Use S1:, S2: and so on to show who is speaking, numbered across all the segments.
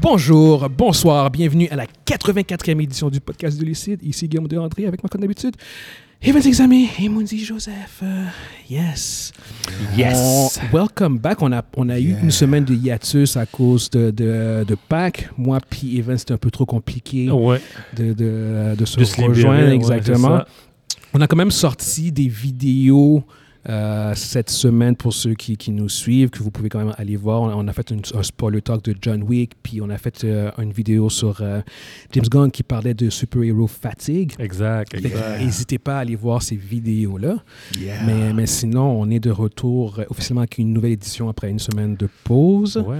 S1: Bonjour, bonsoir, bienvenue à la 84e édition du podcast de Licide. Ici Guillaume de Rentrée avec moi comme d'habitude. Et mes examens, et mon dit Joseph. euh, yes.
S2: Yes.
S1: On- welcome back. On a, on a eu une semaine de hiatus à cause de, de, de Pâques. Moi, puis Evan, c'était un peu trop compliqué
S2: Ouais.
S1: de, de, de se
S2: Oh. De se libérer,
S1: rejoindre.
S2: ouais,
S1: exactement.
S2: c'est ça.
S1: On a quand même sorti des vidéos euh, cette semaine pour ceux qui, qui nous suivent, que vous pouvez quand même aller voir. On a, on a fait une- un spoiler talk de John Wick, puis on a fait euh, une vidéo sur euh, James Gunn qui parlait de super-héros fatigue.
S2: Exact.
S1: Fait que
S2: exact.
S1: N'hésitez pas à aller voir ces vidéos-là.
S3: Yeah.
S1: Mais, mais sinon, on est de retour euh, officiellement avec une nouvelle édition après une semaine de pause.
S2: Ouais,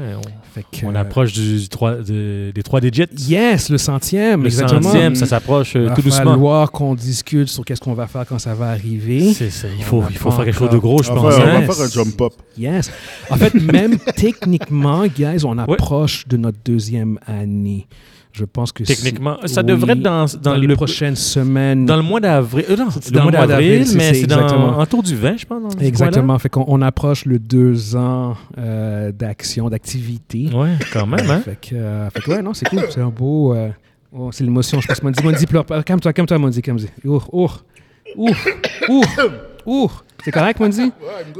S1: Fait que,
S2: on, on
S1: euh,
S2: approche du, du trois- de- des trois digits.
S1: Yes, le centième.
S2: Le
S1: exactement.
S2: centième, ça s'approche euh,
S1: va
S2: tout doucement.
S1: falloir qu'on discute sur qu'est-ce qu'on va faire quand ça va arriver.
S2: C'est ça. Il
S1: On
S2: faut,
S1: n'a
S2: il faut
S1: pas
S2: faire quelque chose
S1: encore-
S2: de gros, je
S3: on, va
S2: pense.
S3: faire, on
S2: hein.
S3: va faire un jump up.
S1: Yes. En fait, même techniquement, guys, on
S2: Ouais.
S1: approche de notre deuxième année. Je pense que c'est-
S2: Techniquement, ça
S1: Oui,
S2: devrait être dans,
S1: dans,
S2: dans
S1: les
S2: le
S1: prochaines semaines.
S2: Dans le mois d'avril. euh, non,
S1: C'est
S2: dans le mois d'avril, mais
S1: c'est
S2: c'est dans
S1: exactement.
S2: en tour du vin, je pense. dans ce
S1: Exactement. Fait qu'on on approche le deux ans euh, d'action, d'activité.
S2: coin-là. Ouais, quand même. Hein?
S1: Fait que, euh, fait que ouais, non, c'est cool. C'est un beau. euh, oh, c'est l'émotion. Je pense que Mondi, Mondi pleure pas. Ah, Calme-toi, calme-toi, Mondi, calme-toi. Ouh, ouh, ouh, ouh, ouh. C'est correct, Mondi?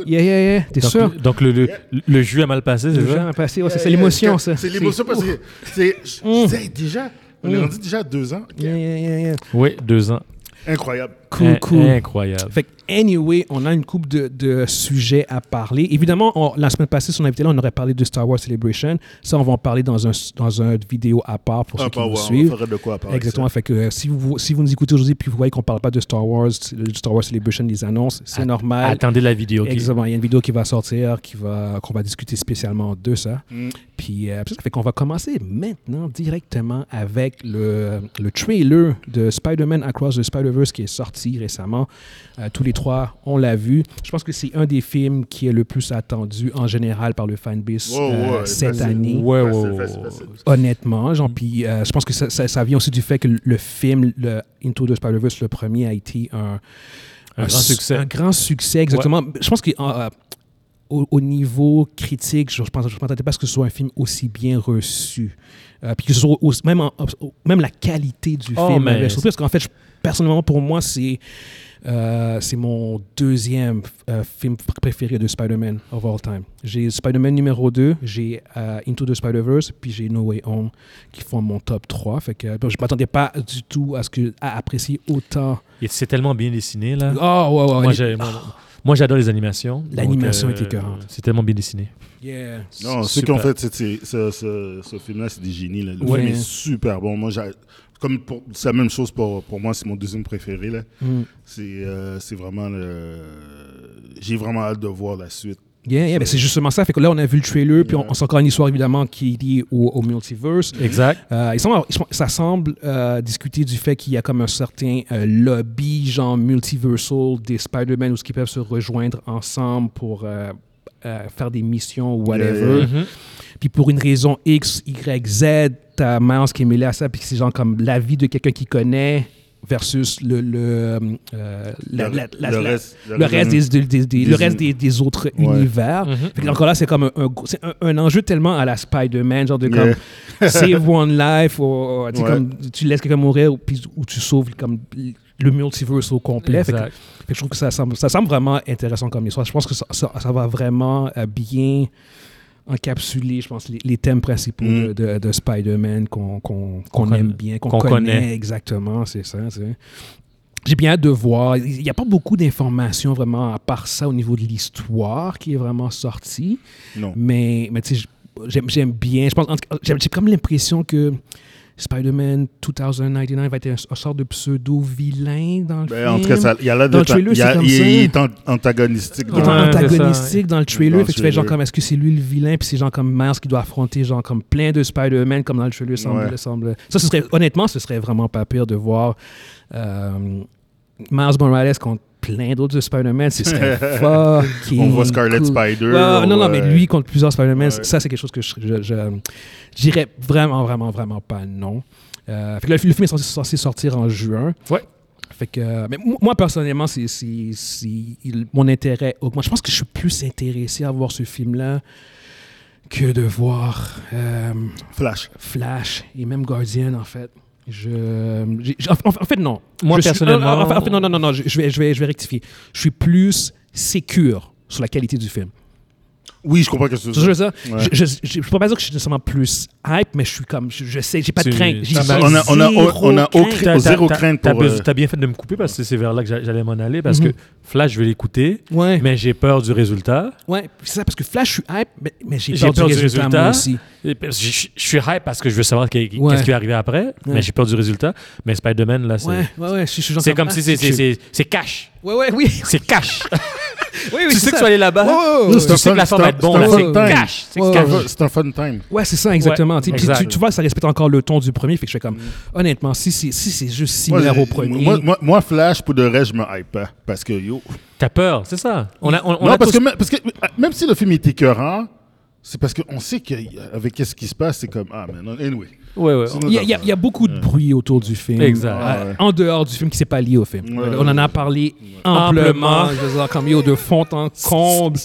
S1: Yeah, yeah, yeah. T'es
S2: Donc,
S1: sûr?
S2: le- donc le, le, le jus a mal passé, c'est
S1: Le
S2: ça?
S1: genre passé. Ouais, ça, c'est l'émotion, ça. Mm.
S3: C'est l'émotion parce que c'est. Je je disais déjà, on est rendu déjà à deux ans.
S1: Yeah, yeah, yeah, yeah.
S2: Oui, deux ans.
S3: Incroyable.
S1: Cool,
S2: In-
S1: cool.
S2: Incroyable.
S1: Fait que, anyway, on a une coupe de, de sujets à parler. Évidemment, on- la semaine passée, si on invité là, on aurait parlé de Star Wars Celebration. Ça, on va en parler dans un dans une vidéo à part pour ceux
S3: Ah,
S1: qui
S3: bah,
S1: nous
S3: ouais, on
S1: suivent.
S3: ferait de quoi à part
S1: Exactement. Fait que euh, si vous si vous nous écoutez aujourd'hui puis vous voyez qu'on parle pas de Star Wars, du Star Wars Celebration, des annonces, c'est
S2: Att-
S1: normal.
S2: Attendez la vidéo. qui-
S1: Exactement. Il y a une vidéo qui va sortir, qui va qu'on va discuter spécialement de ça.
S3: Mm.
S1: Puis euh, ça fait qu'on va commencer maintenant directement avec le, le trailer de Spider-Man Across the Spider-Verse qui est sorti récemment. Euh, tous les trois, on l'a vu. Je pense que c'est un des films qui est le plus attendu en général par le fanbase
S3: Wow,
S1: euh,
S3: ouais,
S1: cette
S3: facile.
S1: année.
S2: Ouais, ouais,
S3: Facile,
S2: ouais,
S3: facile,
S2: ouais.
S3: facile.
S1: Honnêtement,
S2: Mm.
S1: genre, puis euh, je pense que ça, ça- ça vient aussi du fait que le film, le Into the Spider-Verse, le premier, a été un,
S2: Un grand
S1: su-
S2: succès.
S1: Un grand succès, exactement. Je pense que euh, au, au niveau critique, je ne je m'attendais pas à ce que ce soit un film aussi bien reçu. Euh, puis que ce soit aussi- même, en- au- même la qualité du
S2: Oh,
S1: film
S2: mais-
S1: m'avait surpris. Parce qu'en fait, je- personnellement, pour moi, c'est. euh, c'est mon deuxième euh, film pr- préféré de Spider-Man of all time. J'ai Spider-Man numéro 2, j'ai euh, Into the Spider-Verse, puis j'ai No Way Home qui font mon top 3. Fait que, euh, je m'attendais pas du tout à ce que à apprécier autant.
S2: Et C'est tellement bien dessiné, là.
S1: Oh, ouais, ouais,
S2: Hein? Moi,
S1: ouais.
S2: j'ai- moi, moi, j'adore les animations. Donc,
S1: L'animation
S2: euh,
S1: est écœurante.
S2: C'est tellement bien dessiné.
S1: Yeah.
S3: Non, ceux qui
S2: Super.
S3: ont fait c'est- c'est- ce, ce- ce film-là, c'est des génies. Là. Le
S1: Ouais.
S3: film est super bon. Moi, j'a- comme pour- c'est la même chose pour, pour moi, c'est mon deuxième préféré. Là.
S1: Mm.
S3: C'est euh, c'est vraiment le... J'ai vraiment hâte de voir la suite.
S1: Yeah, yeah, ben c'est justement ça. Fait que là, on a vu le trailer, puis on,
S3: Yeah.
S1: on sent encore une histoire, évidemment, qui est liée au, au multiverse.
S2: Exact.
S1: Euh, ils sont- ils sont- ça semble euh, discuter du fait qu'il y a comme un certain euh, lobby, genre multiversal, des Spider-Man, où ils peuvent se rejoindre ensemble pour euh, euh, faire des missions ou whatever.
S3: Yeah, yeah.
S2: Mhm.
S1: Puis pour une raison X, Y, Z, t'as Miles qui est mêlé à ça, puis c'est genre comme la vie de quelqu'un qui connaît versus le, le, euh, la-
S3: Le-
S1: la- la-
S3: le
S1: la-
S3: reste- le
S1: le
S3: reste
S1: reste des, des- des- des- le
S3: des
S1: reste des, des autres
S3: Ouais.
S1: univers.
S2: Mhm.
S1: Ah, Fait que encore là, c'est comme un, un gros- c'est un- un enjeu tellement à la Spider-Man, genre de
S3: Mais-
S1: comme save one life, ou, ou, tu sais,
S3: Ouais.
S1: comme, tu laisses quelqu'un mourir, ou, puis- ou tu sauves comme le multiverse au complet. Fait que-
S2: Exact.
S1: fait que je trouve que ça semble, ça semble vraiment intéressant comme histoire. Je pense que ça, ça- ça va vraiment euh, bien encapsuler, je pense, les, les thèmes principaux
S3: Mm.
S1: de, de- de Spider-Man qu'on qu'on- qu'on
S2: Qu'on
S1: aime
S2: conna-
S1: bien, qu'on
S2: qu'on
S1: connaît.
S2: connaît.
S1: Exactement, c'est ça. tu sais. J'ai bien hâte de voir. Il n'y a pas beaucoup d'informations vraiment à part ça au niveau de l'histoire qui est vraiment sortie.
S3: Non.
S1: Mais, mais tu sais, j'aime- j'aime bien. Je pense, en tout cas, j'ai j'ai comme l'impression que Spider-Man 2099 va être un, un sort de pseudo-vilain dans le
S3: Ben,
S1: film.
S3: en tout cas, ça- il y a l'air
S1: Dans le
S3: d'être-
S1: trailer,
S3: il y a-
S1: c'est comme
S3: il est- il
S1: ça.
S3: est an- antagonistique.
S1: Il est
S2: Ouais,
S3: dans-
S2: c'est ça,
S1: antagonistique dans le trailer.
S3: Dans
S1: fait que tu
S3: le
S1: fais genre
S3: trailer.
S1: comme est-ce que c'est lui le vilain, puis c'est genre comme Miles qui doit affronter genre comme plein de Spider-Man comme dans le trailer semble.
S3: Ouais.
S1: semble. Ça, ce serait, honnêtement, ce serait vraiment pas pire de voir euh, Miles Morales contre plein d'autres Spider-Man. Ce serait fucking
S3: On voit Scarlet
S1: cool.
S3: Spider. euh,
S1: Ouais,
S3: on
S1: non, non,
S3: voit-
S1: mais lui contre plusieurs Spider-Man,
S3: Ouais.
S1: ça, c'est quelque chose que je je- je- j'irais vraiment, vraiment, vraiment pas non. Euh, fait que là, le film est censé, censé sortir en juin.
S2: Ouais.
S1: Fait que, euh, mais mo- moi, personnellement, c'est c'est- c'est- il- mon intérêt augmente. Je pense que je suis plus intéressé à voir ce film-là que de voir euh,
S3: Flash.
S1: Flash et même Guardian, en fait. Je, j'ai- j'ai- en, en fait, non.
S2: Moi,
S1: Je suis-
S2: personnellement-
S1: en fait- en fait, non, non, non, non, je, je vais, je, vais, je vais rectifier. Je suis plus sécure sur la qualité du film.
S3: Oui, je comprends que c'est
S1: Tu vois ce que je veux dire?
S3: Ouais.
S1: Je, je, je- je peux pas dire que je suis nécessairement plus hype, mais je suis comme, je, je sais, j'ai pas de
S2: Tu-
S1: crainte. J'ai
S2: t'as-
S1: zéro
S3: on a- on a- on a aucun-
S1: crainte.
S2: T'as- t'as-
S3: zéro
S2: t'as-
S3: crainte
S2: t'as
S3: pour,
S2: bes-
S3: euh,
S2: T'as bien fait de me couper parce que c'est vers là que j'a- j'allais m'en aller parce
S1: Mhm.
S2: que Flash, je vais l'écouter,
S1: Ouais,
S2: mais j'ai peur du résultat.
S1: ouais, c'est ça, parce que Flash, je suis hype, mais, mais j'ai
S2: J'ai
S1: peur,
S2: peur
S1: du
S2: du
S1: résultat,
S2: résultat.
S1: moi aussi.
S2: Et parce que Je je suis hype parce que je veux savoir qu'est- qu'est-ce
S1: Ouais.
S2: qui va arriver après, mais j'ai peur du résultat. Mais Spider-Man, là, c'est
S1: Ouais, ouais, ouais, je suis- je suis genre
S2: c'est comme
S1: ah,
S2: si c'est- c'est- c'est c'est cash.
S1: Ouais, ouais, oui.
S2: C'est cash.
S1: oui, oui
S2: tu
S1: c'est
S2: sais que
S1: ça.
S2: tu vas aller là-bas.
S1: Ouais, ouais, ouais,
S3: Non,
S1: ouais.
S2: Tu
S3: C'est un
S2: sais que
S3: fun-
S2: la forme va être
S3: c'est un-
S2: bon, là.
S1: c'est un
S2: C'est
S1: fun time.
S2: cash. C'est
S1: Ouais,
S2: cash.
S1: ouais.
S3: C'est un fun time.
S1: Ouais, c'est ça, exactement.
S2: Ouais,
S1: Tu- puis
S2: exact.
S1: tu, tu vois, ça respecte encore le ton du premier. Fait que je fais comme, honnêtement, si, si, si c'est juste similaire au premier.
S3: moi, moi- moi, Flash, pour de vrai, je me hype pas. Parce que, yo.
S2: T'as peur, c'est ça. On a, on, on
S3: non,
S2: a
S3: parce,
S2: tous-
S3: que, me- parce que euh, même si le film est écœurant, c'est parce qu'on sait qu'avec ce qui se passe, c'est comme. Ah, man, anyway.
S2: Ouais, ouais.
S3: C'est
S1: il y, a, il y a- il y a beaucoup de bruit autour du film.
S2: Mm. Exact.
S1: Euh,
S3: Ouais, ouais.
S1: En dehors du film qui s'est pas lié au film.
S3: Ouais,
S1: On en a parlé amplement.
S2: Amplement.
S1: Je veux dire, comme yo, de fond en comble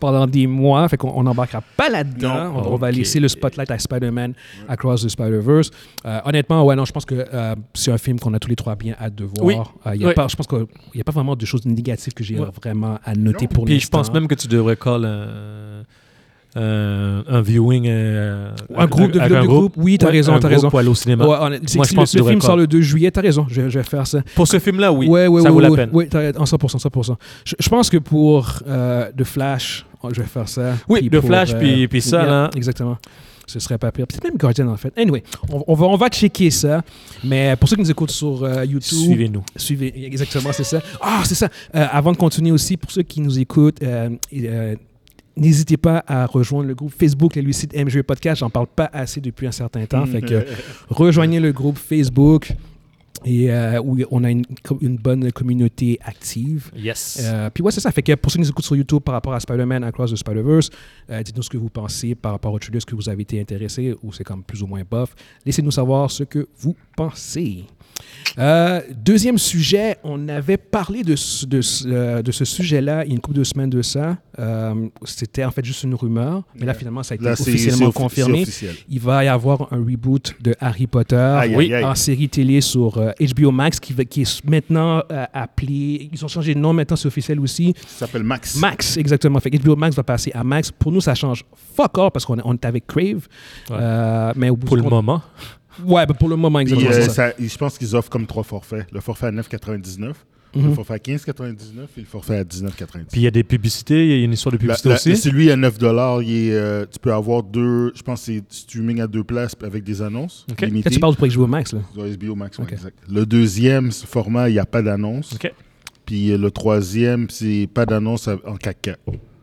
S1: pendant des mois. Fait qu'on n'embarquera pas là-dedans. On,
S2: Non.
S1: on va
S2: Ok.
S1: laisser le spotlight à Spider-Man Across the Spider-Verse. Euh, honnêtement, ouais, non, je pense que euh, c'est un film qu'on a tous les trois bien hâte de voir.
S2: Oui.
S1: Euh, il y a
S2: Oui.
S1: pas, je pense qu'il n'y a pas vraiment de choses négatives que j'ai
S2: Ouais.
S1: vraiment à noter
S3: Non.
S1: pour
S2: Puis je
S1: l'instant.
S2: pense même que tu devrais call un, un, un viewing. euh,
S1: Un groupe de-
S2: avec
S1: de- de groupe. Oui, t'as raison,
S2: un
S1: t'as
S2: groupe
S1: raison.
S2: pour aller au cinéma.
S1: Ouais, honnêtement, si-
S2: Moi, je
S1: si
S2: pense que
S1: le,
S2: tu
S1: le film
S2: devrais
S1: sort le 2 juillet, t'as raison, je, je vais faire ça.
S2: Pour ce film-là, oui.
S1: Ouais, ouais,
S2: ça
S1: ouais,
S2: vaut la
S1: ouais,
S2: peine.
S1: ouais, t'as- en 100%, 100%. Je, je pense que pour euh, The Flash, oh, je vais faire ça.
S2: Oui,
S1: Puis
S2: The
S1: pour, euh,
S2: Flash, puis- puis ça, là.
S1: Exactement. Ce serait pas pire. Peut-être même Guardian, en fait. Anyway, on, on va, on va checker ça. Mais pour ceux qui nous écoutent sur euh, YouTube,
S2: Suivez-nous.
S1: Suivez, exactement, c'est ça. Ah, c'est ça. Euh, avant de continuer aussi, pour ceux qui nous écoutent, euh, et, euh, n'hésitez pas à rejoindre le groupe Facebook Les Lucides MGE Podcast. J'en parle pas assez depuis un certain
S2: Mm.
S1: temps. Hein, Fait que rejoignez le groupe Facebook et euh, où on a une, une bonne communauté active.
S2: Yes.
S1: Euh, puis ouais, c'est ça. Fait que pour ceux qui nous écoutent sur YouTube par rapport à Spider-Man Across the Spider-Verse, euh, dites-nous ce que vous pensez par rapport au trailer, ce que vous avez été intéressé ou c'est comme plus ou moins bof. Laissez-nous savoir ce que vous pensez. Euh, deuxième sujet, on avait parlé de, ce- de, ce- euh, de ce sujet-là il y a une couple de semaines de ça. Euh, C'était en fait juste une rumeur, mais là finalement ça a été
S3: Là, c'est
S1: officiellement
S3: c'est offi-
S1: confirmé.
S3: c'est officiel.
S1: Il va y avoir un reboot de Harry Potter
S3: Aïe,
S1: oui,
S3: aïe, aïe.
S1: en série télé sur euh, HBO Max qui, va- qui est maintenant euh, appelé. Ils ont changé de nom maintenant, c'est officiel aussi.
S3: Ça s'appelle Max.
S1: Max, exactement. Fait que HBO Max va passer à Max. Pour nous, ça change fuck all parce qu'on on est avec Crave.
S2: Ouais.
S1: Euh, mais au bout
S2: Pour
S1: du
S2: le
S1: compte-
S2: moment.
S1: Ouais, ben, pour le moment,
S3: Puis,
S1: exactement.
S3: euh,
S1: c'est ça.
S3: ça- je pense qu'ils offrent comme trois forfaits. Le forfait à 9,99, le
S1: Mhm.
S3: forfait à 15,99 et le forfait à 19,99.
S2: Puis il y a des publicités, il y a une histoire de
S3: La-
S2: publicité
S3: la-
S2: aussi.
S3: Celui à 9 il est, euh, tu peux avoir deux, je pense que c'est streaming à deux places avec des annonces.
S2: Ok.
S1: Là,
S3: limitées.
S1: tu parles pour HBO Max, là.
S3: Sur HBO Max, ouais,
S1: Ok.
S3: exact. Le deuxième ce format, il n'y a pas d'annonce.
S2: OK.
S3: Puis euh, le troisième, c'est pas d'annonce à- en caca.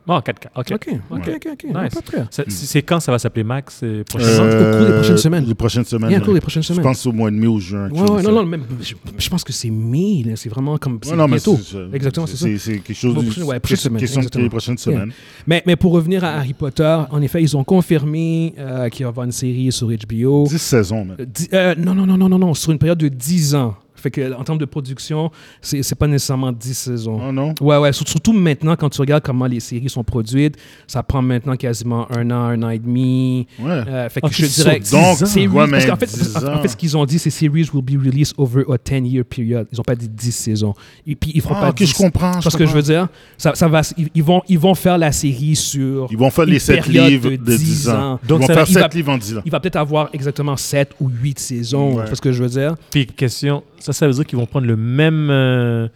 S2: Bon, 4K. Ah, OK.
S1: Ok, ok,
S3: Ouais.
S1: ok, ok. Non,
S2: Nice.
S1: Pas prêt.
S2: Ça- C'est c'est quand ça va s'appeler Max c'est prochainement?
S1: Euh, au cours des prochaines semaines.
S3: Les prochaines semaines.
S1: Il y a un cours
S3: ouais.
S1: des prochaines
S3: Je
S1: semaines.
S3: pense au mois de mai ou juin. quelque
S1: Ouais,
S3: chose
S1: ouais, non, non,
S3: comme ça.
S1: même, je, je pense que c'est mi, là. C'est vraiment comme. c'est
S3: Ouais, non, mais
S1: bientôt.
S3: c'est- c'est-
S1: Exactement, c'est ça.
S3: C'est c'est quelque chose.
S1: Bon,
S3: du-
S1: prochaine- ouais, prochaine
S3: c'est-
S1: semaine,
S3: Question
S1: exactement.
S3: des prochaines semaines.
S1: Mais, mais pour revenir à Harry Potter, en effet, ils ont confirmé euh, qu'il y aura une série sur HBO.
S3: 10 saisons, man.
S1: Euh, dix- euh, non, non, non, non, non, non, sur une période de 10 ans. Fait que, en termes de production, c'est c'est pas nécessairement 10 saisons.
S3: Oh non.
S1: Ouais, ouais, sur- surtout maintenant, quand tu regardes comment les séries sont produites, ça prend maintenant quasiment un an, un an et demi.
S3: Ouais.
S1: Euh, fait que
S2: Ah,
S1: je
S2: c'est
S1: dirais
S2: sur
S3: donc,
S1: que series-
S3: ouais, mais
S1: parce qu'en fait,
S3: 10
S1: en- en fait,
S3: ans.
S1: ce qu'ils ont dit, c'est series will be released over a 10-year period. Ils ont pas dit 10 saisons. Et puis, ils feront
S3: Ah,
S1: pas
S3: ok,
S1: 10.
S3: je comprends.
S1: Tu vois ce que je
S3: comprends.
S1: veux dire? Ça, ça va, s- ils, ils vont, ils vont faire la série sur.
S3: Ils vont faire
S1: Une
S3: les 7
S1: période
S3: livres
S1: de
S3: de
S1: 10
S3: 10
S1: ans.
S3: ans.
S2: Donc,
S3: Ils
S2: ça-
S3: vont faire
S1: il va-
S3: 7 livres en 10 ans.
S1: Il va peut-être avoir exactement 7 ou 8 saisons.
S3: Ouais.
S1: C'est ce que je veux dire.
S2: Puis question, ça, ça veut dire qu'ils vont prendre le même, euh,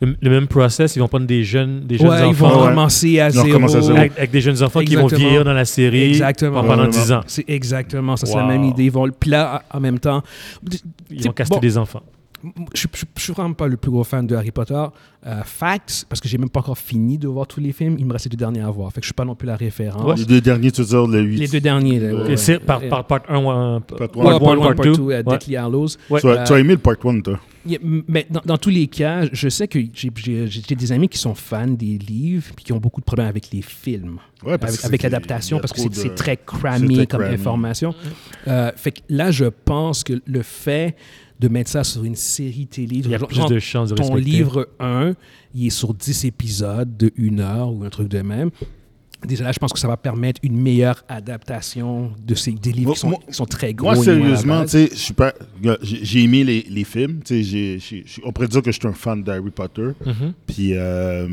S2: le, le même process, ils vont prendre des jeunes, des jeunes
S1: Ouais, ils
S2: enfants
S1: vont
S3: Ouais.
S1: commencer à
S3: Ils vont
S1: zéro.
S3: recommencer à zéro.
S2: avec, avec des jeunes enfants qui vont
S1: Exactement.
S2: vieillir dans la série
S1: Exactement.
S2: pendant
S3: Ouais,
S2: 10 ans.
S1: C'est exactement ça, c'est la
S2: Wow.
S1: même idée. Ils vont, puis là, en même temps,
S2: Ils
S1: C'est-
S2: vont caster
S1: bon.
S2: des enfants.
S1: je, je, je suis vraiment pas le plus gros fan de Harry Potter. Euh, facts, parce que j'ai même pas encore fini de voir tous les films. Il me reste les deux derniers à voir. Fait que je suis pas non plus la référence.
S2: Ouais.
S3: Les deux derniers, tu veux dire, le 8.
S1: Les deux derniers. là,
S3: Et
S1: ouais,
S2: Et c'est
S1: ouais.
S2: par,
S1: Ouais.
S2: par part 1 ou un-
S3: Part
S1: Ouais,
S3: one,
S2: part
S1: part
S2: one,
S1: one,
S2: part
S1: part
S2: two.
S1: two, euh,
S2: Ouais.
S1: Deathly Hallows.
S2: Ouais.
S3: Tu as,
S1: euh,
S3: tu as aimé le part 1, toi.
S1: Il y a- Mais dans, dans tous les cas, je sais que j'ai- j'ai j'ai- j'ai des amis qui sont fans des livres puis qui ont beaucoup de problèmes avec les films,
S3: Ouais, Ah, parce
S1: avec,
S3: que
S1: avec
S3: c'est- il
S1: l'adaptation,
S3: y a
S1: parce que
S3: trop
S1: c'est
S3: de-
S1: c'est très cramé
S3: très
S1: comme
S3: cramé.
S1: information. Euh, fait que là, je pense que le fait de mettre ça sur une série télé,
S2: Il y a
S1: genre-
S2: plus de chances de
S1: ton
S2: respecter.
S1: livre 1, il est sur 10 épisodes de 1 heure ou un truc de même. Déjà là, je pense que ça va permettre une meilleure adaptation de ces des livres
S3: Moi-
S1: qui, sont,
S3: moi-
S1: qui sont très gros.
S3: Moi,
S1: et moins à la
S3: sérieusement, tu
S1: base.
S3: sais, je suis pas. gars, J'ai j'ai aimé les, les films. Tu sais, j'ai- j'ai- j'ai- on pourrait dire que je suis un fan d'Harry Potter.
S2: Mhm.
S3: Puis euh,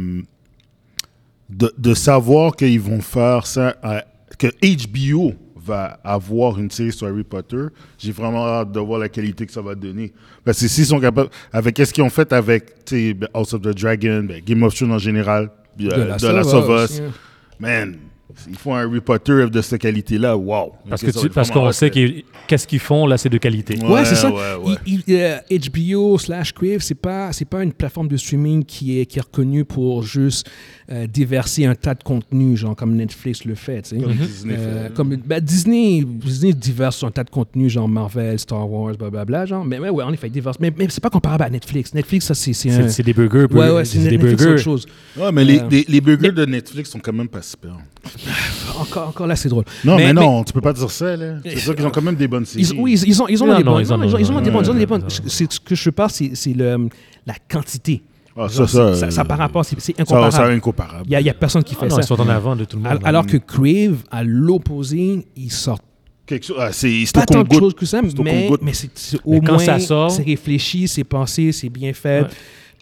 S3: de, de savoir qu'ils vont faire ça, à- que HBO va avoir une série sur Harry Potter, j'ai vraiment hâte de voir la qualité que ça va donner. Parce que s'ils sont capables, avec ce qu'ils ont fait avec tu sais, ben, House of the Dragon, ben, Game of Thrones en général, puis, euh,
S1: la
S3: de la
S1: sauve, hein,
S3: Sovos,
S1: aussi, hein.
S3: man, ils font un Harry Potter de cette qualité-là, wow.
S2: Parce
S3: Ok,
S2: que
S3: ça va
S2: tu-
S3: être
S2: parce
S3: vraiment
S2: qu'on
S3: hot,
S2: sait
S3: là.
S2: qu'il- qu'est-ce qu'ils font, là, c'est de qualité.
S1: Ouais,
S3: Ouais,
S1: c'est ça.
S3: ouais, ouais.
S1: Il- il- euh, HBO slash Crave, c'est pas, c'est pas une plateforme de streaming qui est, qui est reconnue pour juste euh, déverser un tas de contenu, genre comme Netflix le fait. tu sais.
S3: Comme
S1: Euh,
S3: Disney fait.
S1: comme ben, Disney, Disney diverse sur un tas de contenu, genre Marvel, Star Wars, blablabla. Genre, mais ouais, ouais, en effet, diverse. Mais, mais c'est pas comparable à Netflix. Netflix, ça, c'est, c'est un.
S2: C'est c'est des
S1: ouais,
S2: burgers. burgers,
S1: ouais, c'est
S2: c'est des
S1: Netflix, c'est
S2: burgers.
S1: autre chose.
S3: Ouais, mais les,
S1: Euh,
S3: les, les burgers de Netflix sont quand même pas super.
S1: Encore, encore là, c'est drôle.
S3: Non, mais,
S1: Mais-
S3: non, tu peux pas dire ça, là. C'est sûr qu'ils ont quand même des bonnes séries.
S1: Ils, oui, ils, ils ont, ils ont
S2: Non,
S1: des
S2: non,
S1: bonnes.
S2: ils en
S1: non,
S2: ont-
S1: Ils ont, ils ont des bonnes. Ils ont des
S2: ouais,
S1: bonnes.
S2: ouais, ouais.
S1: C'est- Ce que je parle, c'est, c'est le, la quantité.
S3: Ah, ça,
S1: Genre,
S3: ça,
S1: c'est- ça,
S3: euh,
S1: par rapport, c'est, c'est
S3: Ça,
S1: incomparable.
S3: ça est incomparable.
S1: Il n'y a, il y a personne qui fait
S2: Ah non,
S1: ça.
S2: ils sont en avant de tout le monde. hein.
S1: Al-
S2: là.
S1: Alors que Crave, à l'opposé, ils sortent
S3: Quelque chose, ah, c'est c'est au
S1: pas tant de
S3: compte-goutte.
S1: choses que ça,
S3: C'est au
S1: mais,
S3: compte-goutte.
S1: mais c'est c'est au
S2: Mais quand
S1: moins
S2: ça sort-
S1: c'est réfléchi, c'est pensé, c'est bien fait.
S2: Ouais.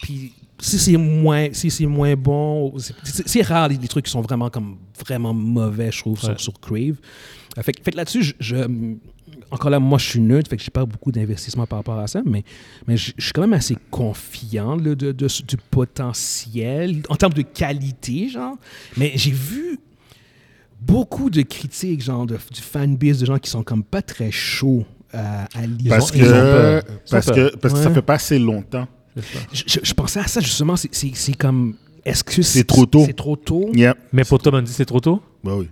S1: Puis si c'est moins, si c'est moins bon, c'est- c'est c'est rare les, les trucs qui sont vraiment comme vraiment mauvais, je trouve,
S2: Ouais.
S1: sur, sur Crave. Euh, Fait, que- fait que là-dessus, je, je- encore là, moi, je suis neutre, fait que j'ai pas beaucoup d'investissement par rapport à ça, mais, mais je je suis quand même assez confiant là, de, de ce- du potentiel en termes de qualité, genre. Mais j'ai vu beaucoup de critiques, genre de, du fanbase, de gens qui sont comme pas très chauds à, à lire.
S3: Parce
S2: Ils ont- ils
S3: que,
S2: ont peur.
S3: parce
S2: Ils ont
S3: que, parce que ça
S1: Ouais.
S3: fait pas assez longtemps.
S2: C'est ça.
S1: Je, je- je pensais à ça justement, c'est- c'est c'est comme. Est-ce que
S3: C'est trop tôt.
S1: C'est trop tôt.
S3: Yeah.
S2: Mais pour Tom Handy, c'est trop tôt.
S3: Ben oui.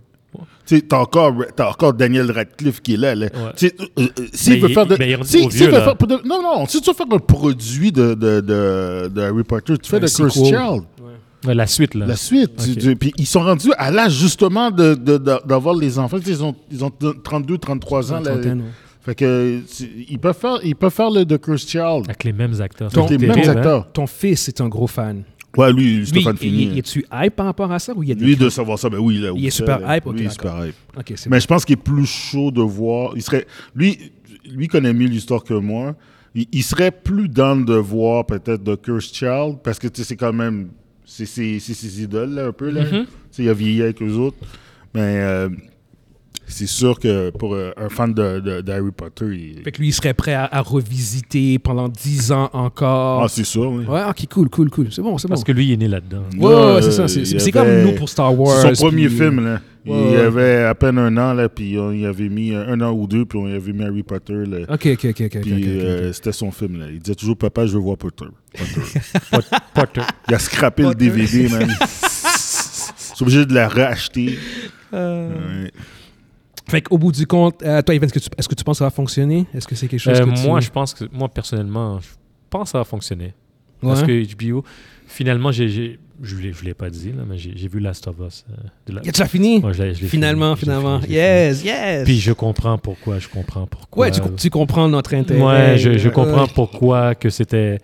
S3: Tu sais, t'as encore, t'as encore Daniel Radcliffe qui est là. là.
S2: Ouais.
S3: Tu sais, euh, euh, s'il
S2: Mais
S3: veut
S2: il-
S3: faire de.
S2: mais il est rendu
S3: si-
S2: trop
S3: s'il
S2: vieux,
S3: veut
S2: là.
S3: faire pour de- non, non, si tu veux faire un produit de, de, de, de Harry Potter, tu fais
S1: Un
S3: de Curse
S1: sequel.
S3: Child,
S2: Ouais, la suite, là.
S3: la suite. Tu-
S2: Ok.
S3: tu- Puis ils sont rendus à l'âge justement de- de- de- d'avoir les enfants. Tu sais, Ils ont, ils ont 32, 33 ans. là.
S1: Trentaine, ouais.
S3: Fait que, tu- ils peuvent faire, ils peuvent faire le de Curse Child.
S2: Avec les mêmes acteurs.
S3: Avec les
S2: C'est
S3: mêmes
S2: terrible, hein.
S3: acteurs.
S1: Ton fils est un gros fan.
S3: Ouais, lui,
S1: Lui,
S3: Stéphane Fini.
S1: il- il- es-tu hype par rapport à ça ou il y a des
S3: Lui de savoir ça, ben oui, là, oui,
S1: est
S3: ça,
S1: super
S3: là.
S1: hype, ok,
S3: Lui, il est
S1: d'accord.
S3: super hype.
S1: Ok, c'est
S3: Mais je pense qu'il est plus chaud de voir. Il serait, lui, lui connaît mieux l'histoire que moi. Il, il serait plus dans de voir peut-être The Cursed Child parce que tu sais, c'est quand même, c'est c'est- c'est ses idoles là, un peu là.
S1: Mm-hmm.
S3: Tu sais, il a vieilli avec eux autres, mais euh, c'est sûr que pour euh, un fan de, de- de Harry Potter, il...
S1: Fait que lui, il serait prêt à, à revisiter pendant 10 ans encore.
S3: ah c'est sûr, oui.
S1: ouais, ok, cool, cool, cool. C'est bon, c'est bon.
S2: Parce que lui, il est né là-dedans.
S1: Ouais, ouais, ouais, c'est ça.
S3: Euh,
S1: C'est
S3: il y
S1: c'est
S3: avait-
S1: comme nous pour Star Wars.
S3: C'est son premier
S1: puis-
S3: film, là.
S1: Ouais,
S3: il
S1: ouais.
S3: avait à peine un an, là, puis on y avait mis euh, un an ou deux, puis on y avait mis Harry Potter, là.
S1: Ok, ok, ok, ok. ok,
S3: Puis
S1: ok, ok.
S3: euh, c'était son film, là. Il disait toujours, papa, je veux voir Potter. Potter.
S2: Pot- Potter.
S3: Il a scrappé le
S1: Potter.
S3: DVD, man. C'est obligé de la racheter.
S1: Euh,
S3: Ouais.
S1: Fait qu'au bout du compte, euh, toi, Evan, est-ce que, tu, est-ce que tu penses que ça va fonctionner Est-ce que c'est quelque chose
S2: Euh,
S1: que tu...
S2: moi, je pense que, moi, personnellement, je pense que ça va fonctionner.
S1: Ouais.
S2: Parce que HBO, finalement, j'ai, j'ai- je ne l'ai pas dit, là, mais j'ai, j'ai vu Last of Us. euh, de la-
S1: Y a déjà fini
S2: Ouais, je l'ai- je l'ai
S1: Finalement,
S2: fini, je l'ai
S1: finalement.
S2: fini, je l'ai
S1: yes,
S2: fini.
S1: yes
S2: Puis je comprends pourquoi, je comprends pourquoi.
S1: Ouais, tu, com- tu comprends notre intérêt.
S2: Ouais, je, je
S1: Euh,
S2: comprends pourquoi que c'était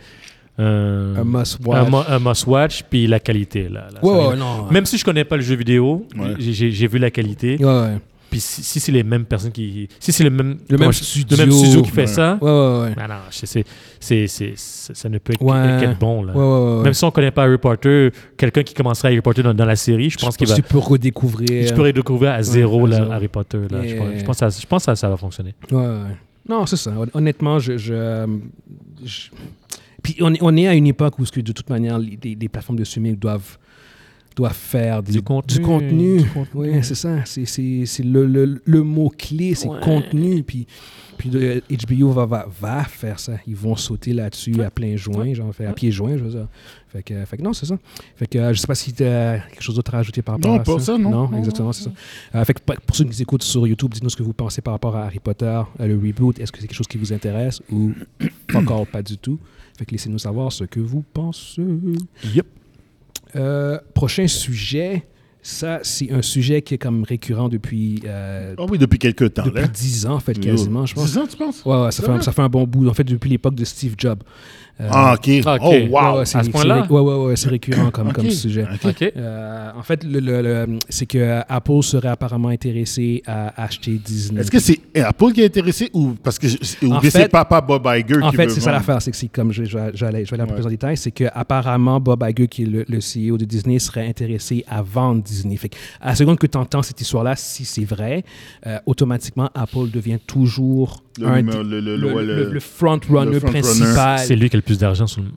S2: un,
S1: Un must-watch.
S2: un mo- un must-watch, puis la qualité. Là, là,
S1: Ouais,
S2: ça-
S1: ouais, non.
S2: Même si je connais pas le jeu vidéo,
S3: Ouais.
S2: j'ai- j'ai j'ai vu la qualité.
S1: Ouais, ouais.
S2: Puis si, si c'est les mêmes personnes qui. Si c'est le même,
S1: Le même
S2: comment-
S1: studio.
S2: le même studio qui fait
S3: Ouais.
S2: ça,
S1: Ouais, ouais, ouais.
S2: ah non, je sais, c'est- c'est- c'est- ça ne peut être
S1: Ouais.
S2: qu'être bon. Là.
S1: Ouais, ouais, ouais.
S2: Même si on ne connaît pas Harry Potter, quelqu'un qui commencerait Harry Potter dans, dans la série, je pense
S1: tu,
S2: qu'il va.
S1: tu peux redécouvrir.
S2: Tu peux redécouvrir à zéro
S1: euh, à
S2: là,
S1: zéro. euh,
S2: Harry Potter. Là. Je,
S1: Yeah.
S2: pense, je pense que ça, je pense que ça, ça va fonctionner.
S1: Ouais, ouais. Non, c'est ça. Hon- Honnêtement, je. je, euh, je- Puis on, est- on est à une époque où, ce que, de toute manière, les, les- les plateformes de streaming doivent, doivent faire des-
S2: Du contenu,
S1: Du contenu.
S2: du contenu.
S1: Ouais, c'est ça. C'est- C'est c'est le, le- le mot-clé, c'est
S2: Ouais.
S1: contenu. Puis, puis le- HBO va, va, va faire ça. Ils vont sauter là-dessus à plein joint, genre, fait, à pieds joints, je veux dire. Fait que, fait que non, c'est ça. Fait que euh, je sais pas si tu as quelque chose d'autre à ajouter par rapport
S3: Non,
S1: à
S3: pas ça, non. Non,
S1: exactement, c'est ça. Euh, fait que pa- pour ceux qui nous écoutent sur YouTube, dites-nous ce que vous pensez par rapport à Harry Potter, euh, le reboot. Est-ce que c'est quelque chose qui vous intéresse ou encore pas du tout? Fait que laissez-nous savoir ce que vous pensez.
S2: Yep.
S1: Euh, prochain sujet, ça, c'est un sujet qui est comme récurrent depuis, euh,
S3: Ah oui, depuis quelques temps, là.
S1: depuis 10 ans, en fait, quasiment, je pense.
S3: 10 ans, tu penses?
S1: Ouais, ouais, ça,
S3: C'est
S1: fait,
S3: vrai?
S1: ça fait un bon bout. En fait, depuis l'époque de Steve Jobs. Euh,
S3: Ah, OK.
S2: Ah, ok.
S3: Oh, wow.
S1: ouais, c'est-
S2: à ce
S1: c'est
S2: point-là?
S1: ré- ouais, ouais, ouais, c'est récurrent comme, comme
S3: Ok.
S1: sujet.
S2: OK.
S1: Euh, en fait, le, le- le- c'est que Apple serait apparemment intéressé à acheter Disney.
S3: Est-ce que c'est Apple qui est intéressé ou parce que je- c'est- ou
S1: En
S3: bien c'est
S1: fait-
S3: Papa Bob Iger
S1: En
S3: qui
S1: fait,
S3: veut
S1: c'est ça
S3: vendre?
S1: l'affaire, c'est que c'est comme je, je vais- je vais aller- je vais aller un peu
S3: Ouais.
S1: plus en détail, c'est que apparemment Bob Iger, qui est le, le CEO de Disney, serait intéressé à vendre Disney. Fait que, à la seconde que tu entends cette histoire-là, si c'est vrai, euh, automatiquement Apple devient toujours
S3: Le
S1: un
S3: numéro-
S1: des-
S3: le- le-
S1: le-
S3: ouais, le-
S1: le- le front-runner
S3: le front-runner.
S1: principal.
S2: C'est lui qui a le plus d'argent sur le...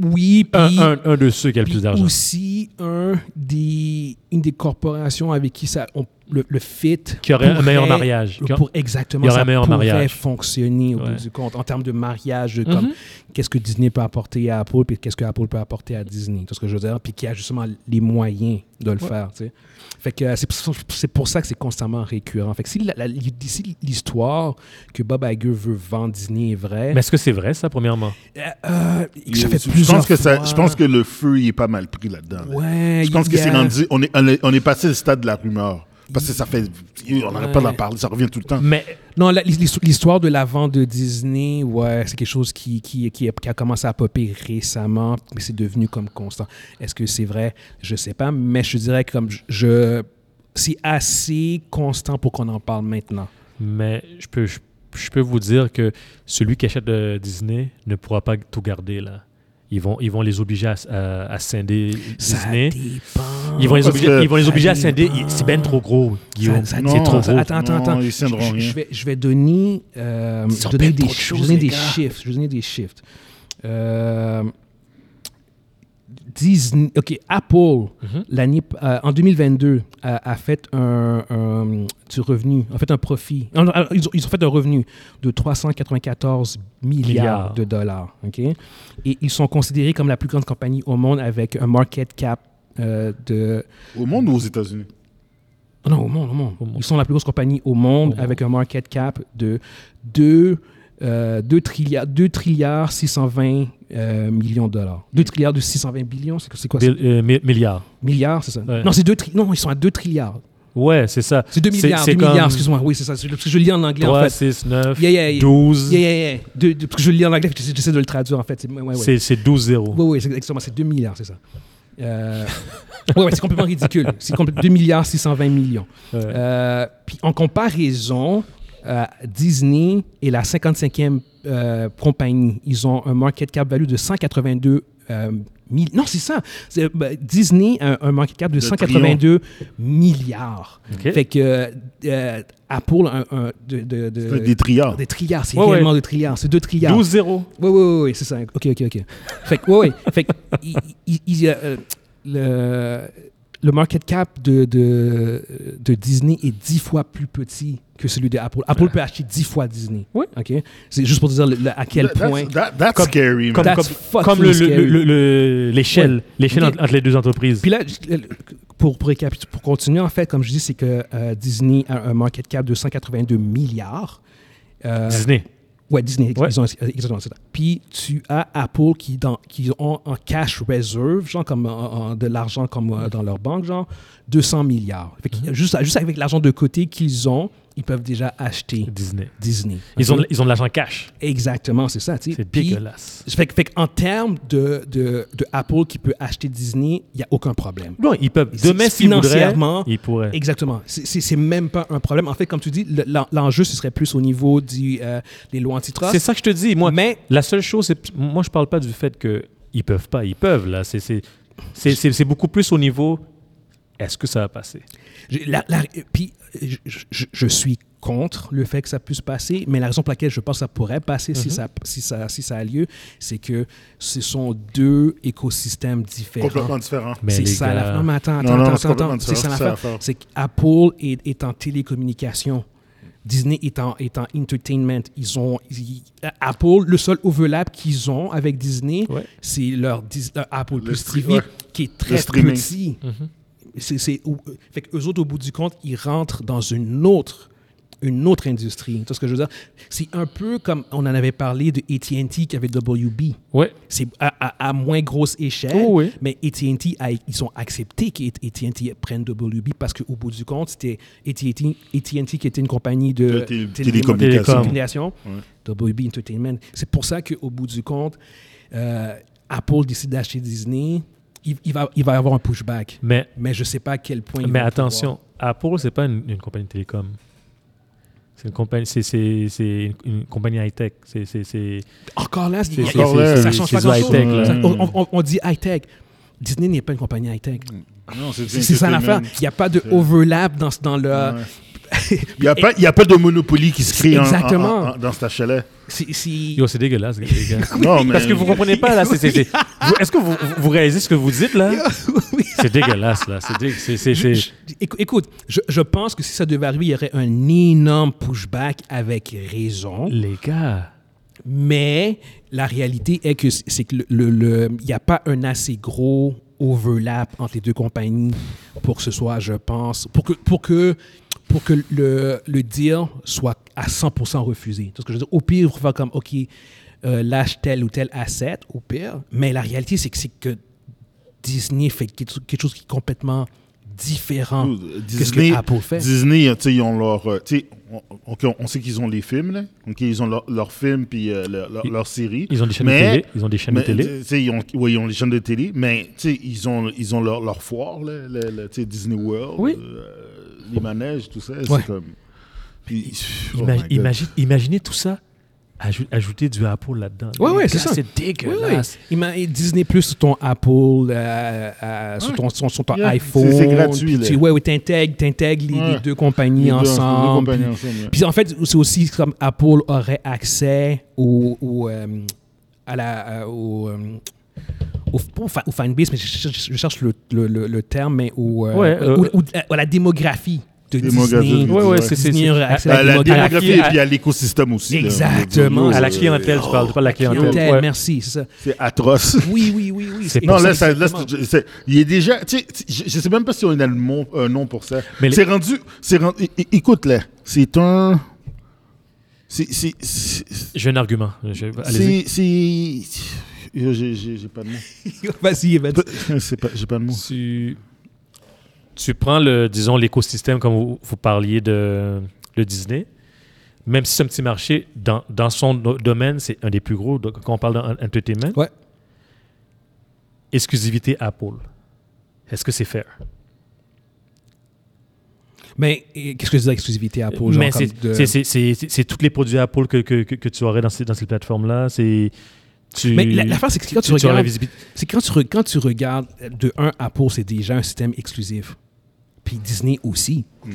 S1: Oui, Ah, puis
S2: Un, un, un de ceux qui a le
S1: puis
S2: plus d'argent.
S1: aussi un des, une des corporations avec qui ça, on- le, le fit
S2: Qui aurait un
S1: pourrait-
S2: meilleur mariage. Qui a-
S1: pour exactement
S2: il y aurait
S1: ça
S2: un meilleur
S1: pourrait
S2: mariage.
S1: fonctionner au
S2: Ouais.
S1: bout du compte en termes de mariage de
S2: Mhm.
S1: comme qu'est-ce que Disney peut apporter à Apple puis qu'est-ce que Apple peut apporter à Disney tout ce que je veux dire puis qui a justement les moyens de le faire tu sais. fait que euh, c'est pour- c'est pour ça que c'est constamment récurrent fait que si la- la- si l'histoire que Bob Iger veut vendre Disney est vraie
S2: Mais est-ce que c'est vrai, ça, premièrement?
S1: euh, euh,
S3: Il-
S1: ça fait
S3: Je
S1: plusieurs
S3: pense que ça,
S1: fois.
S3: je pense que le feu il est pas mal pris là-dedans. là.
S1: ouais
S3: Je pense que
S1: il y
S3: c'est
S1: a-
S3: rendu on est, on est on est passé le stade de la rumeur parce que ça fait on n'arrête pas
S1: Ouais.
S3: d'en parler, ça revient tout le temps.
S2: Mais
S1: Non, la- l'histo- l'histoire de la vente de Disney, ouais, c'est quelque chose qui, qui, qui a, qui a commencé à popper récemment, mais c'est devenu comme constant. Est-ce que c'est vrai? Je sais pas, mais je dirais que comme je- je, c'est assez constant pour qu'on en parle maintenant.
S2: Mais je peux, je, je peux vous dire que celui qui achète euh, Disney ne pourra pas tout garder là. Ils vont, ils vont les obliger à, à- à scinder Disney.
S1: Ça dépend.
S2: Ils vont, les
S3: Parce
S2: obliger,
S3: que-
S2: ils vont les
S1: ça
S2: obliger à scinder.
S1: dépend.
S2: Ils- C'est ben trop gros, Guillaume.
S1: Ça- ça
S2: C'est
S3: dépend.
S2: trop gros.
S1: Attends, attends,
S3: Non,
S1: attends.
S3: ils tiendront
S1: Je- je-
S3: rien.
S1: Je vais, je vais donner, euh,
S2: Ils ont
S1: donner
S2: bien
S1: des,
S2: trop de
S1: je vais
S2: choses,
S1: donner
S2: les
S1: des
S2: gars.
S1: chiffres. Je vais donner des chiffres. Euh, Disney, OK, Apple,
S2: Mhm.
S1: l'année, euh, en 2022, a, a fait un, un- du revenu, en fait un profit. Non, non, ils, ont, ils ont fait un revenu de 394 milliards
S2: Milliards.
S1: de dollars. OK? Et ils sont considérés comme la plus grande compagnie au monde avec un market cap euh, de
S3: Au monde ou aux États-Unis
S1: non, au monde, au monde.
S2: Au monde.
S1: Ils sont la plus grosse compagnie au monde
S2: Au monde.
S1: avec un market cap de 2, euh, 2 trilliards, 2 trilliards 620 euh, millions de dollars. 2 trilliards de 620 billions, c'est c'est quoi ça?
S2: Mm. Bill- euh, mi- milliards.
S1: Milliards, c'est ça?
S2: Ouais.
S1: Non, c'est deux tri- non, ils sont à 2 trilliards.
S2: Ouais, c'est ça.
S1: C'est 2 milliards, 2
S2: comme
S1: milliards, excuse-moi. Oui, c'est ça. c'est- Parce que je lis en anglais,
S2: 3,
S1: en fait.
S2: 6, 9,
S1: Yeah, yeah, yeah.
S2: 12.
S1: Yeah, yeah, yeah. Deux- deux- parce que je lis en anglais, fait que j'essaie de le traduire, en fait. C'est- ouais, ouais, ouais.
S2: C'est- C'est 12-0.
S1: Oui, oui, c'est exactement. C'est 2 milliards, c'est ça. Euh, ouais, ouais, c'est complètement ridicule. C'est compl- 2 milliards 620 millions.
S2: Ouais.
S1: Euh, puis en comparaison, euh, Disney est la 55e euh, compagnie. Ils ont un market cap value de 182 euh, mille- Non, c'est ça. C'est, ben, Disney a un- un market cap de, 182 milliards.
S2: Ok.
S1: Fait que euh, euh, Apple a un, un- de, de- de-
S3: Des triards.
S1: Euh, des trilliards. C'est
S2: Ouais, ouais.
S1: réellement des trilliards. C'est 2 trilliards.
S2: 12-0.
S1: Oui, oui, oui, oui, c'est ça. OK, OK, OK. Fait que, oui, oui. Fait que, il- il- il- euh, le, le market cap de, de, de Disney est dix fois plus petit que celui de Apple. Apple peut acheter dix fois Disney.
S2: Oui.
S1: OK? C'est juste pour te dire le- le- à quel
S3: That- that's-
S1: point.
S3: that- that's scary, man.
S2: Comme,
S1: That's
S2: comme,
S1: fucking
S2: comme le-
S1: scary.
S2: le- le- le- l'échelle.
S1: Ouais.
S2: L'échelle
S1: Ok.
S2: entre, entre les deux entreprises.
S1: Puis là, je- pour, pour, récapitu- pour continuer, en fait, comme je dis, c'est que euh, Disney a un market cap de 182 milliards. Euh,
S2: Disney.
S1: Ouais, Disney, ex-
S2: Ouais.
S1: ils ont- ex- exactement, c'est ça. Puis tu as Apple qui, dans, qui ont en cash reserve, genre comme en- en- de l'argent comme euh, dans leur banque, genre 200 milliards. Fait que
S2: Mhm.
S1: juste, juste avec l'argent de côté qu'ils ont, ils peuvent déjà acheter
S2: Disney.
S1: Disney.
S2: Ils
S1: Ok?
S2: ont, de- ils ont de l'argent cash.
S1: Exactement, c'est ça. tu sais.
S2: C'est
S1: Puis,
S2: dégueulasse.
S1: Fait, que- fait en termes de, de, de Apple qui peut acheter Disney, il n'y a aucun problème.
S2: Non, ils peuvent.
S1: C'est-
S2: Demain, s'ils voudraient,
S1: financièrement,
S2: ils pourraient.
S1: Exactement. C'est- C'est c'est même pas un problème. En fait, comme tu dis, le- l'en- l'enjeu, ce serait plus au niveau du, euh, des lois antitrust.
S2: C'est ça que je te dis. Moi,
S1: Mais-
S2: la seule chose, c'est moi, je parle pas du fait que ils peuvent pas. Ils peuvent là. C'est c'est c'est- c'est- c'est beaucoup plus au niveau. Est-ce que ça va passer
S1: J'ai- la- la- puis, je, je- je suis contre le fait que ça puisse passer, mais la raison pour laquelle je pense que ça pourrait passer si, ça, si, ça, si ça a lieu, c'est que ce sont deux écosystèmes différents.
S3: Complètement différent.
S2: Mais
S1: C'est
S2: les
S1: ça
S2: gars-
S1: la... Non, mais attends,
S3: Hein? Non,
S1: attends,
S3: non,
S1: attends,
S3: c'est
S1: attends,
S3: complètement
S1: attends. C'est ça
S3: différent, c'est
S1: l'affaire.
S3: l'affaire.
S1: C'est qu'Apple est, est en télécommunication. Disney est en, est en entertainment. Ils ont, ils- Apple, le seul overlap qu'ils ont avec Disney,
S2: Ouais.
S1: c'est leur, Dis- leur Apple Plus
S3: stre-
S1: TV
S3: ouais.
S1: qui est très
S3: streaming.
S1: petit.
S2: Mm-hmm.
S1: C'est- c'est- ou- fait que eux autres, au bout du compte, ils rentrent dans une autre une autre industrie. Tu vois ce que je veux dire? C'est un peu comme on en avait parlé de ATT qui avait WB.
S2: Ouais.
S1: C'est à, à- à moins grosse échelle,
S2: Oh oui.
S1: mais AT&T, a- ils ont accepté qu'AT&T prenne WB parce qu'au bout du compte, c'était AT&T AT&T qui était une compagnie de
S3: De télé- télécommunications.
S1: télécommunications. WB Entertainment. C'est pour ça qu'au bout du compte, euh, Apple décide d'acheter Disney. Il, il va, il va y avoir un pushback.
S2: Mais,
S1: Mais je ne sais pas à quel point... ils
S2: mais
S1: vont
S2: attention, Apple, c'est pas une, une compagnie de télécom. C'est une compagnie, c'est, c'est, c'est une, une compagnie high-tech. C'est, c'est, c'est,
S1: pouvoir- Encore là, c'est-
S2: c'est-
S3: Encore
S2: c'est-
S3: là,
S2: c'est-
S1: ça
S2: c'est
S1: change
S2: du
S1: pas
S2: high-tech, là.
S1: grand-chose. Ça-
S3: là.
S1: On, on- on dit high-tech. Disney n'est pas une compagnie high-tech.
S3: Non, c'est
S1: C'est c'est ça l'affaire. Il n'y a pas de overlap dans, ce- dans le...
S3: Il n'y a, pas- il y a pas de monopolie qui se crée en- en-
S1: Exactement.
S3: en- en- dans cet chalet.
S1: c'est- c'est-
S2: Yo, c'est dégueulasse, les gars.
S3: Non, mais...
S2: Parce que vous comprenez pas, là. c'est- c'est- c'est- vous- Est-ce que vous, vous- vous réalisez ce que vous dites, là? C'est dégueulasse, là. C'est, dé- c'est, c'est,
S1: Je-
S2: c'est-
S1: je- écou- écoute, je, je pense que si ça devait arriver, il y aurait un énorme pushback avec raison.
S2: Les gars.
S1: Mais la réalité est que c- c'est que le- le- le- il n'y a pas un assez gros overlap entre les deux compagnies pour que ce soit, je pense, pour que, pour que, pour que le, le deal soit à 100% refusé. Parce que je veux dire, au pire, on va comme, OK, euh, lâche tel ou tel asset, au pire. Mais la réalité, c'est que, c'est que Disney fait quelque quelque chose qui est complètement différent que ce
S3: Disney,
S1: que Apple fait.
S3: Disney, tu sais, ils ont leur. euh, tu sais, on, ok, on- on sait qu'ils ont les films, là. Ok, ils ont leurs leurs films puis euh, leur, leur-
S2: Ils-
S3: leur série.
S2: Ils ont des chaînes
S3: Mais-
S2: de télé. Ils ont des chaînes
S3: mais,
S2: de télé.
S3: tu sais, ils ont, ouais, ils ont les chaînes de télé, mais tu sais, ils ont, ils ont leur, leur foire, là, le- le- tu sais, Disney World,
S2: Oui.
S3: euh, les manèges, tout ça.
S1: Ouais.
S3: C'est comme. Puis- oh
S2: Ima-
S3: my God.
S2: imagine- imaginez tout ça, ajou- ajouter du Apple là-dedans.
S1: Ouais,
S2: Les
S1: ouais,
S2: gars,
S1: c'est ça.
S2: C'est
S1: Oui, oui.
S2: dégueulasse.
S1: Il m'a- et Disney Plus sur ton Apple, euh, euh, sur ton, sur- sur ton
S3: Yeah.
S1: iPhone.
S3: C'est- c'est gratuit,
S1: puis
S3: là.
S1: Tu, ouais, ouais, t'intègres, t'intègres les,
S3: Ouais.
S1: les deux compagnies
S3: Les deux- les deux
S1: ensemble.
S3: compagnies
S1: puis-
S3: ensemble, ouais.
S1: Puis en fait, c'est aussi comme Apple aurait accès au, au, euh, à la, euh, au, euh, au, pas au fa- au fanbase, mais je, cherche- je cherche le, le- le- le terme, mais au, euh,
S2: Ouais, euh,
S1: au- au- à la démographie de
S3: Démographie,
S1: Disney.
S3: Ouais, ouais, c'est-
S2: c'est-
S1: Disney
S2: c'est-
S1: aurait accès
S3: à
S1: à
S3: la démographie et
S2: à-
S3: puis à l'écosystème aussi. là.
S1: Exactement.
S2: À la
S1: Euh,
S2: clientèle, tu parles, tu parles de la clientèle.
S1: clientèle,
S2: Ouais.
S1: merci, c'est ça.
S3: C'est atroce.
S1: Oui, oui, oui, oui.
S2: C'est-
S3: Non,
S1: c'est-
S3: là, ça, là,
S1: exactement.
S3: c'est- c'est- il est déjà. Tu sais, tu- je, je sais même pas si on a le mot, un nom pour ça.
S2: Mais les-
S3: c'est rendu. C'est rendu. é- é- Écoute, là, c'est un. C'est. c'est- C'est.
S2: J'ai un argument. Je- allez-y.
S3: c'est- c'est- Yo, J'ai j'ai- j'ai pas de mot.
S1: Vas-y, vas-y.
S3: C'est pas- J'ai pas de mot.
S2: Tu, tu prends, le, disons, l'écosystème, comme vous, vous parliez de le Disney. Même si c'est un petit marché, dans, dans son do- domaine, c'est un des plus gros. Donc, quand on parle d'entertainment,
S1: Ouais.
S2: exclusivité Apple. Est-ce que c'est fair?
S1: Mais et qu'est-ce que c'est l'exclusivité à Apple? genre
S2: Mais
S1: comme
S2: c'est
S1: de-
S2: c'est- c'est- c'est- c'est- c'est tous les produits Apple que, que, que, que tu aurais dans ces, dans ces plateformes-là. C'est. Tu,
S1: Mais la- l'affaire, c'est que quand tu,
S2: tu, tu aurais la
S1: regardes,
S2: visibilité.
S1: c'est quand tu, re- quand tu regardes euh, de un Apple, c'est déjà un système exclusif. Puis Disney aussi.
S3: Ouais.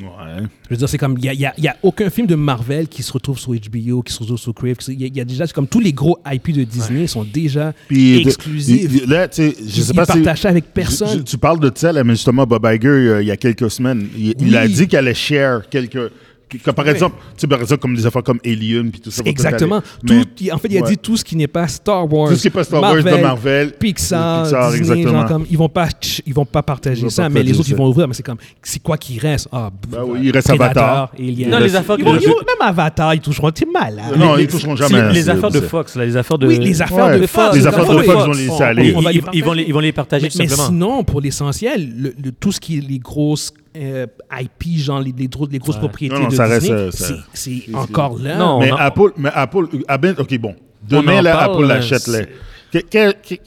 S1: Je veux dire, c'est comme, il n'y a, il y a- il y a aucun film de Marvel qui se retrouve sur HBO, qui se retrouve sur Crave. qui se- Il y, a- il y a déjà, c'est comme tous les gros IP de Disney sont déjà
S3: Puis,
S1: exclusifs.
S3: de- Là, tu sais, je sais
S1: Ils
S3: pas si.
S1: partagent ça avec personne.
S3: Je- je- tu parles de ça, là, mais justement, Bob Iger, euh, il y a quelques semaines, il, il
S1: Oui.
S3: a dit qu'il allait share quelques. que- que- par,
S1: Ouais.
S3: exemple, tu sais, par exemple, comme des affaires comme Alien, puis tout ça. va tout
S1: Exactement.
S3: aller.
S1: Tout-
S3: Mais-
S1: il- en fait, il a
S3: Ouais.
S1: dit tout ce qui n'est pas Star Wars.
S3: Tout ce qui est pas Star Wars de Marvel,
S1: Pixar,
S3: Pixar,
S1: Disney,
S3: exactement.
S1: genre comme, ils vont pas, tch- ils vont pas partager
S3: Ils vont
S1: ça,
S3: pas
S1: mais les
S3: partager
S1: autres, ils
S3: ça.
S1: vont ouvrir. Mais c'est comme, c'est quoi qui reste? Ah, b-
S3: Ben oui, il reste
S1: Predator,
S3: Avatar.
S1: Alien.
S2: Non,
S3: Il
S2: les
S3: reste-
S2: affaires que-
S1: Ils vont- ils vont-
S2: le-
S1: même Avatar, ils toucheront. T'es malade.
S3: Non,
S2: les-
S3: ils toucheront
S2: c'est-
S3: jamais à
S2: Les
S3: ça,
S2: affaires de
S3: c'est-
S2: Fox, là, les affaires de.
S1: oui, les affaires
S3: Ouais,
S1: de Fox.
S3: les
S1: c'est
S3: affaires
S1: comme-
S3: de
S1: oui,
S3: Fox, on les laisse aller.
S2: Ils,
S1: on- on va
S2: ils-
S1: les
S2: ils vont les, ils vont les partager
S1: mais,
S2: tout
S1: mais
S2: simplement.
S1: sinon, pour l'essentiel, le- le- tout ce qui est les grosses euh, IP, genre les, les dro- les grosses propriétés
S3: Non, non,
S1: de
S3: ça reste,
S1: Disney,
S3: euh, ça-
S1: c'est c'est encore là.
S2: Non,
S3: Mais
S2: On en-
S3: Apple, mais Apple, euh, ah ben, ok, bon. Demain,
S2: en
S3: là,
S2: parle,
S3: Apple
S2: là,
S3: l'achète, là.
S2: c'est-
S3: Que- que- que-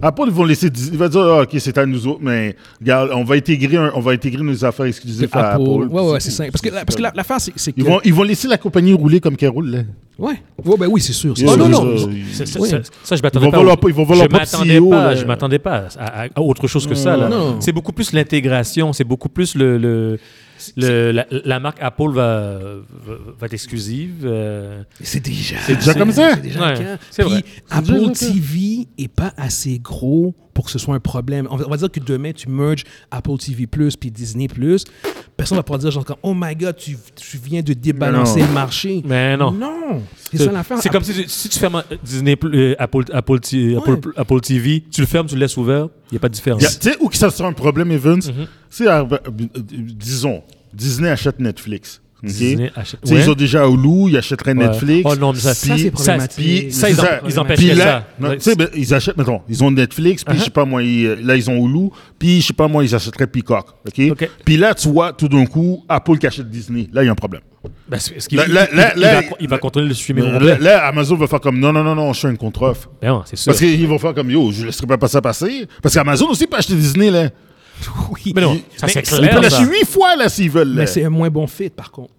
S3: Apple, ils vont laisser, dis- ils vont dire, Ah, ok, c'est à nous autres, mais regarde, on va intégrer, un- on va intégrer nos affaires exclusives à Apple.
S1: Apple.
S3: puis
S1: Ouais, ouais,
S3: tout.
S1: c'est ça. Parce que, la- parce que la- l'affaire, c'est c'est que.
S3: Ils vont, ils vont laisser la compagnie rouler comme qu'elle roule, là.
S2: Ah,
S1: Ouais. Ouais, ben oui, c'est sûr. c'est
S3: Oh,
S1: sûr.
S3: non,
S1: C'est
S3: non.
S1: sûr.
S2: Ça, ça-
S1: Oui.
S2: ça- ça, je
S3: Ils
S2: m'attendais
S3: vont
S2: pas.
S3: voir
S2: au-
S3: leur- ils vont voir leur
S2: je
S3: propre
S2: m'attendais
S3: CEO,
S2: pas,
S3: là.
S2: je m'attendais pas à, à- à autre chose que ça.
S3: Non,
S2: là.
S1: non.
S2: C'est beaucoup plus l'intégration. C'est beaucoup plus le, le- le- la, la marque Apple va, va, va être exclusive. euh,
S1: C'est déjà.
S2: C'est déjà
S3: comme ça.
S1: C'est déjà le
S2: Ouais,
S1: cas.
S2: c'est
S1: Puis
S2: vrai.
S3: déjà le
S1: Apple
S3: cas.
S1: TV est pas assez gros pour que ce soit un problème. On va, on va dire que demain tu merges Apple TV Plus puis Disney Plus, personne va pouvoir dire genre comme, oh my god tu, tu viens de débalancer
S3: Non.
S1: le marché.
S2: mais non.
S1: Non. C'est ça l'affaire.
S2: C'est comme si tu, si tu fermes euh, Disney, euh, Apple, Apple, T- Apple-
S1: Ouais.
S2: Apple TV, tu le fermes, tu le laisses ouvert, il n'y a pas de différence.
S3: Y a- Tu sais,
S2: Mm-hmm.
S3: où que ça sera un problème, Evans? C'est, euh, euh, disons, Disney achète Netflix. Ok?
S2: Disney achète.
S3: Tu sais,
S2: Ouais.
S3: Ils ont déjà Hulu, ils achèteraient
S2: Ouais.
S3: Netflix.
S2: Oh non, mais ça,
S1: Ça, c'est
S3: puis-
S1: problématique.
S3: puis-
S2: ça, ils
S3: c'est
S2: en-
S3: ça.
S2: ils
S3: Puis
S2: empêcheraient
S3: là,
S2: ça.
S3: non,
S2: Ouais. Uh-huh.
S3: tu sais, ben, ils achètent, mettons, ils ont Netflix, puis je sais pas moi, ils- euh, là, ils ont Hulu, puis je sais pas moi, ils achèteraient Peacock. OK?
S2: OK.
S3: Puis là, tu vois, tout d'un coup, Apple qui achète Disney. Là, il y a un problème.
S2: Ben, c'est- parce qu'il-
S3: Là-
S2: il-
S3: là-
S2: il-
S3: là-
S2: il va-
S3: là-
S2: il va contrôler le streaming. au
S3: là,
S2: complet.
S3: là, Amazon va faire comme non, non, non, non, je fais une contre-offre.
S2: Ben non, c'est sûr.
S3: Parce qu'ils vont faire comme yo, je laisserai pas ça passer. Parce qu'Amazon aussi peut acheter Disney, là.
S2: Mais non, ça,
S1: Mais-
S2: Ah, c'est
S3: Ils peuvent
S2: clair. ça.
S3: l'acheter huit fois, là, s'ils veulent. là.
S1: Mais ben, c'est un moins bon fit, par contre.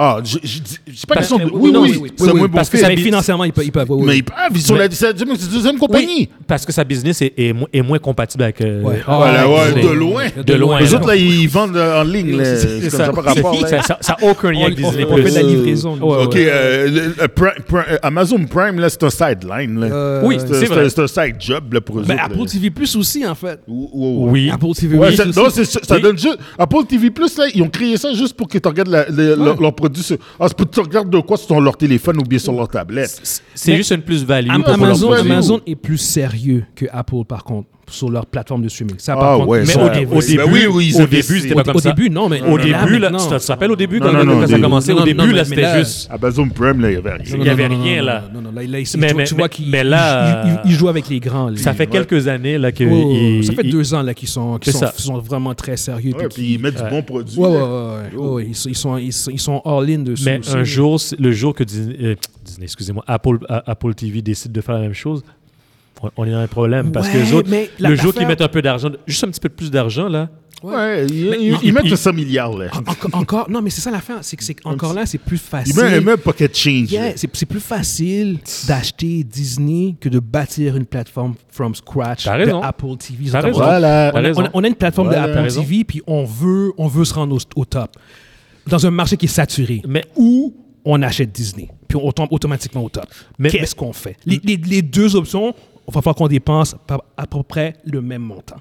S3: Ah, je, je, dis- je sais pas
S2: Parce
S3: question
S2: que-
S3: de.
S2: oui,
S3: Oui,
S2: non,
S3: oui,
S2: oui, oui.
S3: c'est un
S2: Oui,
S3: moins
S2: oui,
S3: bon
S2: parce que
S3: fit.
S2: ça-
S1: Mais financièrement, ils peuvent. Ils peuvent oui, oui.
S3: Mais ils peuvent, ils sont
S2: Mais-
S3: la c'est la deuxième c'est la deuxième compagnie.
S2: Oui, parce que sa business est, est mo- est moins compatible avec. euh,
S1: Ouais.
S2: Ah,
S3: ouais,
S1: Ah,
S3: ouais,
S1: c'est-
S3: de loin.
S2: De loin,
S3: Les
S2: là.
S3: autres, là, ils vendent euh, en ligne. là.
S2: C'est
S3: C'est comme
S2: c'est
S3: ça,
S2: ça.
S3: par rapport. là.
S2: Ça- ça- Ça n'a aucun lien
S1: On-
S2: avec Disney+.
S1: on- on fait de la
S2: Plus.
S1: livraison. nous.
S2: Ouais,
S3: OK, euh, le- le Pri- Pri- euh, Amazon Prime, là, c'est un sideline. là.
S1: Euh,
S2: Oui,
S3: C'est-
S2: c'est
S3: C'est un-
S2: vrai.
S3: c'est un side job là, pour eux
S1: Ben,
S3: autres,
S1: Apple
S3: là.
S1: TV Plus aussi, en fait.
S3: Ou- ou- ou-
S2: Oui.
S1: Apple TV
S3: Ouais,
S1: Plus.
S3: ça,
S1: aussi.
S3: non, c'est sûr, ça
S2: Oui.
S3: donne juste. Apple TV Plus, là, ils ont créé ça juste pour que tu regardes la- le- leur, leur produit. sur- Ah, c'est pour que tu regardes de quoi sur leur téléphone ou bien sur leur tablette.
S2: C'est
S1: Mais-
S2: juste une plus-value.
S1: Am-
S2: pour leur
S1: Amazon,
S2: produit.
S1: Amazon est plus sérieux que Apple, par contre, sur leur plateforme de streaming. Ça, par
S3: Ah,
S1: contre,
S3: ouais,
S2: Mais
S3: ça,
S2: au, dé- au
S3: ouais.
S2: début,
S1: bah
S3: Ben oui, oui, ils
S2: au début,
S3: investissent.
S2: c'était pas
S1: au,
S2: comme
S1: au
S2: ça.
S1: début, non, mais.
S2: Au début, là,
S1: maintenant-
S2: tu te- tu te rappelles au début,
S3: Non,
S2: quand
S3: non, non,
S2: quand ça a
S3: début.
S2: commencé,
S1: Non,
S2: au
S1: non, mais
S2: début, là,
S1: là-
S2: c'était juste.
S3: Amazon Prime, là, il y avait rien.
S2: Il y avait rien,
S1: non,
S2: là.
S1: Non, non, là, là, il-
S2: Mais-
S1: tu,
S2: mais-
S1: tu vois
S2: mais-
S1: qu'il
S2: mais là,
S1: il- il- il- il joue avec les grands. lui.
S2: Ça fait
S1: Ouais.
S2: quelques années là que
S1: Oh,
S2: il-
S1: ça fait
S2: il-
S1: deux ans là qu'ils sont, qu'ils
S2: C'est
S1: sont,
S2: ça.
S1: sont vraiment très sérieux.
S3: Ouais,
S1: puis
S3: puis ils
S1: qu'ils-
S3: mettent du bon produit.
S1: Ouais, ouais,
S3: là.
S1: ouais, ouais, ouais, ouais, ils, sont- ils sont, ils sont, ils sont all in dessus.
S2: Mais
S1: aussi.
S2: un jour, c'est- le jour que Disney, euh, Disney, excusez-moi, Apple, A- Apple TV décide de faire la même chose, on- on est dans un problème parce que
S1: Ouais,
S2: les autres,
S1: mais la-
S2: le jour qu'ils
S1: l'affaire-
S2: mettent un peu d'argent, juste un petit peu plus d'argent là,
S3: Ouais, ils, ils-
S2: il-
S3: ils mettent
S2: il-
S3: le 100 milliards, là.
S1: En- en- encore, non, mais c'est ça la fin. C'est que c'est encore là, c'est plus
S3: Ils
S1: facile.
S3: mettent ils mettent pocket change. là.
S1: Yeah, c'est c'est plus facile d'acheter Disney que de bâtir une plateforme from scratch
S2: T'as
S1: de
S2: raison.
S1: Apple TV. Ils
S2: T'as
S1: ont
S2: raison.
S1: raison.
S3: Voilà.
S2: T'as
S1: On a-
S2: raison.
S1: on a- on a une plateforme
S3: Voilà.
S1: de
S2: T'as
S1: Apple
S2: raison.
S1: TV, puis on veut, on veut se rendre au, au top. Dans un marché qui est saturé,
S2: Mais-
S1: où on achète Disney, puis on tombe automatiquement au top.
S2: Mais-
S1: Qu'est-ce qu'on fait les, les- les deux options, il va falloir qu'on dépense par- à peu près le même montant.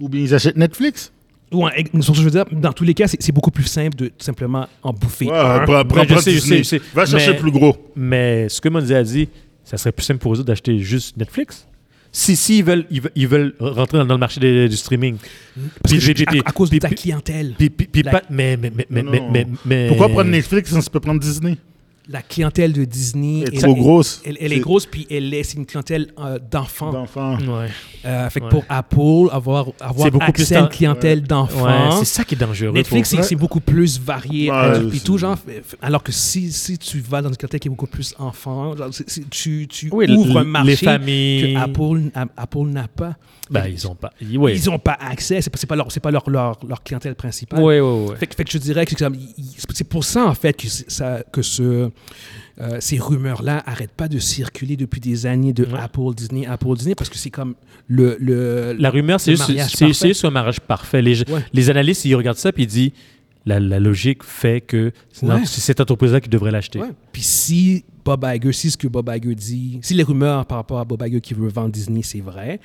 S3: Ou bien ils achètent Netflix.
S1: Ouais, et- sur ce que je veux dire, dans tous les cas, c'est c'est beaucoup plus simple de simplement en bouffer.
S3: Ouais,
S1: un.
S3: prends, prends-
S2: Ouais, je
S3: prends
S2: sais, je
S3: Disney.
S2: sais, je sais.
S3: Va chercher
S2: Mais-
S3: plus gros.
S2: mais ce que Monzi a dit, ça serait plus simple pour eux autres d'acheter juste Netflix. Si, si ils, veulent, ils, veulent, ils veulent rentrer dans, dans le marché des- du streaming.
S1: Parce
S2: Puis-
S1: que je-
S2: puis-
S1: à-
S2: puis-
S1: à, cause de
S2: puis-
S1: ta
S2: puis-
S1: clientèle.
S2: puis- puis- puis
S1: La-
S2: pas- mais, mais, mais, mais,
S3: Non,
S2: mais,
S3: non.
S2: mais- mais-
S3: Pourquoi prendre Netflix si on se peut prendre Disney?
S1: la clientèle de Disney
S3: Elle est trop grosse.
S1: Elle, elle est
S3: C'est-
S1: grosse, puis elle laisse une clientèle euh,
S2: Oh.
S1: d'enfants.
S3: D'enfants.
S2: Ouais.
S1: Euh, fait que
S2: Ouais.
S1: pour Apple, avoir, avoir
S2: C'est beaucoup
S1: accès
S2: plus
S1: à une
S2: en-
S1: clientèle
S2: Ouais,
S1: d'enfants.
S2: c'est ça qui est dangereux.
S1: Netflix,
S2: pour-
S1: c'est- c'est beaucoup plus varié.
S3: Ouais,
S1: adulte,
S3: c'est-
S1: puis tout, genre, f- f- alors que si, si tu vas dans une clientèle qui est beaucoup plus enfant, genre, c'est- c'est- tu, tu
S2: Oui,
S1: ouvres
S2: l-
S1: un marché
S2: les familles.
S1: que Apple, a- Apple n'a pas.
S2: Ben, ils ont pas. Ouais.
S1: Ils n'ont pas accès. C'est pas, c'est pas, leur, c'est pas leur, leur, leur clientèle principale.
S2: Ouais, ouais, ouais.
S1: Fait, que- fait que je dirais que c'est comme- il- il- c'est pour ça, en fait, que, c'est- ça, que ce, euh, ces rumeurs-là n'arrêtent pas de circuler depuis des années de
S2: Ouais.
S1: Apple, Disney, Apple, Disney, parce que c'est comme le. le
S2: La rumeur, c'est
S1: Le
S2: juste,
S1: mariage
S2: c'est-
S1: parfait.
S2: c'est juste un mariage parfait. Les, gens-
S1: Ouais.
S2: les analystes, ils regardent ça puis ils disent la, la logique fait que c'est
S1: Ouais.
S2: dans- c'est cette entreprise-là qui devrait l'acheter.
S1: Ouais. Puis si Bob Iger, si ce que Bob Iger dit, si les rumeurs par rapport à Bob Iger qui veut vendre Disney, c'est vrai,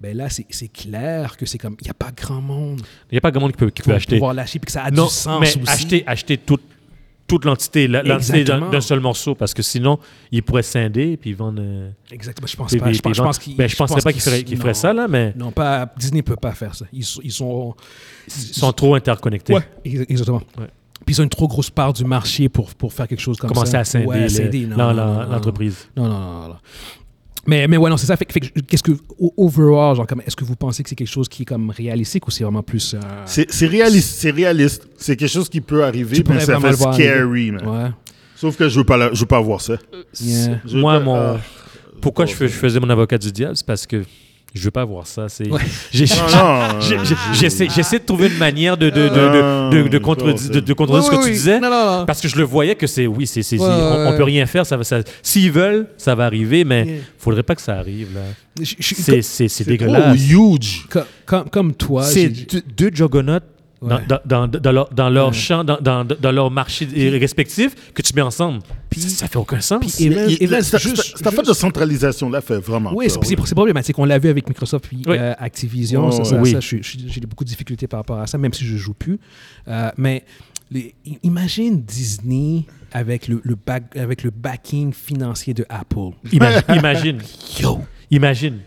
S1: ben là, c'est c'est clair que c'est comme. Il n'y a pas grand monde
S2: Il n'y a pas grand monde qui peut,
S1: qui
S2: qui peut
S1: va
S2: acheter.
S1: pouvoir lâcher, puis que ça a
S2: non,
S1: du sens
S2: mais
S1: aussi.
S2: acheter, acheter toute, toute l'entité, la- l'entité d'un
S1: Exactement.
S2: d'un seul morceau, parce que sinon, ils pourraient scinder puis vendre. euh,
S1: Exactement. Je pense
S2: puis-
S1: pas.
S2: puis-
S1: Je, pense-
S2: puis
S1: je pense
S2: vendre.
S1: qu'il-
S2: Ben, je penserais pas qu'ils
S1: qu'il-
S2: feraient, qu'ils feraient
S1: non.
S2: ça, là, mais
S1: Non, pas, Disney peut pas faire ça. Ils, sont- ils sont.
S2: ils sont trop interconnectés.
S1: Ouais, ex- exactement.
S2: Ouais.
S1: Puis ils ont une trop grosse part du marché pour, pour faire quelque chose comme
S2: Commencer
S1: ça.
S2: à scinder
S1: Ouais,
S2: les-
S1: scinder, non,
S2: l'en-
S1: non,
S2: l'en-
S1: non, non.
S2: l'entreprise.
S1: Non, non, non, non, non. Mais, mais ouais, non, c'est ça. Fait, que- fait que, qu'est-ce que, o- overall, genre, comme, est-ce que vous pensez que c'est quelque chose qui est comme réalistique ou c'est vraiment plus. euh,
S3: C'est c'est réaliste. C'est réaliste. C'est quelque chose qui peut arriver,
S1: pourrais
S3: mais ça
S1: vraiment
S3: fait
S1: le voir
S3: scary, man.
S1: arriver. Ouais.
S3: Sauf que je veux pas, la- je veux pas voir ça.
S1: Yeah.
S3: Je veux
S2: Moi,
S3: pas-
S2: mon.
S3: ah.
S2: Pourquoi je, fais- je faisais mon avocat du diable C'est parce que je veux pas voir ça. C'est.
S1: Ouais.
S2: j'ai-
S3: Non, non,
S2: J'ai-
S3: euh,
S2: j'ai- J'essaie j'essaie de trouver une manière de, de, de, de, de, de
S3: Ah,
S2: contredire, de, de contredire
S1: Oui,
S2: ce que
S1: oui,
S2: tu
S1: oui.
S2: disais.
S1: Non, non, non.
S2: Parce que je le voyais que c'est oui, c'est c'est-
S1: Ouais,
S2: c'est-
S1: ouais, ouais.
S2: on, on peut rien faire. Ça, va- ça, S'ils veulent, ça va arriver, mais
S1: Yeah.
S2: faudrait pas que ça arrive. là.
S1: Je- je-
S2: C'est- C'est c'est
S3: c'est trop
S2: dégueulasse.
S3: Oh, huge.
S1: comme, comme, comme toi.
S2: C'est
S1: j'ai-
S2: deux deux juggernauts dans,
S1: Ouais.
S2: dans, dans, dans leur, dans leur champ, dans, dans, dans leur marché respectif que tu mets ensemble. ça, ça fait aucun sens.
S1: Puis- et-
S3: Mais il-
S1: et là,
S3: cette-
S1: juste-
S3: cette- cette affaire de centralisation là fait vraiment.
S1: Oui, c'est,
S3: peur.
S1: c'est- c'est problématique. On l'a vu avec Microsoft puis
S2: Oui.
S1: euh, Activision.
S3: Oh,
S1: ça, ça-
S2: oui.
S1: ça, je- je- j'ai beaucoup de difficultés par rapport à ça, même si je joue plus. Euh, mais les- i- imagine Disney avec le, le back- avec le backing financier de Apple.
S2: Ima- imagine.
S1: Yo,
S2: Imagine.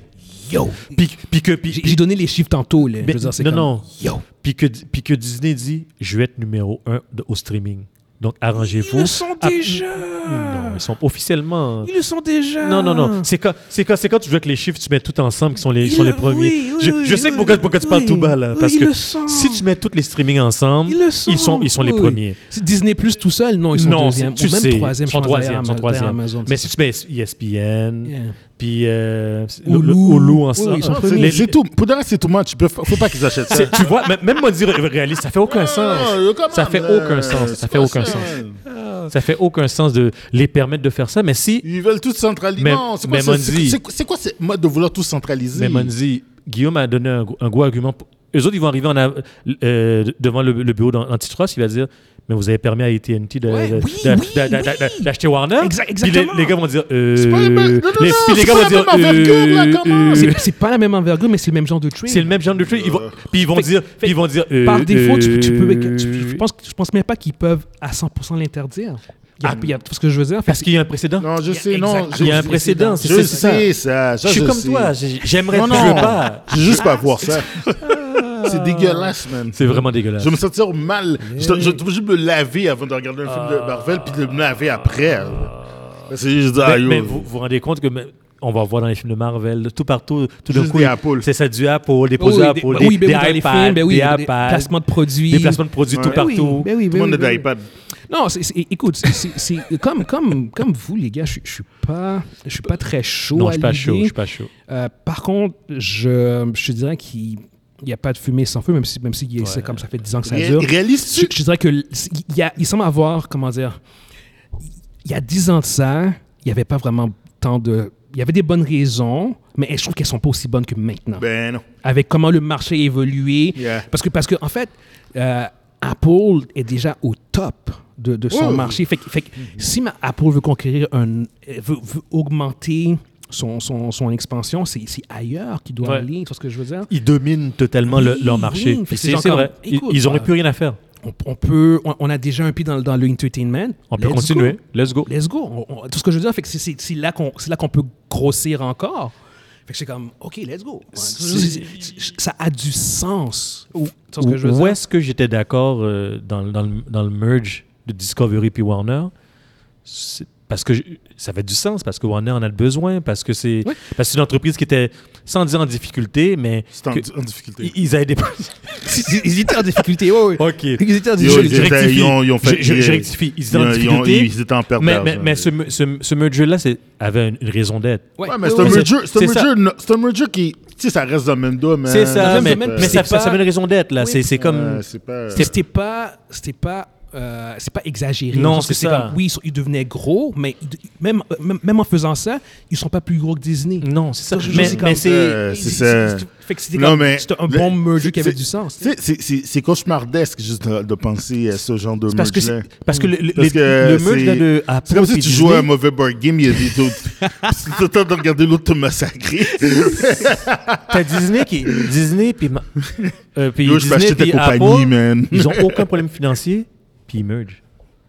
S1: yo.
S2: Puis, puis que, puis-
S1: J'ai, j'ai donné les chiffres tantôt. Là. Je veux dire, c'est
S2: non,
S1: comme,
S2: non.
S1: Yo.
S2: Puis que, puis que Disney dit, je vais être numéro un de- au streaming. Donc arrangez-vous.
S1: Ils le sont
S2: Ah,
S1: déjà.
S2: Non, ils sont officiellement.
S1: Ils le sont déjà.
S2: Non, non, non. C'est quand, c'est quand, c'est quand tu joues avec les chiffres, tu mets tout ensemble qui sont les,
S1: Ils
S2: sont les
S1: le-
S2: premiers.
S1: oui, oui,
S2: je,
S1: oui,
S2: je sais
S1: oui,
S2: pourquoi, pourquoi tu parles
S1: oui.
S2: tout bas là.
S1: Oui,
S2: Parce
S1: ils
S2: que
S1: le sont.
S2: si tu mets tous les streamings ensemble,
S1: Ils le sont.
S2: ils sont, ils sont les
S1: oui.
S2: premiers.
S1: C'est Disney Plus tout seul, non, ils sont
S2: non,
S1: deuxième.
S2: tu
S1: ou même
S2: sais,
S1: troisième,
S2: ils sont
S1: je pense, derrière
S2: troisième, ils sont
S1: Ama- derrière
S2: troisième.
S1: Amazon. Ah,
S2: Mais si tu mets E ESPN,
S1: Yeah.
S2: puis euh,
S1: Hulu.
S2: le- le Hulu ensemble,
S1: Oui, oui, ils sont
S2: Ah,
S3: C'est-
S1: premiers.
S3: C'est tout. Pour de vrai, c'est tout match. Faut pas qu'ils achètent ça.
S2: c'est- tu vois, même- même moi dire réaliste, ça fait aucun sens.
S3: Ah, come on,
S2: Ça fait
S3: là.
S2: aucun sens. Ça
S3: C'est
S2: fait
S3: pas
S2: aucun
S3: ça.
S2: sens. Ça fait aucun sens de les permettre de faire ça. Mais si
S3: Ils veulent tout centraliser.
S2: Mais-
S3: non, c'est
S2: mais
S3: quoi, ce- c'est,
S2: Monzi-
S3: c'est quoi- c'est quoi ce mode de vouloir tout centraliser
S2: Mais Monzi, Guillaume a donné un, gros- un gros argument. pour- Eux autres, ils vont arriver en av- euh, devant le, le bureau d'an- d'antitrust. Il va dire Mais vous avez permis à ATT de-
S1: Ouais,
S2: de-
S1: oui,
S2: de-
S1: oui,
S2: de- de- de-
S1: oui.
S2: d'acheter Warner.
S1: Exact-
S2: Puis les,
S1: exactement.
S2: les gars vont dire euh,
S3: C'est pas la même- non, non,
S2: les-
S3: non,
S2: puis les
S3: c'est
S2: gars
S3: pas
S2: vont
S3: la
S2: dire
S3: même envergure, là,
S2: euh,
S3: comment?
S2: euh,
S1: C'est- C'est pas la même envergure, mais c'est le même genre de trade.
S2: C'est le même genre de truc. Ils vont, puis ils vont
S1: Fait-
S2: dire puis ils vont dire euh,
S1: Par défaut, tu, tu peux.
S2: euh,
S1: tu- je, pense, que- je pense même pas qu'ils peuvent à 100% l'interdire. Il y a-
S2: Ah,
S1: il y a- tu vois ce que je veux dire. Fait
S2: parce
S1: que
S2: qu'il y a un précédent.
S3: Non, je
S1: Il y a-
S3: sais, non.
S1: exact-
S3: je-
S2: il y a un
S3: je-
S2: précédent, c'est
S3: Je
S2: ça, c'est ça.
S3: sais ça. ça,
S2: je suis comme
S3: sais.
S2: toi. j'ai- J'aimerais,
S3: Non,
S2: mais je veux
S3: non.
S2: pas.
S3: Je veux juste pas voir ça. C'est dégueulasse, man.
S2: Ah. C'est vraiment dégueulasse.
S3: Je vais me sentir mal. Je je- je suis obligé de me laver avant de regarder un film de Marvel puis de me laver après. C'est juste
S2: Ah. Mais-
S3: ah, yo.
S2: mais vous vous vous rendez compte que même- on va voir dans les films de Marvel, tout partout, tout d'un
S3: Juste
S2: coup.
S3: des Apple.
S2: C'est ça, du Apple, des
S1: Oh,
S2: poses
S1: oui,
S2: Apple,
S1: des-
S2: des,
S1: oui, ben
S2: des
S1: oui, dans les
S2: iPads,
S1: films, ben oui,
S2: des
S1: des
S2: iPads,
S1: placements de produits.
S2: des placements de produits tout
S3: Ouais.
S2: partout.
S1: Ben oui,
S3: Tout
S1: ben oui,
S3: le monde
S1: ben
S3: a des
S1: oui.
S3: iPads.
S1: Non, c'est- c'est- écoute, c'est- c'est- c'est comme, comme, comme vous, les gars, je ne suis pas, je suis pas très chaud.
S2: Non,
S1: à
S2: je suis pas chaud,
S1: l'idée.
S2: je suis pas chaud.
S1: Euh, par contre, je, je dirais qu'il n'y a pas de fumée sans feu, même si, même si il- c'est comme ça fait 10 ans que ça
S3: Ré-
S1: dure. Je,
S3: Réalises-tu
S1: je dirais que l- il y a, il semble avoir, comment dire, il y a 10 ans de ça, il n'y avait pas vraiment tant de. Il y avait des bonnes raisons, mais je trouve qu'elles sont pas aussi bonnes que maintenant
S3: Ben non.
S1: avec comment le marché a évolué.
S3: Yeah.
S1: Parce que, parce que en fait, euh, Apple est déjà au top de, de son
S3: Ouais.
S1: marché. Fait, que- fait que
S3: Mm-hmm.
S1: si ma- Apple veut conquérir un, euh, veut, veut augmenter son, son, son expansion, c'est c'est ailleurs qu'il doit
S2: Ouais.
S1: aller. Tu vois ce que je veux dire?
S2: Ils dominent totalement le-
S1: Oui,
S2: leur marché.
S1: oui, fait que
S2: C'est
S1: c'est genre
S2: c'est
S1: comme,
S2: vrai. Ils-
S1: écoute,
S2: ils n'auraient
S1: euh,
S2: plus rien à faire.
S1: On, on peut, on, on a déjà un pied dans, le- dans le entertainment.
S2: On peut
S1: Let's
S2: continuer.
S1: go.
S2: Let's go.
S1: Oh, Let's go. On- on- tout ce que je veux dire, fait que c'est- c'est c'est là qu'on c'est là qu'on peut grossir encore. Fait que c'est comme, OK, let's go.
S2: C'est-
S1: Ça a du sens. Tu vois ce que je veux
S2: Où
S1: dire?
S2: est-ce que j'étais d'accord euh, dans, le- dans le- dans le merge de Discovery puis Warner C'est Parce que je- ça fait du sens, parce que Warner en a besoin, parce que c'est
S1: Ouais.
S2: parce que c'est une entreprise qui était, sans dire en difficulté, mais
S3: C'est en,
S2: que-
S3: en difficulté.
S2: ils ils avaient des.
S1: Ils étaient en difficulté, oui, oui.
S2: OK.
S1: Ils étaient en
S2: Je,
S3: Yo,
S1: difficulté.
S3: ils étaient-
S2: rectifie.
S3: ils ont- ils ont fait-
S2: je, je- je
S3: ils-
S2: rectifie. Ils
S3: Ils
S2: étaient en
S3: ont- ils ont-
S2: difficulté.
S3: Ils étaient en perte
S2: mais,
S3: d'argent.
S2: mais, mais ce, me- ce, ce merger-là c'est- avait une, une raison d'être.
S3: Ouais, mais c'est
S1: ouais,
S3: un
S1: ouais.
S3: merger- c'est
S2: c'est
S3: un
S2: ça.
S3: merger no- c'est un merger qui. Tu sais, ça reste dans le même domaine.
S2: C'est ça,
S1: même
S2: mais,
S1: domaine,
S2: mais
S1: puis
S2: ça,
S1: c'est
S2: ça
S1: pas-
S2: avait une raison d'être. là.
S1: Oui.
S2: C'est c'est comme.
S3: Euh, C'est pas.
S1: C'était- C'était pas, c'était pas, euh, c'est pas exagéré.
S2: Non,
S1: Parce que
S2: c'est ça.
S1: comme, oui, ils, sont- ils devenaient gros, mais ils de- même, même, même en faisant ça, ils sont pas plus gros que Disney.
S2: Non, c'est ça.
S1: Ça, je-
S2: Mais
S1: c'est comme-
S2: mais c'est.
S3: Euh, c'est
S1: Ils-
S3: ça.
S1: ils- Fait que c'était
S3: Non,
S1: comme-
S3: mais-
S1: c'était un
S3: le-
S1: bon merger qui
S3: c'est-
S1: avait du sens.
S3: Tu sais, c'est- c'est c'est cauchemardesque juste de, de penser à ce genre de
S2: Parce que,
S3: merge-là.
S2: c'est- parce que le, le,
S3: Parce
S2: les-
S3: que
S2: le merge
S3: c'est-
S2: là, de Apple.
S3: C'est comme si
S2: puis
S3: tu jouais à un
S2: Disney,
S3: mauvais board game, il y a des autres. C'est le temps de regarder l'autre te massacrer.
S2: T'as Disney qui. Disney puis. ma- euh, puis
S3: Yo, je peux
S2: Disney
S3: acheter ta
S2: puis
S3: compagnie,
S2: Apple,
S3: man.
S2: ils ont aucun problème financier, puis ils merge.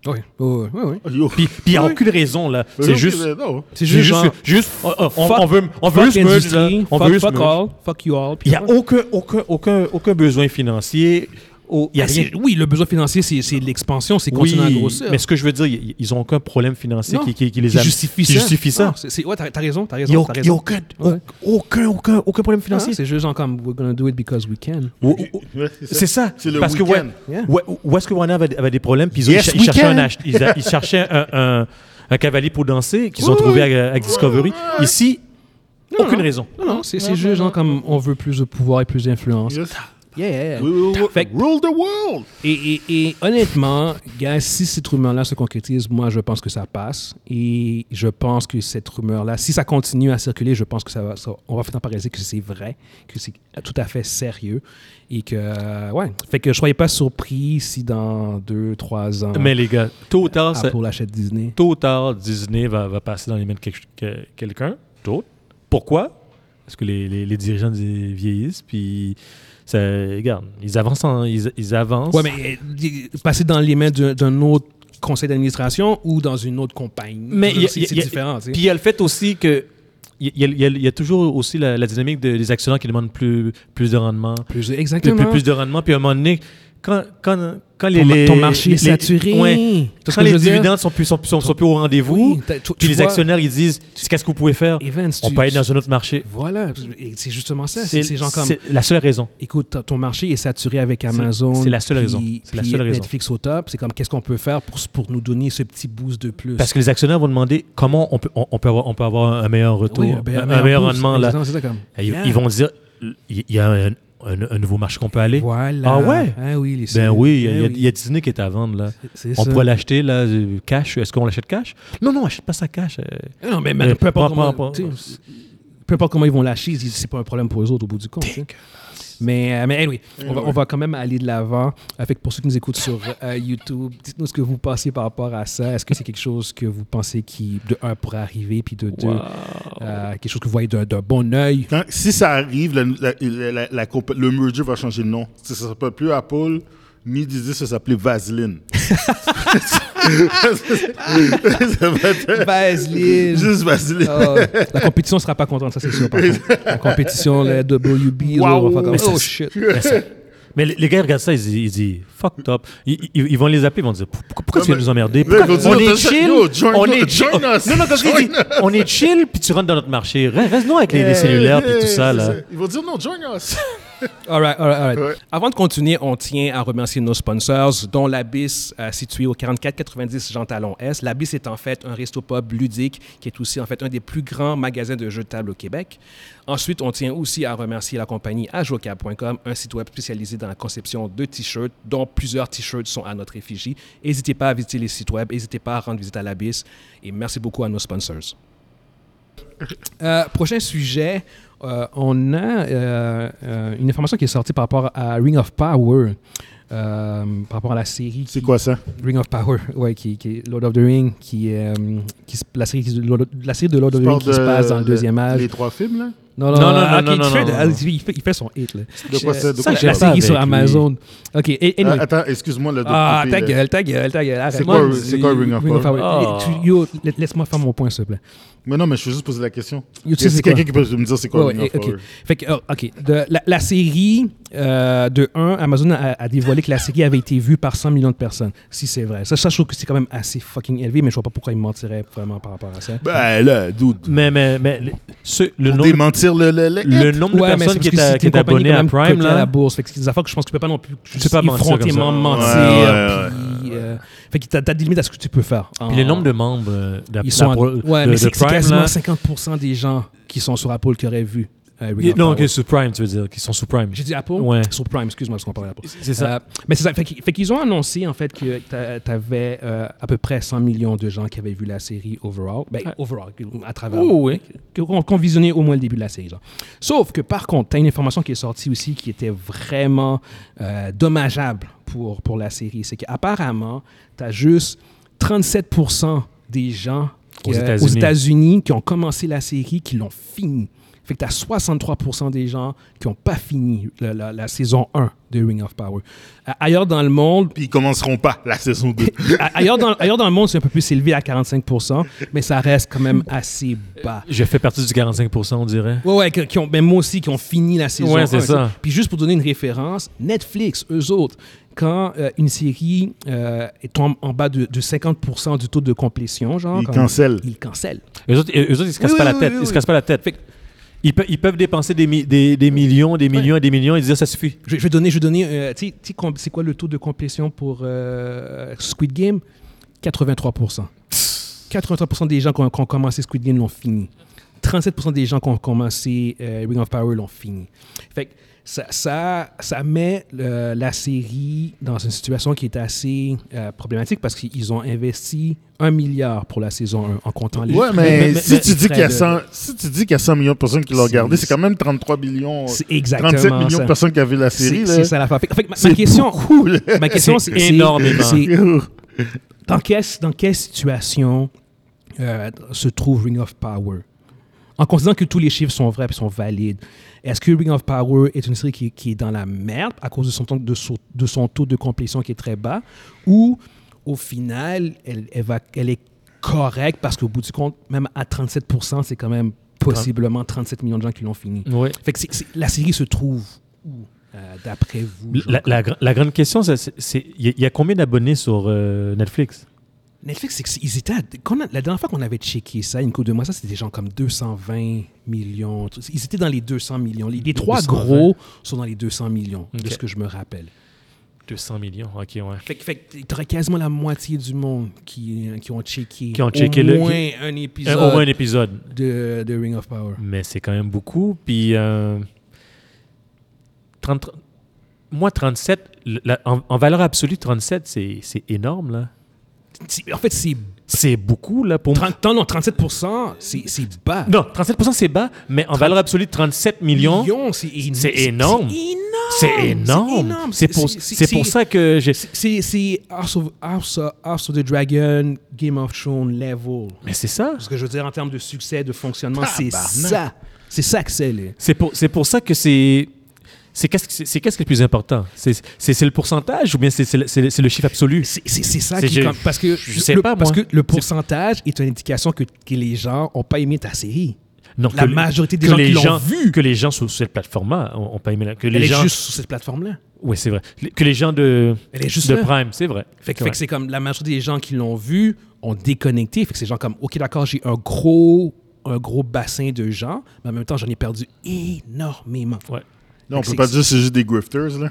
S1: Oui, oui, oui.
S3: Yo.
S2: Puis puis il n'y a
S3: Oui.
S2: aucune raison, là.
S3: Yo,
S2: C'est juste.
S3: non.
S1: C'est
S2: C'est
S1: juste,
S2: juste,
S1: genre,
S2: juste on, on- on-
S1: fuck-
S2: on veut, on veut
S1: fuck
S2: juste merge, là.
S1: industry,
S2: On
S1: fuck,
S2: veut juste
S1: fuck
S2: merge.
S1: all, fuck you all. puis
S2: Il n'y a
S1: voilà.
S2: aucun, aucun, aucun, aucun besoin financier. au- Il y a
S1: Ah, c'est-
S2: rien.
S1: Oui, le besoin financier, c'est c'est l'expansion, c'est continuer à
S2: Oui,
S1: grossir.
S2: mais ce que je veux dire, y- y- ils n'ont aucun problème financier
S1: Non.
S2: qui, qui, qui les
S1: Qui
S2: amène-
S1: justifie
S2: qui
S1: ça.
S2: justifie ça.
S1: Non, c'est- c'est- Ouais, t'as t'as raison, t'as
S2: Il n'y a,
S1: raison. t'as
S2: il y a
S1: raison.
S2: aucun,
S1: Ouais.
S2: aucun, aucun, aucun problème
S1: Ah,
S2: financier.
S1: C'est juste genre comme, we're gonna do it because we can.
S2: Ou- ou-
S3: Ouais,
S2: C'est ça.
S3: C'est le
S2: Parce que ouais,
S3: week-end.
S1: Yeah.
S2: ouais, où est-ce que Warner avait, avait des problèmes, puis ils, ont-
S3: Yes,
S2: ils cher- ils cherchaient, un,
S3: weekend.
S2: ach- ils a- ils cherchaient un, un- un cavalier pour danser qu'ils ont trouvé avec, avec Discovery. Ici,
S1: Non,
S2: aucune
S1: non.
S2: raison.
S1: Non, non, c'est c'est juste genre comme on veut plus de pouvoir et plus d'influence.
S3: Yes.
S1: Yeah, yeah, yeah.
S3: We will wo-
S1: Fait que-
S3: Rule the world!
S1: Et, et- et honnêtement, gars, si cette rumeur-là se concrétise, moi, je pense que ça passe. Et je pense que cette rumeur-là, si ça continue à circuler, je pense que ça va, ça- on va finir par réaliser que c'est vrai, que c'est tout à fait sérieux. Et que, euh, ouais. Fait que je ne soyez pas surpris si dans deux, trois ans,
S2: Mais les gars, tôt ou tard, ça-
S1: Apple achète Disney.
S2: tôt ou tard, Disney va, va passer dans les mains de quelque- que- quelqu'un d'autre. Pourquoi? Parce que les, les- les dirigeants vi- vieillissent, puis ça, regarde, ils avancent, en- ils, ils avancent.
S1: Ouais, mais euh, passer dans les mains d'un- d'un autre conseil d'administration ou dans une autre compagnie,
S2: Mais il y a-
S1: c'est
S2: il y a-
S1: c'est
S2: il y a-
S1: différent. tu sais.
S2: Puis il y a le fait aussi que il y a, il y a- il y a toujours aussi la, la dynamique de- des actionnaires qui demandent plus, plus de rendement.
S1: Plus,
S2: Plus,
S1: exactement.
S2: plus, plus de rendement. Puis à un moment donné, quand, quand, quand les,
S1: Ton,
S2: les-
S1: ton marché
S2: les-
S1: est saturé.
S2: ouais.
S1: T'as ce
S2: quand
S1: que je
S2: les
S1: veux dire?
S2: dividendes sont plus, sont plus, sont
S1: Ton-
S2: plus au rendez-vous,
S1: Oui, t'as- tu-
S2: puis
S1: tu
S2: les
S1: vois-
S2: actionnaires, ils disent Qu'est-ce que vous pouvez faire
S1: Evans,
S2: On
S1: tu-
S2: peut aller
S1: tu-
S2: dans un autre marché.
S1: Voilà, et c'est justement ça. C'est ces gens comme.
S2: c'est la seule raison.
S1: Écoute, ton- ton marché est saturé avec Amazon.
S2: c'est la seule
S1: puis-
S2: raison. C'est la
S1: puis
S2: seule raison.
S1: Netflix au top. C'est comme qu'est-ce qu'on peut faire pour, pour nous donner ce petit boost de plus.
S2: Parce que les actionnaires vont demander comment on peut, on, on peut, avoir, on peut avoir un meilleur retour,
S1: Oui,
S2: un,
S1: ben,
S2: un meilleur
S1: boost,
S2: rendement. Là.
S1: exactement, c'est ça, comme,
S2: Et Ils,
S1: yeah.
S2: ils vont dire il y a un, un- un nouveau marché qu'on peut aller.
S1: Voilà.
S2: Ah ouais?
S1: Ah oui, les
S2: Ben
S1: séries.
S2: oui, il y a-
S1: Ah
S2: il y, a-
S1: oui.
S2: il y a Disney qui est à vendre. Là.
S1: C'est
S2: On
S1: ça.
S2: pourrait l'acheter là, euh, cash. Est-ce qu'on l'achète cash Non, non, on n'achète pas ça cash. euh.
S1: Ah Non, mais man,
S2: Euh,
S1: peu, importe comment,
S2: pas- pas-
S1: tu sais, peu importe comment ils vont lâcher, ils disent, c'est pas un problème pour eux autres au bout du compte. tu sais. Mais, euh, mais anyway, on va, on va quand même aller de l'avant. Avec pour ceux qui nous écoutent sur euh, YouTube, dites-nous ce que vous pensez par rapport à ça. Est-ce que c'est quelque chose que vous pensez qui, de un, pourrait arriver, puis de deux, euh, quelque chose que vous voyez d'un d'un bon œil?
S3: Quand- si ça arrive, la- la- la- la- la compa- le merger va changer de nom. Ça ne s'appelle plus Apple, ni Disney, ça s'appelait Vaseline. ça va être
S1: Vaseline!
S3: juste Vaseline.
S1: Ah, la compétition ne sera pas contente, ça c'est sûr. Par contre. La compétition, la WB, là, on va faire comme,
S2: Mais ça-
S1: oh shit!
S2: Mais, ça- mais les- les gars ils regardent ça, ils disent, ils disent fucked up. Ils, ils- ils vont les appeler, ils vont dire pourquoi, pourquoi tu viens
S3: mais-
S2: nous emmerder
S3: Là, ils vont
S2: On
S3: dire,
S2: est
S3: t'as ça-
S2: chill,
S3: yo, join-
S2: on est chill.
S3: join us.
S2: Non, non, parce qu'ils disent, on est chill, puis tu rentres dans notre marché. Reste, reste nous avec les, les cellulaires puis tout ça là.
S3: Ils vont dire non, join us.
S1: All right, all right, all right.
S3: Ouais.
S1: Avant de continuer, on tient à remercier nos sponsors, dont l'Abyss, euh, situé au 4490 Jean Talon S. L'Abyss est en fait un resto pub ludique qui est aussi en fait un des plus grands magasins de jeux de table au Québec. Ensuite, on tient aussi à remercier la compagnie ajoca.com, un site web spécialisé dans la conception de t-shirts, dont plusieurs t-shirts sont à notre effigie. N'hésitez pas à visiter les sites web, n'hésitez pas à rendre visite à l'Abyss et merci beaucoup à nos sponsors. Euh, prochain sujet, euh, on a euh, euh, une information qui est sortie par rapport à Ring of Power, euh, par rapport à la série
S3: C'est quoi ça?
S1: Ring of Power, ouais, qui, qui est Lord of the Ring, qui, est, euh, qui se- la, série, qui se- Lord of- la série de Lord of the Ring qui se passe dans le deuxième âge.
S3: Les trois films, là?
S2: Non, non, non,
S1: ah, ok,
S2: non,
S1: il
S2: non,
S1: fait-
S2: non,
S1: ah,
S2: non.
S1: Il, fait, il fait son hit. Là.
S3: De quoi c'est? De
S2: ça,
S3: quoi
S2: je
S1: La
S2: l'ai
S3: c'est?
S1: série
S2: avec
S1: sur
S2: lui.
S1: Amazon. Ok, et-
S3: Ah,
S1: anyway.
S3: Attends, excuse-moi là, de
S1: Ah,
S3: couper,
S1: ta
S3: là.
S1: gueule, ta gueule, ta gueule.
S3: C'est quoi-
S1: arrête-moi,
S3: c'est quoi Ring of
S1: Power?
S2: Power?
S1: Eh, tu- yo, la- laisse-moi faire mon point, s'il te plaît.
S3: Mais non, mais je veux juste poser la question.
S1: Tu sais,
S3: Est-ce
S1: c'est
S3: que
S1: quoi?
S3: quelqu'un qui peut me dire c'est quoi
S1: Ouais,
S3: Ring of
S1: ouais, ok.
S3: Power?
S1: Fait que, oh, ok. De- la, la série, euh, de 1, Amazon a, a dévoilé que la série avait été vue par 100 millions de personnes. Si c'est vrai. Ça, ça, je trouve que c'est quand même assez fucking élevé, mais je vois pas pourquoi ils mentiraient vraiment par rapport à ça.
S3: Ben là, doute.
S2: Mais mais mais le- ce- le
S3: Pour
S2: nombre
S3: démentir le... le- le-
S2: le nombre de
S1: Ouais, mais
S2: personnes
S1: c'est parce
S2: qui
S1: que
S2: est, à-
S1: c'est
S2: qui
S1: une
S2: est
S1: compagnie
S2: abonnée
S1: quand
S2: à
S1: même
S2: Prime
S1: cotée à la
S2: là.
S1: bourse. Fait que c'est des affaires que je pense que tu peux pas non plus
S2: peux pas mentir comme ça.
S1: effrontément mentir.
S3: Ouais,
S1: puis, euh, fait que t'as, t'as des limites à ce que tu peux faire.
S2: Puis le nombre de membres euh, de,
S1: Ils sont
S2: la-
S1: à-
S2: de-
S1: ouais,
S2: de
S1: mais c'est, c'est
S2: Prime
S1: quasiment
S2: là.
S1: 50% des gens qui sont sur Apple qui auraient vu. euh, Ring of
S2: Non,
S1: Power.
S2: ok, sur Prime, tu veux dire, qui sont sous Prime.
S1: J'ai dit Apple
S2: Ouais.
S1: Sur Prime, excuse-moi, parce qu'on parlait d'Apple.
S2: C'est ça.
S1: Euh, mais c'est ça. Fait, qu'ils- fait qu'ils ont annoncé, en fait, que tu avais à peu près 100 millions de gens qui avaient vu la série overall. Ben,
S2: Ah.
S1: overall, à travers.
S2: Oh, oui.
S1: Qui ont qui ont visionné au moins le début de la série. genre. Sauf que, par contre, tu as une information qui est sortie aussi qui était vraiment euh, dommageable pour, pour la série. C'est qu'apparemment, tu as juste 37 des gens
S2: Aux
S1: euh,
S2: États-Unis.
S1: États-Unis qui ont commencé la série, qui l'ont fini. Fait que tu as 63 des gens qui n'ont pas fini la, la- la saison 1 de Ring of Power. A- ailleurs dans le monde,
S3: Puis ils commenceront pas la saison 2.
S1: a- ailleurs dans, ailleurs dans le monde, c'est un peu plus élevé à 45 mais ça reste quand même assez bas.
S2: J'ai fait partie du 45%, on dirait.
S1: Ouais, ouais, que- qui ont, ben moi aussi, qui ont fini la saison.
S2: Ouais,
S1: 1,
S2: c'est
S1: tu sais.
S2: ça.
S1: Puis juste pour donner une référence, Netflix, eux autres, quand euh, une série euh, tombe en bas de, de 50 du taux de complétion, genre.
S3: Ils
S1: quand-
S3: cancellent.
S1: Ils cancellent.
S2: Eux autres, eux autres, ils se cassent
S1: Oui,
S2: pas
S1: oui,
S2: la
S1: oui,
S2: tête.
S1: oui,
S2: Ils se
S1: oui.
S2: cassent pas la tête. ils, pe- ils peuvent dépenser des, mi- des, des millions, des millions et des millions et dire ça suffit.
S1: Je, je vais donner, je vais donner. euh, tu sais- tu sais, com- c'est quoi le taux de complétion pour euh, Squid Game 83 83 des gens qui ont, qui ont commencé Squid Game l'ont fini. 37 des gens qui ont commencé euh, Ring of Power l'ont fini. Fait que ça, ça, ça met euh, la série dans une situation qui est assez euh, problématique parce qu'ils ont investi un milliard pour la saison 1 en comptant les
S3: Ouais,
S1: frais-
S3: mais si tu
S1: les
S3: dis qu'il
S1: frais
S3: y a
S1: de-
S3: 100 si tu dis qu'il y a 100 millions de personnes qui l'ont
S1: C'est-
S3: regardé, c'est quand même 33 millions, euh,
S1: C'est exactement
S3: 37 millions
S1: ça.
S3: de personnes qui avaient la série.
S1: C'est
S3: là.
S1: c'est ça l'affaire. Fait que- fait que ma-
S3: C'est
S1: ma question,
S3: beaucoup, là.
S1: ma question, c'est c'est-
S2: énormément.
S1: c'est- dans quelle, dans quelle situation euh, se trouve Ring of Power? En considérant que tous les chiffres sont vrais et sont valides, est-ce que Ring of Power est une série qui, qui est dans la merde à cause de son, temps- de son, de son taux de complétion qui est très bas ou au final, elle, elle va, elle est correcte parce qu'au bout du compte, même à 37%, c'est quand même possiblement 37 millions de gens qui l'ont fini.
S2: Ouais.
S1: Fait que c'est- c'est- la série se trouve où euh, d'après vous? genre,
S2: La, la gra- la grande question, c'est- c'est il y, a- il y a combien d'abonnés sur euh, Netflix
S1: Netflix, c'est que c'est- ils étaient à- quand on a- la dernière fois qu'on avait checké ça, une coupe de mois, ça c'était genre comme 220 millions. tout- Ils étaient dans les 200 millions. Les, les trois
S2: 220.
S1: gros sont dans les 200 millions, de
S2: Ok.
S1: ce que je me rappelle.
S2: 200 millions, ok, ouais.
S1: Fait que, fait que t'aurais quasiment la moitié du monde qui, euh, qui ont checké,
S2: Qui ont checké
S1: au
S2: le-
S1: moins un
S2: Un-
S1: épisode
S2: au moins un épisode.
S1: de, de Ring of Power.
S2: Mais c'est quand même beaucoup. Puis, euh, 30 moi, 37, le- la- en, en valeur absolue, 37, c'est c'est énorme, là.
S1: C'est- En fait, c'est
S2: C'est beaucoup, là, pour moi.
S1: 30, non, non, 37%, c'est c'est bas.
S2: Non, 37 c'est bas, mais en valeur absolue, 37 millions,
S1: Millions, c'est éno-
S2: C'est énorme.
S1: C'est énorme.
S2: c'est énorme. C'est pour, c'est pour ça que j'ai...
S1: C'est c'est House of, House, of- House of the Dragon, Game of Thrones level.
S2: Mais c'est ça.
S1: Ce que je veux dire en termes de succès, de fonctionnement, c'est
S3: Tabarnak.
S1: ça. C'est ça que c'est. les-
S2: C'est pour, c'est pour ça que c'est... C'est qu'est-ce, que- c'est, c'est qu'est-ce qui est le plus important? C'est, c'est, c'est le pourcentage ou bien c'est, c'est le- c'est le- c'est le chiffre absolu?
S1: C'est c'est- c'est ça
S2: C'est-
S1: qui.
S2: je-
S1: comme- parce que,
S2: je sais
S1: le,
S2: pas,
S1: parce
S2: moi.
S1: que le pourcentage est une indication que, que les gens n'ont pas aimé ta série.
S2: Non,
S1: La
S2: que-
S1: majorité des
S2: que
S1: gens
S2: les
S1: qui l'ont
S2: gens-
S1: vu.
S2: Que les gens sur cette plateforme-là ont, ont pas aimé. la- Que les
S1: Elle
S2: gens,
S1: est juste sur cette plateforme-là.
S2: Oui, c'est vrai. Les- Que les gens de,
S1: Elle est juste
S2: de
S1: là.
S2: Prime, c'est vrai.
S1: Fait que,
S2: C'est
S1: fait que c'est comme la majorité des gens qui l'ont vu ont déconnecté. Fait que c'est genre comme, OK, d'accord, j'ai un gros, un gros bassin de gens, mais en même temps, j'en ai perdu énormément.
S2: vrai. Ouais.
S3: Non, on
S1: Fait
S3: peut
S1: que
S3: pas
S1: c'est-
S3: dire que c'est juste des grifters, là.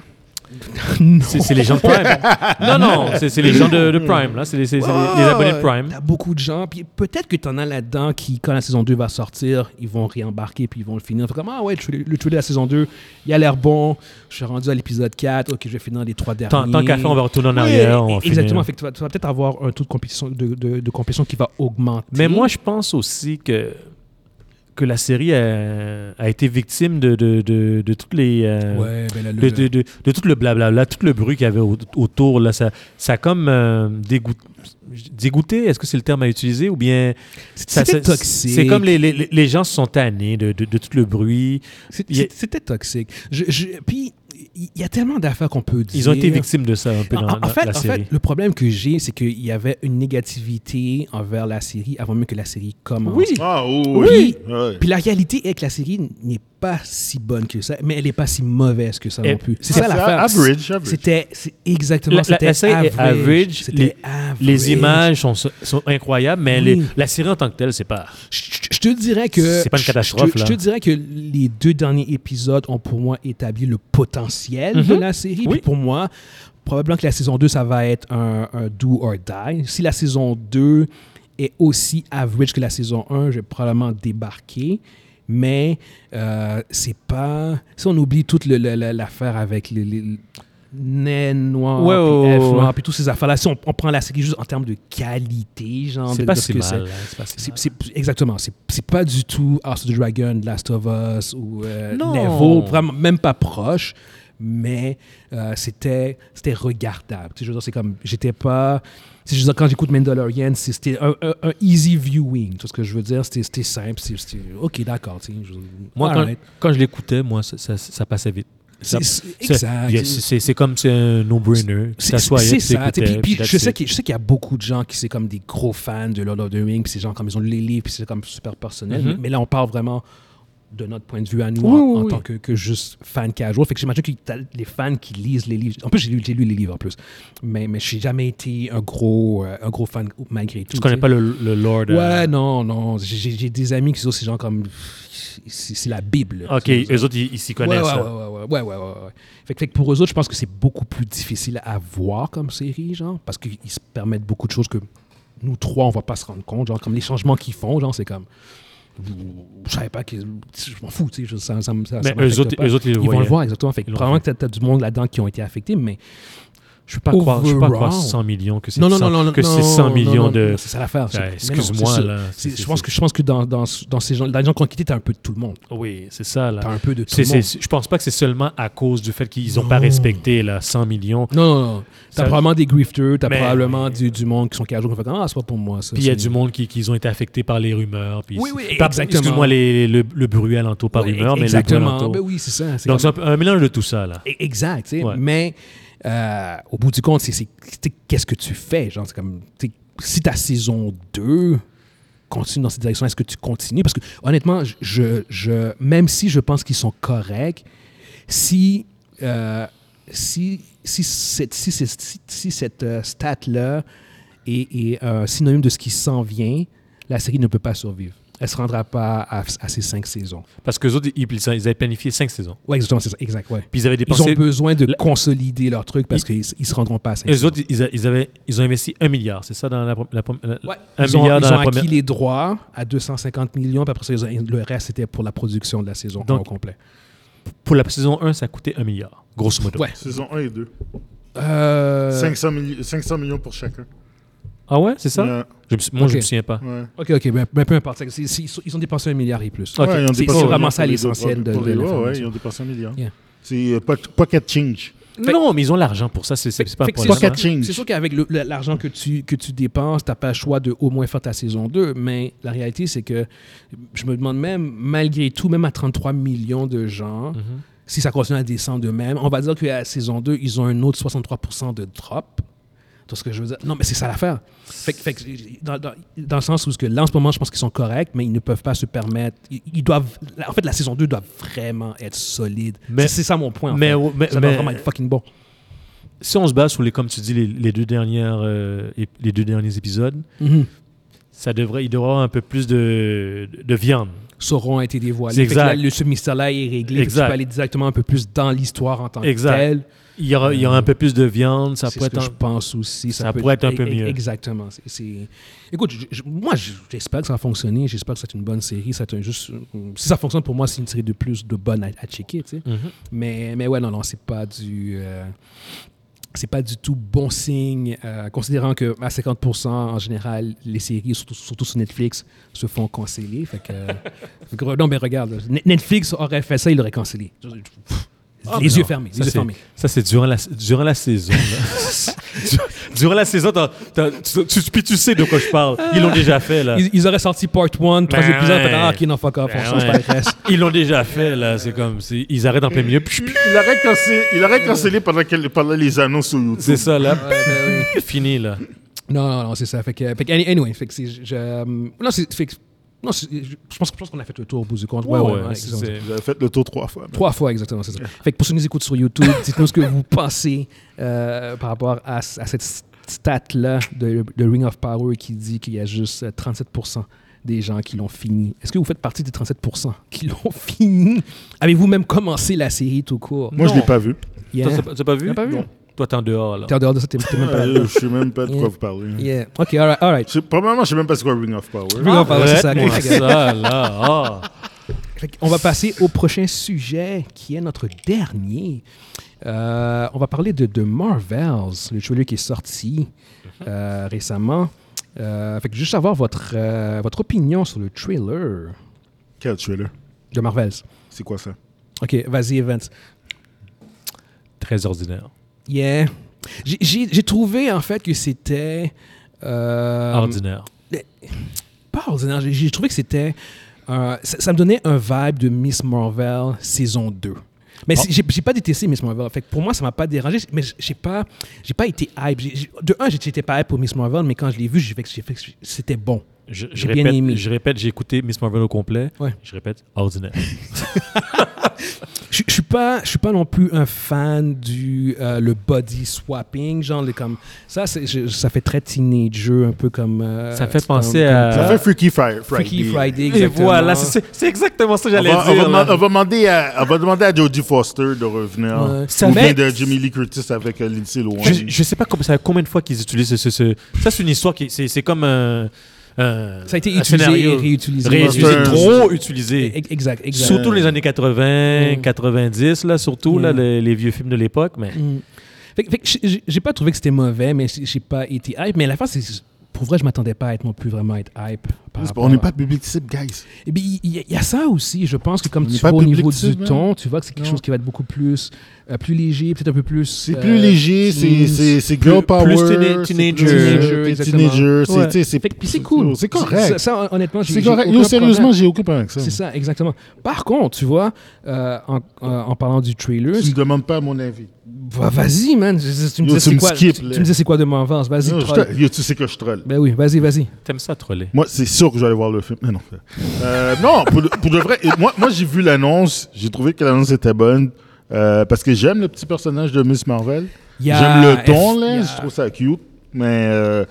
S2: C'est, c'est les gens de Prime. non, non, c'est, c'est les gens de, de Prime. Là. C'est, les- c'est- c'est les- les, abonnés de Prime.
S1: T'as beaucoup de gens. Puis peut-être que t'en as là-dedans qui, quand la saison 2 va sortir, ils vont réembarquer puis ils vont le finir. Fait comme, ah ouais, le trailer le trailer de la saison 2, il a l'air bon. Je suis rendu à l'épisode 4. OK, je vais finir les trois derniers.
S2: Tant, tant qu'à faire, on va retourner en
S1: Ouais,
S2: arrière. on va
S1: exactement.
S2: finir.
S1: Fait que tu vas, tu vas peut-être avoir un taux de compétition, de, de- de compétition qui va augmenter.
S2: Mais moi, je pense aussi que, que la série a, a été victime de, de, de, de toutes les. euh,
S1: ouais, ben là, le-
S2: de, de, de- de tout le blablabla, tout le bruit qu'il y avait au- autour, là, ça, ça a comme euh, dégoût- dégoûté, est-ce que c'est le terme à utiliser, ou bien... ça-
S1: C'était
S2: ça-
S1: toxique.
S2: C'est comme les, les, les- les gens se sont tannés de, de, de tout le bruit.
S1: C'est-
S2: Il y a-
S1: c'est- C'était toxique. Je, je- puis, il y a tellement d'affaires qu'on peut dire.
S2: Ils ont été victimes de ça un peu
S1: En,
S2: dans,
S1: en- en
S2: dans
S1: fait,
S2: la
S1: en
S2: série.
S1: fait, le problème que j'ai, c'est qu'il y avait une négativité envers la série avant même que la série commence.
S3: Ah,
S1: Oui.
S3: Ouais.
S1: Puis la réalité est que la série n'est pas si bonne que ça, mais elle n'est pas si mauvaise que ça
S2: Et-
S1: non plus. C'est
S3: Ah,
S1: ça
S3: c'est
S1: l'affaire.
S3: average, average.
S1: C'était c'est exactement
S2: La- la-
S1: c'était
S2: la série est average.
S1: C'était
S2: Les-
S1: average.
S2: Les images sont, sont incroyables, mais
S1: Oui.
S2: les- la série en tant que telle, c'est pas...
S1: Je, je- je te dirais que
S2: C'est pas une
S1: je- je te-
S2: catastrophe,
S1: Je,
S2: là.
S1: te dirais que les deux derniers épisodes ont pour moi établi le potentiel de
S2: Mhm.
S1: la série.
S2: Oui.
S1: Puis pour moi, probablement que la saison 2 ça va être un, un do or die. Si la saison 2 est aussi average que la saison 1, je vais probablement débarquer. Mais euh, c'est pas si on oublie toute le- le- le- l'affaire avec les, les naines noires,
S2: Ouais,
S1: puis
S2: ouais,
S1: elfes
S2: ouais,
S1: noirs,
S2: ouais.
S1: puis toutes ces affaires-là, si on, on prend la série juste en termes de qualité, genre
S2: C'est
S1: de-
S2: pas,
S1: de ce
S2: si
S1: que
S2: mal,
S1: c'est.
S2: hein, c'est pas si
S1: C'est-
S2: mal.
S1: c'est- exactement. C'est c'est pas du tout House of the Dragon, Last of Us ou euh,
S2: Non.
S1: Level, vraiment même pas proche. Mais euh, c'était c'était regardable. Tu sais, je veux dire, c'est comme j'étais pas. tu sais, je veux dire, quand j'écoute Mandalorian, c'est- c'était un, un- un easy viewing. Tout ce que je veux dire, c'était c'était simple. c'est- c'était- ok, d'accord. tu sais, je-
S2: Moi, quand,
S1: alright.
S2: quand je l'écoutais, moi, ça, ça- ça passait vite. Ça-
S1: C'est- c'est-
S2: ça-
S1: exact.
S2: yeah, c'est- C'est c'est comme c'est un no-brainer. Tu
S1: C'est
S2: t'assoyais,
S1: c'est
S2: tu
S1: ça. t'sais,
S2: écoutais,
S1: Puis, puis
S2: puis
S1: je sais
S2: that's
S1: qu'il je sais qu'il y a beaucoup de gens qui c'est comme des gros fans de Lord of the Rings, puis c'est genre comme ils ont les livres, puis c'est comme super personnel.
S2: Mhm.
S1: mais, mais là, on parle vraiment de notre point de vue à nous
S2: Oui,
S1: en,
S2: oui,
S1: en
S2: oui.
S1: tant que, que juste fan casual. Fait que j'imagine que t'as les fans qui lisent les livres. En plus, j'ai lu, j'ai lu les livres en plus. Mais, mais j'ai jamais été un gros, euh, un gros fan malgré tout.
S2: Tu connais
S1: t'sais.
S2: pas le, le Lord. euh,
S1: Ouais, non, non. J'ai- J'ai j'ai des amis qui sont ces gens comme. C'est c'est la Bible.
S2: Ok,
S1: C'est-
S2: eux autres, ils ils s'y
S1: Ouais,
S2: connaissent.
S1: ouais,
S2: là.
S1: ouais, ouais, ouais, ouais, ouais, ouais. Fait, que- fait que pour eux autres, je pense que c'est beaucoup plus difficile à voir comme série, genre, parce qu'ils se permettent beaucoup de choses que nous trois, on va pas se rendre compte, genre, comme les changements qu'ils font, genre, c'est comme. Je savais pas que. Je m'en fous, tu sais, je- ça, ça, me- ça- ça
S2: Mais eux
S1: m'affecte
S2: autres,
S1: pas.
S2: eux autres, ils, le
S1: Ils vont
S2: voyaient.
S1: le voir, exactement. Fait que
S2: Ils l'ont
S1: probablement que t'as as du monde là-dedans qui ont été affectés, mais.
S2: Je peux pas croire, je peux pas croire
S1: Overall.
S2: 100 millions que c'est
S1: Non, non,
S2: 100
S1: non, non, non.
S2: que c'est 100
S1: non,
S2: millions
S1: non,
S2: de.
S1: non, C'est ça l'affaire. c'est-
S2: Ouais,
S1: mais non, c'est
S2: Excuse-moi
S1: ça.
S2: là.
S1: C'est- Je
S2: C'est- c'est-
S1: pense que, je pense que dans, dans, dans ces gens, dans les gens qui ont quitté, t'as un peu de tout le monde.
S2: Oui, c'est ça là.
S1: T'as un peu de tout
S2: C'est-
S1: le monde.
S2: c'est- je pense pas que c'est seulement à cause du fait qu'ils ont
S1: Non.
S2: pas respecté là, 100 millions.
S1: Non, non, non. T'as
S2: Ça-
S1: probablement des grifters, t'as
S2: Mais-
S1: probablement du, du monde qui sont casual, qui fait comme, Ah, c'est pas pour moi ça.
S2: Puis il y a
S1: c'est-
S2: du monde qui, qui ont été affectés par les rumeurs. Puis
S1: Oui, oui,
S2: par-
S1: exactement.
S2: Excuse-moi les, les- le, le bruit alentour par
S1: Ouais,
S2: rumeur, mais le bruit
S1: Exactement.
S2: alentour.
S1: Ben oui, c'est ça. c'est
S2: Donc c'est
S1: comme-
S2: un, peu- un mélange de tout ça là.
S1: E- Exact. tu sais.
S2: Ouais.
S1: Mais euh, au bout du compte, c'est c'est- c'est- qu'est-ce que tu fais genre, c'est comme, tu sais, Si ta saison 2 continue dans cette direction, est-ce que tu continues Parce que honnêtement, je, je, je- même si je pense qu'ils sont corrects, si euh, si, si cette, si, cette- si- si cette euh, stat-là est, est un synonyme de ce qui s'en vient, la série ne peut pas survivre. Elle ne se rendra pas à, à ses cinq saisons.
S2: Parce que les autres, ils, ils avaient planifié cinq saisons.
S1: Ouais, exactement, c'est ça. Exact, ouais.
S2: Puis ils avaient
S1: Ils
S2: dépensé.
S1: ont besoin de consolider leur truc parce qu'ils ne se rendront pas à cinq
S2: les autres, ils, a- ils avaient, ils ont investi un milliard, c'est ça, dans la, pro- la pro- la-
S1: Ouais.
S2: un
S1: Ils ont,
S2: milliard
S1: ils
S2: dans
S1: ont
S2: la
S1: acquis
S2: première.
S1: les droits à 250 millions, puis après ça, ils ont- le reste c'était pour la production de la saison
S2: Donc-
S1: au complet.
S2: Pour la saison 1, ça a coûté un milliard, grosso modo.
S1: Ouais.
S3: Saison 1 et 2.
S1: Euh,
S3: 500, milli- 500 millions pour chacun.
S2: Ah ouais, c'est ça
S3: Ouais,
S2: Je me sou- Moi,
S1: Ok.
S2: je me souviens pas.
S3: ouais.
S1: Ok, ok, mais, mais peu importe. C'est- c'est- Ils, sont- ils ont dépensé un milliard et plus.
S2: Ok.
S3: Ouais, ils ont
S1: C'est-
S3: dépensé
S1: c'est
S3: un
S1: vraiment
S3: million
S1: ça,
S3: pour les
S1: l'essentiel de-
S3: deux- pour
S1: de
S3: les- ouais,
S1: l'information.
S3: ouais, ils ont dépensé un milliard.
S1: Yeah.
S3: C'est euh, poc- pocket change.
S2: Non, mais ils ont l'argent pour ça, c'est c'est-
S1: Fait-
S2: c'est pas un
S1: fait que
S2: problème.
S1: sûr-
S2: hein.
S3: Pocket change.
S1: C'est sûr qu'avec le- le- l'argent que tu, que tu dépenses, tu n'as pas le choix de au moins faire ta saison 2, mais la réalité, c'est que je me demande même, malgré tout, même à 33 millions de gens,
S2: Mhm.
S1: si ça continue à descendre de même, on va dire qu'à la saison 2, ils ont un autre 63 de drop. Tout ce que je veux dire. Non, mais c'est ça l'affaire. Fait, que- fait que dans, dans- dans le sens où ce que là, en ce moment, je pense qu'ils sont corrects, mais ils ne peuvent pas se permettre. Ils, ils doivent. En fait, la saison 2 doit vraiment être solide.
S2: Mais-
S1: C'est- c'est ça mon point. en
S2: mais-
S1: fait.
S2: mais-
S1: ça doit
S2: mais-
S1: vraiment être fucking bon.
S2: Si on se base sur les, comme tu dis, les, les deux dernières, euh, ép- les deux derniers épisodes,
S1: Mhm.
S2: ça devrait, il devrait avoir un peu plus de, de viande.
S1: sauront été dévoilés.
S2: C'est
S1: Fait que là,
S2: exact.
S1: le, ce mystère-là est réglé. Fait que Tu peux
S2: Exact.
S1: aller directement un peu plus dans l'histoire en tant
S2: Exact.
S1: que telle.
S2: Il y aura, il y aura un peu plus de viande, ça
S1: c'est
S2: pourrait
S1: ce que
S2: être.
S1: je
S2: un-
S1: pense aussi. Ça,
S2: ça
S1: peut
S2: pourrait être un peu
S1: e- e-
S2: mieux.
S1: Exactement. C'est- c'est- Écoute, je- je- moi, je- j'espère que ça va fonctionner. J'espère que c'est une bonne série. Ça un juste... euh, Si ça fonctionne pour moi, c'est une série de plus de bonnes à, à checker. tu sais.
S2: Mhm.
S1: Mais, mais ouais, non, non, c'est pas du. euh, c'est pas du tout bon signe, euh, considérant que à 50% en général, les séries, surtout, surtout sur Netflix, se font canceller. Fait que, euh, fait que- non, mais regarde, Net- Netflix aurait fait ça, il l'aurait cancellé. Pff,
S2: Ah,
S1: les
S2: mais
S1: yeux
S2: non.
S1: fermés, les
S2: Ça,
S1: yeux
S2: c'est-
S1: fermés.
S2: Ça, c'est durant la, durant la saison. là. Dur- durant la saison, t'as- t'as- tu, tu- puis tu sais de quoi je parle. Ils l'ont déjà fait, là.
S1: Ils, ils auraient sorti part 1, trois
S2: Ben
S1: épisodes,
S2: ouais.
S1: fait, ah, ok, non, fuck off, on
S2: Ben
S1: change
S2: ouais.
S1: pas le reste.
S2: Ils l'ont déjà fait, là. C'est comme, c'est- ils arrêtent en plein milieu. puis- puis-
S3: Il aurait cancellé, il aurait cancellé pendant, qu'elle- pendant les annonces sur YouTube.
S2: C'est ça, là. Puis, Fini, là.
S1: Non, non, non, c'est ça. Fait que, fait que any- anyway, fait que c'est, je, euh, non, c'est, fait que- non, c'est- je, je pense, je pense qu'on a fait le tour au bout du compte. Ouais, ouais, ouais,
S2: c'est-
S1: exactement.
S2: c'est-
S3: Vous avez fait le tour trois fois. mais-
S1: Trois fois, exactement, c'est ça. Fait que pour ceux qui nous écoutent sur YouTube, dites-nous ce que vous pensez euh, par rapport à, à cette stat-là de, de Ring of Power qui dit qu'il y a juste euh, 37% des gens qui l'ont fini. Est-ce que vous faites partie des 37% qui l'ont fini? Avez-vous même commencé la série tout court?
S3: Moi, je ne
S2: Non.
S3: l'ai pas vu.
S1: Yeah.
S2: Toi, t'as pas- t'as pas vu?
S1: T'as pas vu?
S2: Non. Toi, t'es en dehors, là.
S1: T'es en dehors de ça, t'es t'es même pas
S3: Euh,
S1: là.
S3: je sais même pas de
S1: Yeah.
S3: quoi vous parlez.
S1: Yeah. OK, all right, all right.
S3: Je sais- Premièrement, je sais même pas ce qu'est Ring of Power.
S1: Ring of Power, c'est ça.
S2: Arrête-moi
S1: Ok, ok.
S2: ça, là. Ah.
S1: Fait qu'on va passer au prochain sujet qui est notre dernier. Euh, on va parler de, de Marvels, le trailer qui est sorti euh, récemment. Euh, fait que juste savoir votre, euh, votre opinion sur le trailer
S3: Quel trailer
S1: de Marvels.
S3: C'est quoi ça
S1: Ok, vas-y, Evans.
S2: Très ordinaire.
S1: Yeah. J'ai- J'ai j'ai trouvé en fait que c'était. euh,
S2: Ordinaire.
S1: pas ordinaire. J'ai- J'ai trouvé que c'était. euh, ça, ça me donnait un vibe de Miss Marvel saison 2. Mais c'est- j'ai j'ai pas détesté Miss Marvel. Fait que pour moi, ça m'a pas dérangé. Mais j'ai- j'ai pas, j'ai pas été hype. J'ai- j'ai- De un, j'étais pas hype pour Miss Marvel, mais quand je l'ai vu, j'ai fait que j'ai fait que c'était bon.
S2: Je, je
S1: J'ai bien aimé.
S2: répète, je répète, j'ai écouté Miss Marvel au complet.
S1: Ouais.
S2: Je répète, ordinaire.
S1: Je je suis pas, je suis pas non plus un fan du euh, le body swapping, genre les comme ça, c'est- je- ça fait très teenager, un peu comme. euh,
S2: Ça fait
S1: comme-
S2: penser
S1: comme-
S2: à-
S3: Ça
S2: Euh,
S3: fait Freaky Fri- Friday.
S1: Freaky Friday.
S2: Et
S1: Exactement.
S2: voilà, c'est c'est exactement ça que
S3: On
S2: j'allais
S3: va, on va
S2: dire. là.
S3: demander- on va demander à, on va demander à Jodie Foster de revenir.
S1: Ouais.
S2: Ça
S3: Ou
S2: met-
S3: bien de Jimmy Lee Curtis avec euh, Lindsay Lohan.
S2: Je, je sais pas com- ça, combien de fois qu'ils utilisent ce, ce- ce- Ça, c'est une histoire qui. C'est c'est comme un. un-
S1: Ça a été
S2: un
S1: utilisé
S2: scénario.
S1: et réutilisé.
S2: Réutilisé,
S3: Monsters.
S2: trop utilisé.
S1: Exact, exact. exact.
S2: Surtout les années 80,
S1: Mm.
S2: 90, là, surtout,
S1: Mm.
S2: là, les, les vieux films de l'époque. Mais
S1: Mm. Fait, que- fait que j'ai- j'ai- j'ai pas trouvé que c'était mauvais, mais j'ai j'ai pas été hype. Mais à la fin, c'est. Pour vrai, je m'attendais pas à être non plus vraiment à être hype. par
S3: C'est pas-
S1: rapport
S3: on n'est
S1: à-
S3: pas public type, guys.
S1: Eh bien, il y, a- il y a ça aussi. Je pense que comme
S3: On
S1: tu
S3: n'est
S1: vois
S3: pas
S1: au niveau
S3: public,
S1: du
S3: tu sais,
S1: ton, tu vois que c'est quelque
S3: Non.
S1: chose qui va être beaucoup plus, euh, plus léger, peut-être un peu plus. euh,
S3: C'est plus léger, c'est- c'est c'est girl
S2: plus
S3: power.
S2: teenage-
S3: c'est
S2: teenager.
S1: Teenager,
S3: c'est
S1: exactement.
S3: teenager, c'est-
S2: Ouais.
S3: tu sais, c'est-
S1: Fait que- puis c'est cool.
S3: C'est
S1: Ça,
S3: correct.
S1: ça, honnêtement, j'ai
S3: C'est
S1: j'ai
S3: correct.
S1: aucun
S3: Yo,
S1: problème.
S3: sérieusement, j'ai aucun problème avec ça.
S1: C'est ça, exactement. Par contre, tu vois, euh, en, euh, en parlant du trailer,
S3: Tu me demandes pas mon avis.
S1: bah, vas-y, man. Je- je- Tu me
S3: Yo,
S1: disais
S3: tu
S1: c'est
S3: me
S1: quoi, tu,
S3: skippes,
S1: tu
S3: là.
S1: me disais c'est quoi de Marvels. Vas-y,
S3: Non, je
S1: troll.
S3: te- Yo, tu sais que je troll.
S1: Ben oui, vas-y, vas-y.
S2: t'aimes ça, troller.
S3: Moi, c'est sûr que je vais aller voir le film. Mais non. Euh, non, pour de, pour de vrai, et moi, moi j'ai vu l'annonce, j'ai trouvé que l'annonce était bonne. Euh, parce que j'aime le petit personnage de Miss Marvel.
S1: Il y a-
S3: J'aime le ton,
S1: F-
S3: là.
S1: il y a-
S3: Je trouve ça cute. Mais, euh,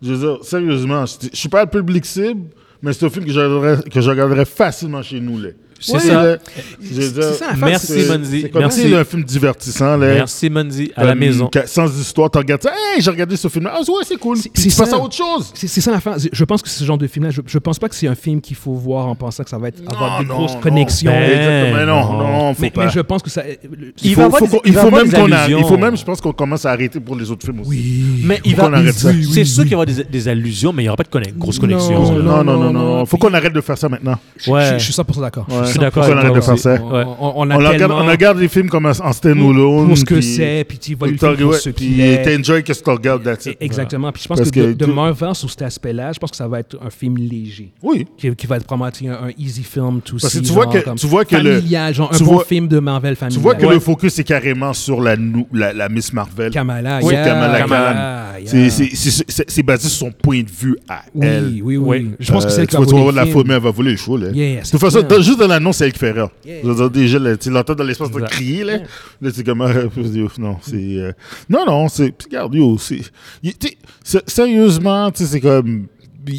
S3: je veux dire, sérieusement, je je suis pas le public cible, mais c'est un film que je regarderais, que je regarderais facilement chez nous, là.
S2: C'est ça.
S3: là, je veux
S1: C'est
S3: dire,
S1: ça, la fin,
S2: Merci,
S1: c'est-
S2: Monzi.
S3: C'est comme
S2: Merci.
S3: si un film divertissant, là.
S2: Merci, Monzi. À la
S3: Comme-
S2: maison.
S3: que- Sans histoire, tu regardes ça. Hey, j'ai regardé ce film. Ah, ouais, c'est cool.
S1: C'est-
S3: Puis
S1: c'est
S3: tu passes
S1: ça.
S3: à autre chose.
S1: C'est c'est ça la fin. Je pense que ce genre de film-là, je, je pense pas que c'est un film qu'il faut voir en pensant que ça va être, avoir de
S3: Ah, Non,
S1: grosses
S3: non,
S1: connexions.
S3: non. Exactement, non,
S2: Non.
S3: non,
S1: Ben,
S3: faut
S1: Mais,
S3: pas.
S1: mais je pense que ça. le-
S3: Il
S2: Il
S3: faut,
S2: va avoir
S3: faut
S2: des-
S3: qu'on-
S2: il
S3: il
S2: va
S3: faut
S2: avoir
S3: même
S2: des
S3: qu'on a-
S2: allusions.
S3: il faut même, je pense qu'on commence à arrêter pour les autres films aussi.
S2: Mais il
S3: Faut
S2: va.
S3: qu'on arrête
S2: il-
S3: ça.
S2: C'est sûr qu'il va y avoir des, des allusions, mais il n'y aura pas de conne- grosse
S1: Oh, Non.
S2: connexion. là.
S3: Non, non, non, non,
S1: non,
S3: Faut qu'on arrête de faire ça maintenant.
S1: Je,
S2: Ouais.
S1: je- je suis 100% d'accord.
S3: Ouais.
S2: Je suis
S1: suis
S2: d'accord
S3: Faut qu'on
S2: avec
S3: arrête de
S2: toi
S3: faire ça.
S2: aussi.
S1: On,
S2: Ouais.
S1: on- on a
S3: On regarde,
S1: tellement
S3: on regarde les films comme en en standalone.
S1: pour ce que
S3: puis-
S1: c'est, puis tu vois le
S3: Puis
S1: film pour
S3: t'en-
S1: ce qu'il
S3: puis
S1: est.
S3: t'enjoy qu'est-ce que tu regardes that's it.
S1: Exactement. Puis je pense
S3: Parce
S1: que, de,
S3: que
S1: de
S3: tout-
S1: Marvel, sur cet aspect-là, je pense que ça va être un film léger.
S3: Oui.
S1: Qui, qui va être probablement tu sais, un, un easy film tout
S3: Parce que tu vois que- tu vois que le-
S1: familial, genre un
S3: tu
S1: bon
S3: vois-
S1: film de Marvel familial.
S3: Tu vois que
S2: Ouais.
S3: le focus est carrément sur la, nou- la, la Miss Marvel.
S1: Kamala,
S3: Sur
S1: yeah,
S3: Kamala Khan.
S1: Kamala, yeah.
S3: C'est- c'est- c'est- c'est- C'est basé sur son point de vue à elle.
S1: Oui, oui, oui,
S2: Ouais.
S1: Je pense que c'est
S3: Euh,
S1: elle qui
S3: tu
S1: va
S3: vas- tu vas
S1: voler
S3: voir
S1: le
S3: la
S1: film.
S3: faute, mais elle va voler le show. Là.
S1: Yeah, yeah,
S3: de
S1: c'est
S3: toute façon,
S1: clair.
S3: dans- juste dans l'annonce, c'est elle qui fait erreur.
S1: Yeah.
S3: Je veux dire, déjà, là, tu l'entends dans l'espace de
S2: Exact.
S3: crier. Là, Là, c'est comme. euh, non, c'est. euh, non, non, c'est. puis Regarde, yo, c'est. il- tu sais, c'est- Sérieusement, tu sais, c'est comme.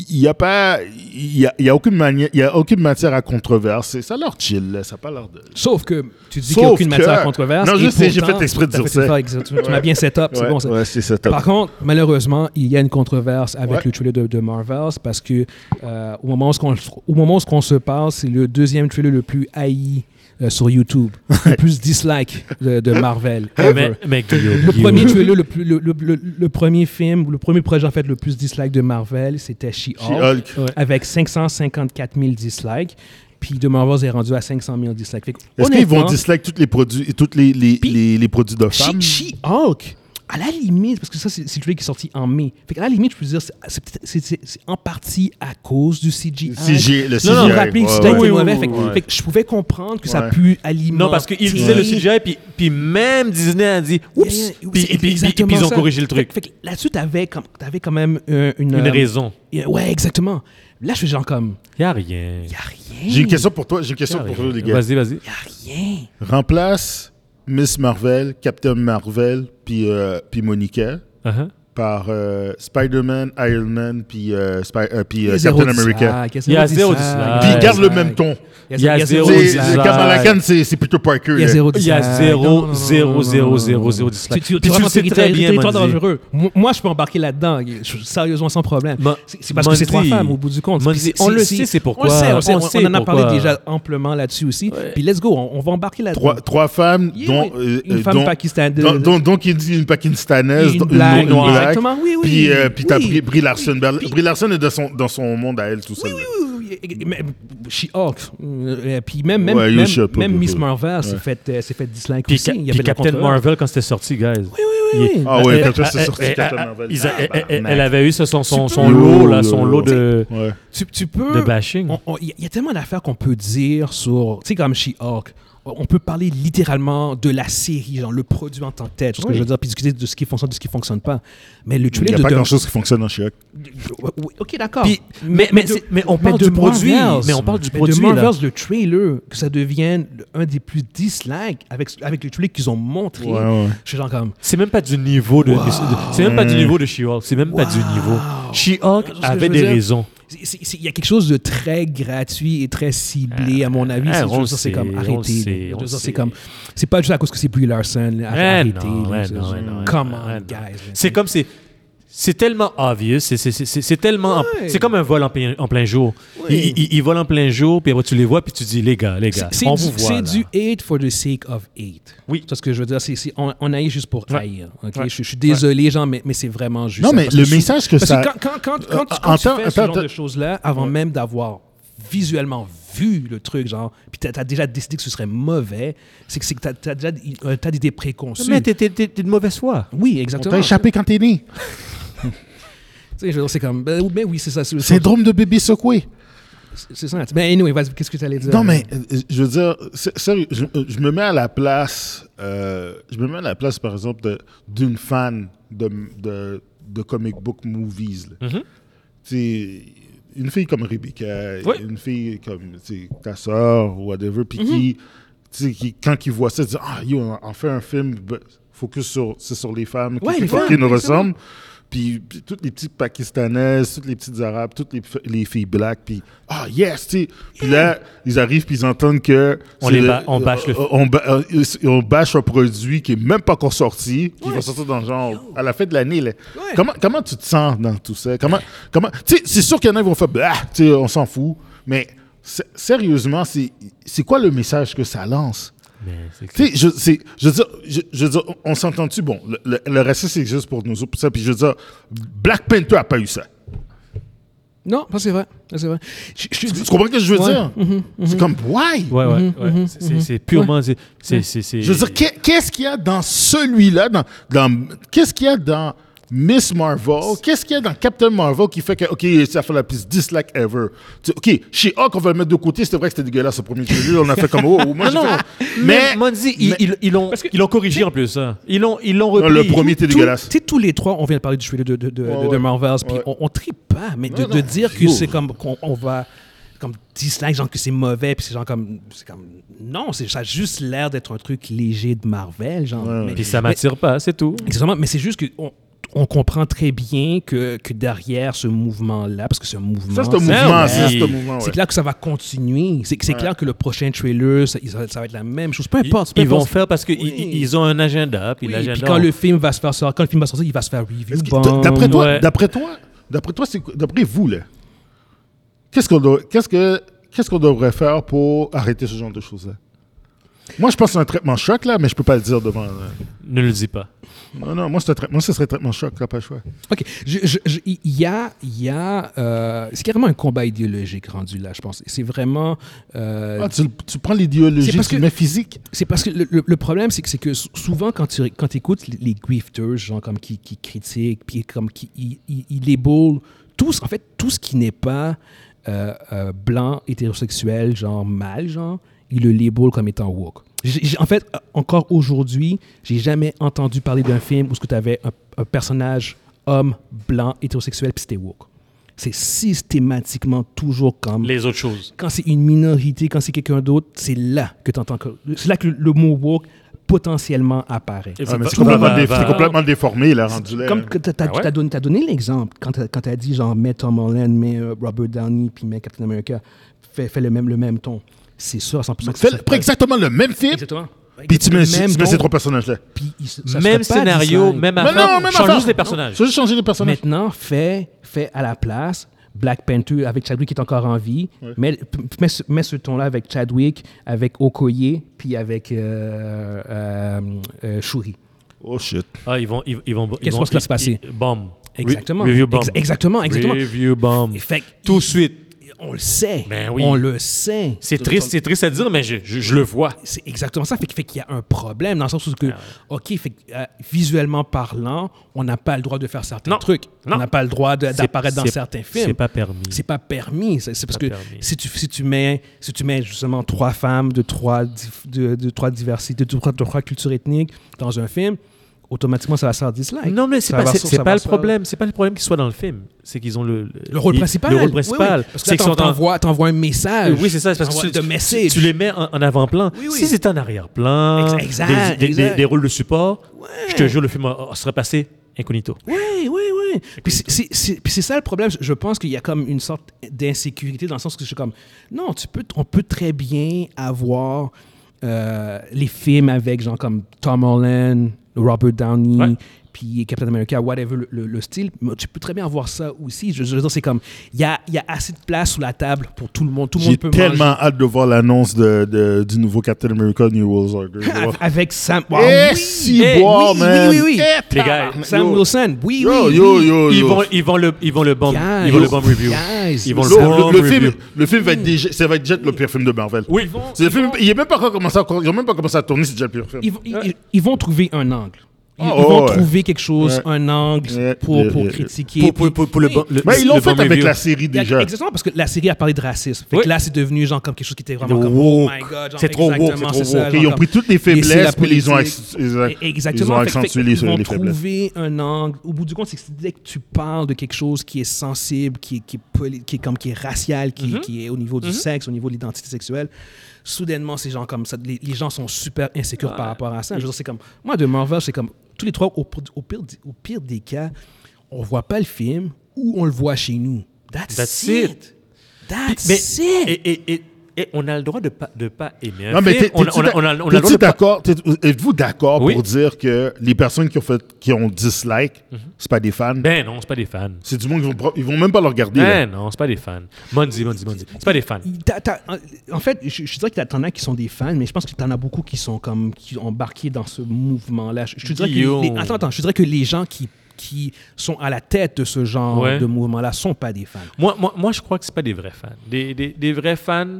S3: Il n'y a pas. Il n'y a, il y a, aucune mani- il y a aucune matière à controverse. C'est- Ça a l'air chill, là, ça n'a pas l'air de.
S1: Sauf que tu dis
S3: Sauf
S1: qu'il n'y a aucune
S3: que-
S1: matière à controverse.
S3: Non, je
S1: et
S3: sais, j'ai
S1: pourtant,
S3: fait exprès de
S1: t'as
S3: dire
S1: fait
S3: ça.
S1: exprès, exactement. Tu m'as bien set up, c'est
S3: Ouais,
S1: bon ça.
S3: ouais, c'est ça. top.
S1: Par contre, malheureusement, il y a une controverse avec
S3: Ouais.
S1: le trailer de, de Marvels parce que euh, au moment où ce qu'on- au moment où ce qu'on se parle, c'est le deuxième trailer le plus haï euh, sur YouTube, le plus dislike de, de Marvel. ever.
S2: Mais, mais Guillaume,
S1: Le
S2: Guillaume.
S1: premier trailer, le, plus- le, le- le- le premier film, ou le premier projet en fait le plus dislike de Marvel, c'était She-Hulk,
S3: She-Hulk.
S2: Ouais.
S1: avec 554 000 dislikes. Puis de Marvels est rendu à 500 000 dislikes. Fait que,
S3: Est-ce qu'ils vont
S1: honnêtement,
S3: dislike tous les produits, toutes les, les,
S1: Puis-
S3: les, les produits de femmes?
S1: She- She-Hulk, à la limite, parce que ça, c'est c'est le truc qui est sorti en mai. Fait que à la limite, je peux dire, c'est- c'est peut-être- c'est- c'est c'est en partie à cause du CGI.
S3: CGI, le
S1: Non, non,
S3: CGI,
S1: vous rappelez que
S3: ouais,
S1: c'était
S3: ouais.
S1: été
S2: Oui,
S1: mauvais.
S2: oui,
S1: fait, que-
S3: oui.
S1: fait que je pouvais comprendre que ça a
S3: Ouais.
S1: pu alimenter.
S2: Non, parce qu'ils disaient le CGI, puis, puis même Disney a dit « Oups! »
S1: Yeah, yeah,
S2: Puis
S1: c'est
S2: puis- puis-
S1: exactement
S2: puis ils ont
S1: ça.
S2: corrigé le truc.
S1: Fait, fait que là-dessus, t'avais comme- t'avais quand même euh, une.
S2: Une
S1: euh,
S2: raison.
S1: euh, Ouais, exactement. Là, je suis genre comme.
S2: Il n'y a rien.
S1: Y a rien.
S3: J'ai une question pour toi, j'ai une question pour vous, les gars.
S2: Vas-y, vas-y.
S1: Y a rien.
S3: Remplace Miss Marvel, Captain Marvel, puis euh, puis Monica
S2: Uh-huh.
S3: par euh, Spider-Man, Iron Man, puis euh, Spy- euh, puis,
S1: Y
S3: euh,
S1: a zéro
S3: Captain America.
S1: dislike,
S2: Y a zéro
S1: zéro
S2: dislike.
S1: dislike.
S3: Puis
S2: Ah,
S3: garde le même ton.
S2: Y a zéro
S3: C'est-
S2: dislike.
S3: c'est- Kamala Khan, c'est c'est Peter Parker.
S1: Il
S3: euh,
S1: y a
S3: là.
S1: zéro
S2: Il y a
S1: dislike.
S2: zéro,
S1: Non, non, non, non,
S2: zéro,
S1: non, non,
S2: zéro,
S1: non,
S2: zéro,
S1: non,
S2: zéro
S1: non.
S2: dislike.
S1: Tu, tu,
S2: Puis
S1: tu,
S2: tu le
S1: vraiment
S2: sais très bien,
S1: territoire
S2: Mandy.
S1: dangereux. Mo- Moi, je peux embarquer là-dedans, je- sérieusement, sans problème.
S2: Ma-
S1: C'est c'est parce que c'est trois
S2: Mandy.
S1: femmes, au bout du compte.
S2: Mandy,
S1: Puis c'est-
S2: on
S1: c'est-
S2: le
S1: c'est-
S2: sait, c'est
S1: On
S2: pourquoi.
S1: le sait, on, sait,
S2: On
S1: on,
S2: sait
S1: on en a parlé
S2: pourquoi.
S1: déjà amplement là-dessus aussi. Puis let's go, on, on va embarquer là-dedans.
S3: Trois, trois femmes,
S1: Yeah,
S3: dont,
S1: oui.
S3: euh,
S1: Une
S3: euh,
S1: femme
S3: dont-
S1: pakistanaise.
S3: dont- dont- dont il dit une pakistanaise,
S1: Et
S3: dont-
S1: une blague,
S3: une noire.
S1: exactement, oui, oui,
S3: Puis, euh,
S1: oui.
S3: puis t'as
S1: Oui.
S3: Brie, Brie Larson. Brie Brie Larson est dans son, dans son monde à elle, tout seul. là.
S1: Oui, oui, oui. Mais- She-Hulk. euh, Puis même, même,
S3: Ouais, yo,
S1: même,
S3: je sais pas,
S1: même
S3: je sais
S1: Miss
S3: pas.
S1: Marvel s'est
S3: Ouais.
S1: fait, euh, s'est fait dislike
S2: Puis,
S1: aussi.
S2: Ca-
S1: Il y
S2: puis
S1: avait de la
S2: Captain
S1: controverse.
S2: Marvel, quand c'était sorti, guys. Eh,
S1: Oui, oui, oui, oui.
S3: Ah ouais,
S2: Elle-
S3: quand ça, c'est
S2: elle-
S3: sorti,
S2: elle-
S3: Captain
S2: elle-
S3: Marvel.
S2: ils a-
S3: Ah,
S2: elle- eh, elle-
S3: barnac.
S2: Elle avait eu ce- son, son,
S1: Tu
S2: son
S3: peux-
S2: lot, là,
S3: Yo,
S2: son
S3: yo,
S2: lot
S3: yo.
S2: de,
S3: Ouais.
S1: Tu, tu peux.
S2: de bashing.
S1: On- on- Il y a tellement d'affaires qu'on peut dire sur. Tu sais, comme She-Hulk, on on peut parler littéralement de la série, genre le produit en tant que tel, tu vois ce que
S3: Oui.
S1: je veux dire, puis discuter de ce qui fonctionne, de ce qui fonctionne pas. Mais le
S3: Il n'y
S1: trailer
S3: a
S1: de.
S3: pas
S1: de-
S3: grand-chose qui fonctionne en Chioc.
S1: Oui, ok, d'accord.
S2: Puis- mais- mais
S1: de-
S2: c'est- mais on parle
S1: de
S2: du produit,
S1: Marvels.
S2: mais on parle du
S1: Mais
S2: produit,
S1: De
S2: là.
S1: Marvels, le trailer, que ça devienne le- un des plus dislikes avec, avec le trailer qu'ils ont montré.
S3: Ouais, ouais.
S1: Je suis genre comme.
S2: C'est même pas du niveau de. de- C'est même pas
S3: Mm.
S2: du niveau de She-Hulk. C'est même pas du
S1: Wow.
S2: niveau.
S1: C'est ce
S2: She-Hulk
S1: que je
S2: avait
S1: veux
S2: des
S1: dire.
S2: raisons.
S1: c'est- c'est- c'est- Il y a quelque chose de très gratuit et très ciblé, à mon avis.
S2: ah,
S1: C'est- je
S2: on
S1: veux
S2: le
S1: dire,
S2: sait,
S1: c'est comme
S2: on le
S1: arrêtez.
S2: sait,
S1: Je veux
S2: on le
S1: dire,
S2: sait.
S1: C'est comme. C'est pas juste à cause que c'est Brie Larson. là,
S2: Eh
S1: Arrêtez.
S2: non,
S1: là,
S2: eh
S1: c'est-
S2: non, eh non, eh
S1: Come
S2: non, eh
S1: on,
S2: non.
S1: guys.
S2: C'est comme c'est. C'est tellement obvious, c'est- c'est- c'est c'est tellement.
S1: Ouais.
S2: C'est comme un vol en plein, en plein jour.
S1: Oui.
S2: Ils, ils- ils volent en plein jour, puis après tu les vois, puis tu dis, les gars, les gars,
S1: C'est- c'est
S2: on
S1: du-
S2: vous voit.
S1: C'est
S2: là.
S1: du hate for the sake of hate.
S2: Oui.
S1: C'est ce que je veux dire. C'est, c'est- on, on haït juste pour
S2: Ouais.
S1: haïr. ok?
S2: Ouais.
S1: Je, je suis désolé, Jean, mais, mais c'est vraiment juste.
S3: Non,
S1: ça.
S3: mais
S1: Parce
S3: le
S1: sou-
S3: message que
S1: parce
S3: ça-
S1: quand, quand, quand, quand,
S3: Euh,
S1: quand tu
S3: attends,
S1: fais ce
S3: attends,
S1: genre de
S3: attends.
S1: choses-là, avant même d'avoir visuellement vu le truc, genre, puis t'as, t'as déjà décidé que ce serait mauvais, c'est que, c'est que t'as, t'as déjà euh, t'as des idées préconçues.
S2: Mais t'es- t'es t'es- t'es de mauvaise foi.
S1: oui,
S3: On
S1: exactement.
S3: t'a échappé quand t'es né.
S1: Tu sais, je veux dire, c'est comme, ben, ben oui, c'est ça. C'est,
S3: Syndrome de bébé secoué.
S1: c'est ça. Ben anyway, vas-y, qu'est-ce que t'allais dire?
S3: Non, mais euh, euh, je veux dire, c'est- sérieux, je, euh, je me mets à la place, euh, je me mets à la place, par exemple, de- d'une fan de, de, de comic book movies. là.
S1: Mm-hmm.
S2: Mhm.
S3: Tu sais, une fille comme Rebecca,
S2: Oui.
S3: une fille comme tu sais, ta soeur, whatever, puis qui, tu
S1: Mm-hmm.
S3: tu sais, qui- quand ils voient ça, ils disent Ah, yo, on- on fait un film, ben, focus sur, c'est sur les femmes,
S1: Ouais,
S3: qui,
S1: les
S3: qui-
S1: femmes,
S3: qui nous
S1: exactement.
S3: ressemblent. Puis, puis toutes les petites Pakistanaises, toutes les petites Arabes, toutes les, f- les filles black, puis Ah, yes, tu sais. Puis là, ils arrivent, puis ils entendent que.
S2: On
S3: c'est
S2: les ba- on bâche le-
S3: euh, on, ba- euh, on bâche un produit qui est même pas encore sorti, qui va sortir dans le genre à la fin de l'année. là. Comment, comment tu te sens dans tout ça? Comment, comment, tu sais, c'est sûr qu'il y en a qui vont faire bah, tu sais, on s'en fout, mais sé- sérieusement, c'est c'est quoi le message que ça lance?
S2: Mais c'est clair.
S3: Tu sais, je, c'est- je veux dire, je, je veux dire, on- on s'entend-tu? Bon, le, le, le racisme existe pour nous autres, pour ça, puis je veux dire, Black Panther a pas eu ça.
S1: Non, ça c'est vrai. Ça, c'est vrai. Je- je-
S3: Tu comprends ce que je veux
S1: Ouais.
S3: dire? C'est comme, why?
S2: Mm-hmm, Ouais, ouais, ouais. C'est- c'est- C'est purement. c'est- c'est- c'est- c'est-
S3: Je veux dire, qu'est- qu'est-ce qu'il y a dans celui-là, dans, dans- qu'est-ce qu'il y a dans Miss Marvel, qu'est-ce qu'il y a dans Captain Marvel qui fait que, OK, ça fait la plus dislike ever. Tu- OK, chez Hulk, on va le mettre de côté, c'est vrai que c'était dégueulasse au premier jeu, on a fait comme, oh, moi,
S2: Ah Non,
S3: j'ai
S2: non.
S3: fait-
S2: Mais,
S3: mais,
S2: Monzi, ils-
S3: mais-
S2: ils ils l'ont ils l'ont corrigé en plus. hein. Ils l'ont ils l'ont repris.
S3: Non, le premier était
S1: Tout-
S3: dégueulasse.
S1: Tu sais, tous les trois, on vient de parler du trailer de, de, de, de- de
S3: ouais.
S1: Marvels, puis
S3: Ouais.
S1: on, on tripe pas, mais de,
S3: Non,
S1: de
S3: non.
S1: dire que
S3: Yo.
S1: c'est comme qu'on on va comme dislike, genre que c'est mauvais, puis c'est genre comme c'est comme non, c'est ça a juste l'air d'être un truc léger de Marvel, genre. mais-
S2: Puis ça
S1: mais-
S2: m'attire pas, c'est tout.
S1: Exactement, mais c'est juste que on, on comprend très bien que, que derrière ce mouvement-là, parce que ce mouvement,
S3: Ça, c'est un mouvement, ça,
S2: ouais.
S3: c'est un
S2: Il-
S3: mouvement,
S1: c'est
S3: ouais.
S1: clair que ça va continuer. C'est c'est clair que le prochain trailer, ça, ça- ça va être la même chose. Peu importe. peu
S2: Ils vont
S1: importe.
S2: faire parce qu'ils
S1: Oui.
S2: ils ont un agenda. Puis
S1: Oui,
S2: l'agenda.
S1: puis quand
S2: on-
S1: le film va se faire sortir, quand le film va sortir, il va se faire review.
S3: Est-ce que-
S1: bomb.
S3: D'après toi,
S2: ouais.
S3: d'après toi, d'après toi, c'est quoi- d'après vous, là, qu'est-ce qu'on doit- qu'est-ce que, qu'est-ce qu'on devrait faire pour arrêter ce genre de choses-là? Moi, je pense que c'est un traitement choc, là, mais je peux pas le dire devant. euh,
S2: Ne le dis pas.
S3: Non, non, moi, c'est un trai- moi, ce serait traitement choc, là, pas le choix.
S1: Ok, Je- je- je- il y a, il y a, euh, c'est carrément un combat idéologique rendu là, je pense. C'est vraiment, euh,
S3: Ah, tu, tu prends
S1: C'est
S3: l'idéologie, tu
S1: parce que-
S3: le mets physique.
S1: c'est parce que le, le- le problème, c'est que, c'est que sou- souvent quand tu quand écoutes les, les grifters, genre comme qui, qui critiquent, puis comme qui ils ils- ils déboulent tous, en fait, tout ce qui n'est pas euh, euh, blanc, hétérosexuel, genre mâle, genre, ils le labelent comme étant woke. J'ai- j'ai- en fait, euh, encore aujourd'hui, j'ai jamais entendu parler d'un film où tu avais un, un personnage homme, blanc, hétérosexuel, puis c'était woke. C'est systématiquement toujours comme
S2: Les autres choses.
S1: quand c'est une minorité, quand c'est quelqu'un d'autre, c'est là que tu entends. C'est là que le, le mot woke potentiellement apparaît.
S2: Et
S3: Ah, mais
S2: va-
S3: c'est complètement,
S2: va-
S3: dé-
S2: va-
S3: c'est complètement déformé, là, rendu là.
S1: Comme que t'as- t'as-
S2: Ah ouais?
S1: tu as donné, t'as donné l'exemple quand tu as dit genre mets Tom Holland, mets euh, Robert Downey, puis mets Captain America, fais, fais le, même, le même ton. C'est ça, 100% que
S3: Fais
S1: ça
S3: le-
S1: serait
S3: prends exactement le même film,
S1: Exactement.
S3: puis tu mets,
S1: Le
S3: tu
S1: même Bah,
S3: mets
S1: ton,
S3: ces trois personnages-là.
S1: puis il se- ça
S2: Même
S1: serait pas
S2: scénario,
S1: design.
S2: même
S3: Mais non,
S2: affaire.
S3: même
S2: Change
S3: affaire.
S2: juste les personnages.
S3: Tu veux juste changer les personnages.
S1: Maintenant, fais, fais à la place Black Panther avec Chadwick qui est encore en vie. Mets, p- mets ce, mets ce ton-là avec Chadwick, avec Okoye, puis avec euh, euh, euh, Shuri.
S3: Oh shit.
S2: Ah, ils vont. Ils, ils vont
S1: Qu'est-ce qu'on se laisse passer?
S2: Bomb.
S1: Exactement.
S2: Review bomb.
S1: Ex- exactement, exactement.
S2: Review bomb.
S1: Et fait que
S2: Tout de suite.
S1: on le sait.
S2: Ben oui.
S1: On le sait.
S2: C'est triste, c'est triste à dire, mais je, je- je le vois.
S1: C'est exactement ça. Fait, que- fait qu'il y a un problème dans le sens où,
S2: Ben
S1: que, OK, fait, que, euh, visuellement parlant, on n'a pas le droit de faire certains
S2: Non.
S1: trucs. On
S2: Non.
S1: n'a pas le droit de-
S2: C'est-
S1: d'apparaître dans
S2: c'est-
S1: certains films.
S2: c'est pas permis.
S1: C'est pas permis. C'est c'est parce
S2: Pas
S1: que
S2: permis.
S1: si tu, si, tu mets, si tu mets justement trois femmes de trois, dif- de, de trois diversités, de trois, de trois cultures ethniques dans un film, automatiquement, ça va se faire dislike.
S2: Non, mais c'est
S1: Ça
S2: pas,
S1: va
S2: c'est-
S1: se-
S2: c'est
S1: ça
S2: pas
S1: va
S2: le
S1: se faire-
S2: problème. C'est pas le problème qu'ils soient dans le film. C'est qu'ils ont le, le-
S1: Le rôle
S2: ils-
S1: principal.
S2: Le rôle
S1: Oui, oui.
S2: principal.
S1: Parce que
S2: C'est
S1: là,
S2: qu'ils sont
S1: t'en-
S2: en-
S1: t'envoies t'envoies un message.
S2: Oui, c'est ça. c'est parce que
S1: T'envoies
S2: tu,
S1: de
S2: tu-
S1: message.
S2: tu les mets en, en avant-plan.
S1: Oui, oui.
S2: Si c'était en arrière-plan,
S1: Ex- exact,
S2: des, des-
S1: exact.
S2: des- des rôles de support, je te jure, le film euh, serait passé incognito.
S1: Oui, oui, oui. Puis c'est- c'est- c'est puis c'est ça le problème. Je- Je pense qu'il y a comme une sorte d'insécurité dans le sens que je suis comme, non, tu peux, on peut très bien avoir euh, les films avec genre comme Tom Holland, Robert Downey,
S2: Ouais.
S1: puis Captain America, whatever le, le- le style. Mais tu peux très bien avoir ça aussi. Je, je veux dire, c'est comme, il y a, il y a assez de place sous la table pour tout le monde. Tout le
S3: J'ai
S1: monde peut
S3: tellement
S1: manger.
S3: hâte de voir l'annonce de, de- du nouveau Captain America New World Order.
S1: Av- Avec Sam. wow,
S3: Eh,
S1: oui,
S3: si,
S1: eh,
S3: boire,
S1: oui,
S3: man. Eh,
S1: oui, oui, oui.
S2: Les gars,
S1: Sam
S3: Yo.
S1: Wilson, oui,
S3: Yo,
S1: oui.
S3: yo,
S1: oui.
S3: yo,
S2: Ils
S3: yo.
S2: vont, ils vont le, ils vont le bomb,
S1: Guys,
S2: ils vont le bomb review.
S1: guys.
S2: Ils vont
S3: Yo,
S2: le bomb
S3: le, le
S2: review.
S3: film, le film va être déjà, ça va être déjà le pire film de Marvel.
S2: Oui,
S3: C'est le film, il est même pas encore commencé, à- ils ont même pas commencé à tourner, c'est déjà le pire film.
S1: ils, ils- ils- ils vont trouver un angle. Ils,
S3: Ah,
S1: ils vont
S3: ouais.
S1: trouver quelque chose,
S3: Ouais.
S1: un angle
S3: Ouais,
S1: pour,
S3: ouais,
S1: pour
S3: ouais.
S1: critiquer.
S2: pour, pour,
S1: puis-
S2: pour, pour le,
S1: Oui.
S2: bomb- le
S3: Mais ils
S2: le
S3: l'ont fait
S2: bomb
S3: avec
S2: review.
S3: la série déjà.
S1: Exactement, parce que la série a parlé de racisme. Fait
S2: Oui.
S1: que là, c'est devenu genre comme quelque chose qui était vraiment
S2: Le
S1: comme, Oh
S2: woke.
S1: my God, genre,
S2: C'est trop woke,
S1: exactement,
S2: c'est trop
S1: ça,
S2: woke.
S1: genre
S3: ils ont
S1: comme
S3: pris toutes les
S1: laisser la
S3: faiblesses, puis ils ont,
S1: politique.
S3: acc- ils ont-
S1: Et- E- Exactement.
S3: ils ont
S1: Fait que- fait
S3: accentué
S1: que
S3: les,
S1: ils vont
S3: les faiblesses.
S1: trouver un angle. Au bout du compte, c'est que dès que tu parles de quelque chose qui est sensible, qui, qui, poli- qui est comme qui est racial, qui,
S2: Mhm.
S1: qui est au niveau du sexe, au niveau de l'identité sexuelle. Soudainement, ces gens comme ça, les, les gens sont super insécures par rapport à ça. Je veux dire, c'est comme moi de Marvel, c'est comme tous les trois au, pr- au pire, di- au pire des cas, on voit pas le film ou on le voit chez nous. That's,
S2: That's
S1: it.
S2: it.
S1: That's
S2: Mais-
S1: it.
S2: et, et- et- et on a le droit de pas, de pas aimer un
S3: Non, mais
S2: film.
S3: t'es-
S2: on, a-
S3: t'es-tu
S2: on a-
S3: d'ac-
S2: on a- on a le droit
S3: t'es-tu
S2: de pas-
S3: d'accord? T'es- Êtes-vous d'accord
S2: Oui.
S3: pour dire que les personnes qui ont, fait, qui ont dislike, c'est pas des fans?
S2: Mhm. Ben non, c'est pas des fans.
S3: c'est du monde qui vont, pro- ils vont même pas le regarder. là.
S2: Ben non, c'est pas des fans. Monzi, Monzi, Monzi. C'est pas des fans.
S1: T'as- t'as- en fait, je, je dirais que t'en as qui sont des fans, mais je pense que t'en as beaucoup qui sont comme qui ont embarqué dans ce mouvement-là. Je, je te dirais
S2: Guillaume.
S1: que les, les- attends, attends, je te dirais que les gens qui qui sont à la tête de ce genre
S2: Ouais.
S1: de mouvement-là sont pas des fans.
S2: Moi, moi, moi, je crois que c'est pas des vrais fans. Des, des, des vrais fans.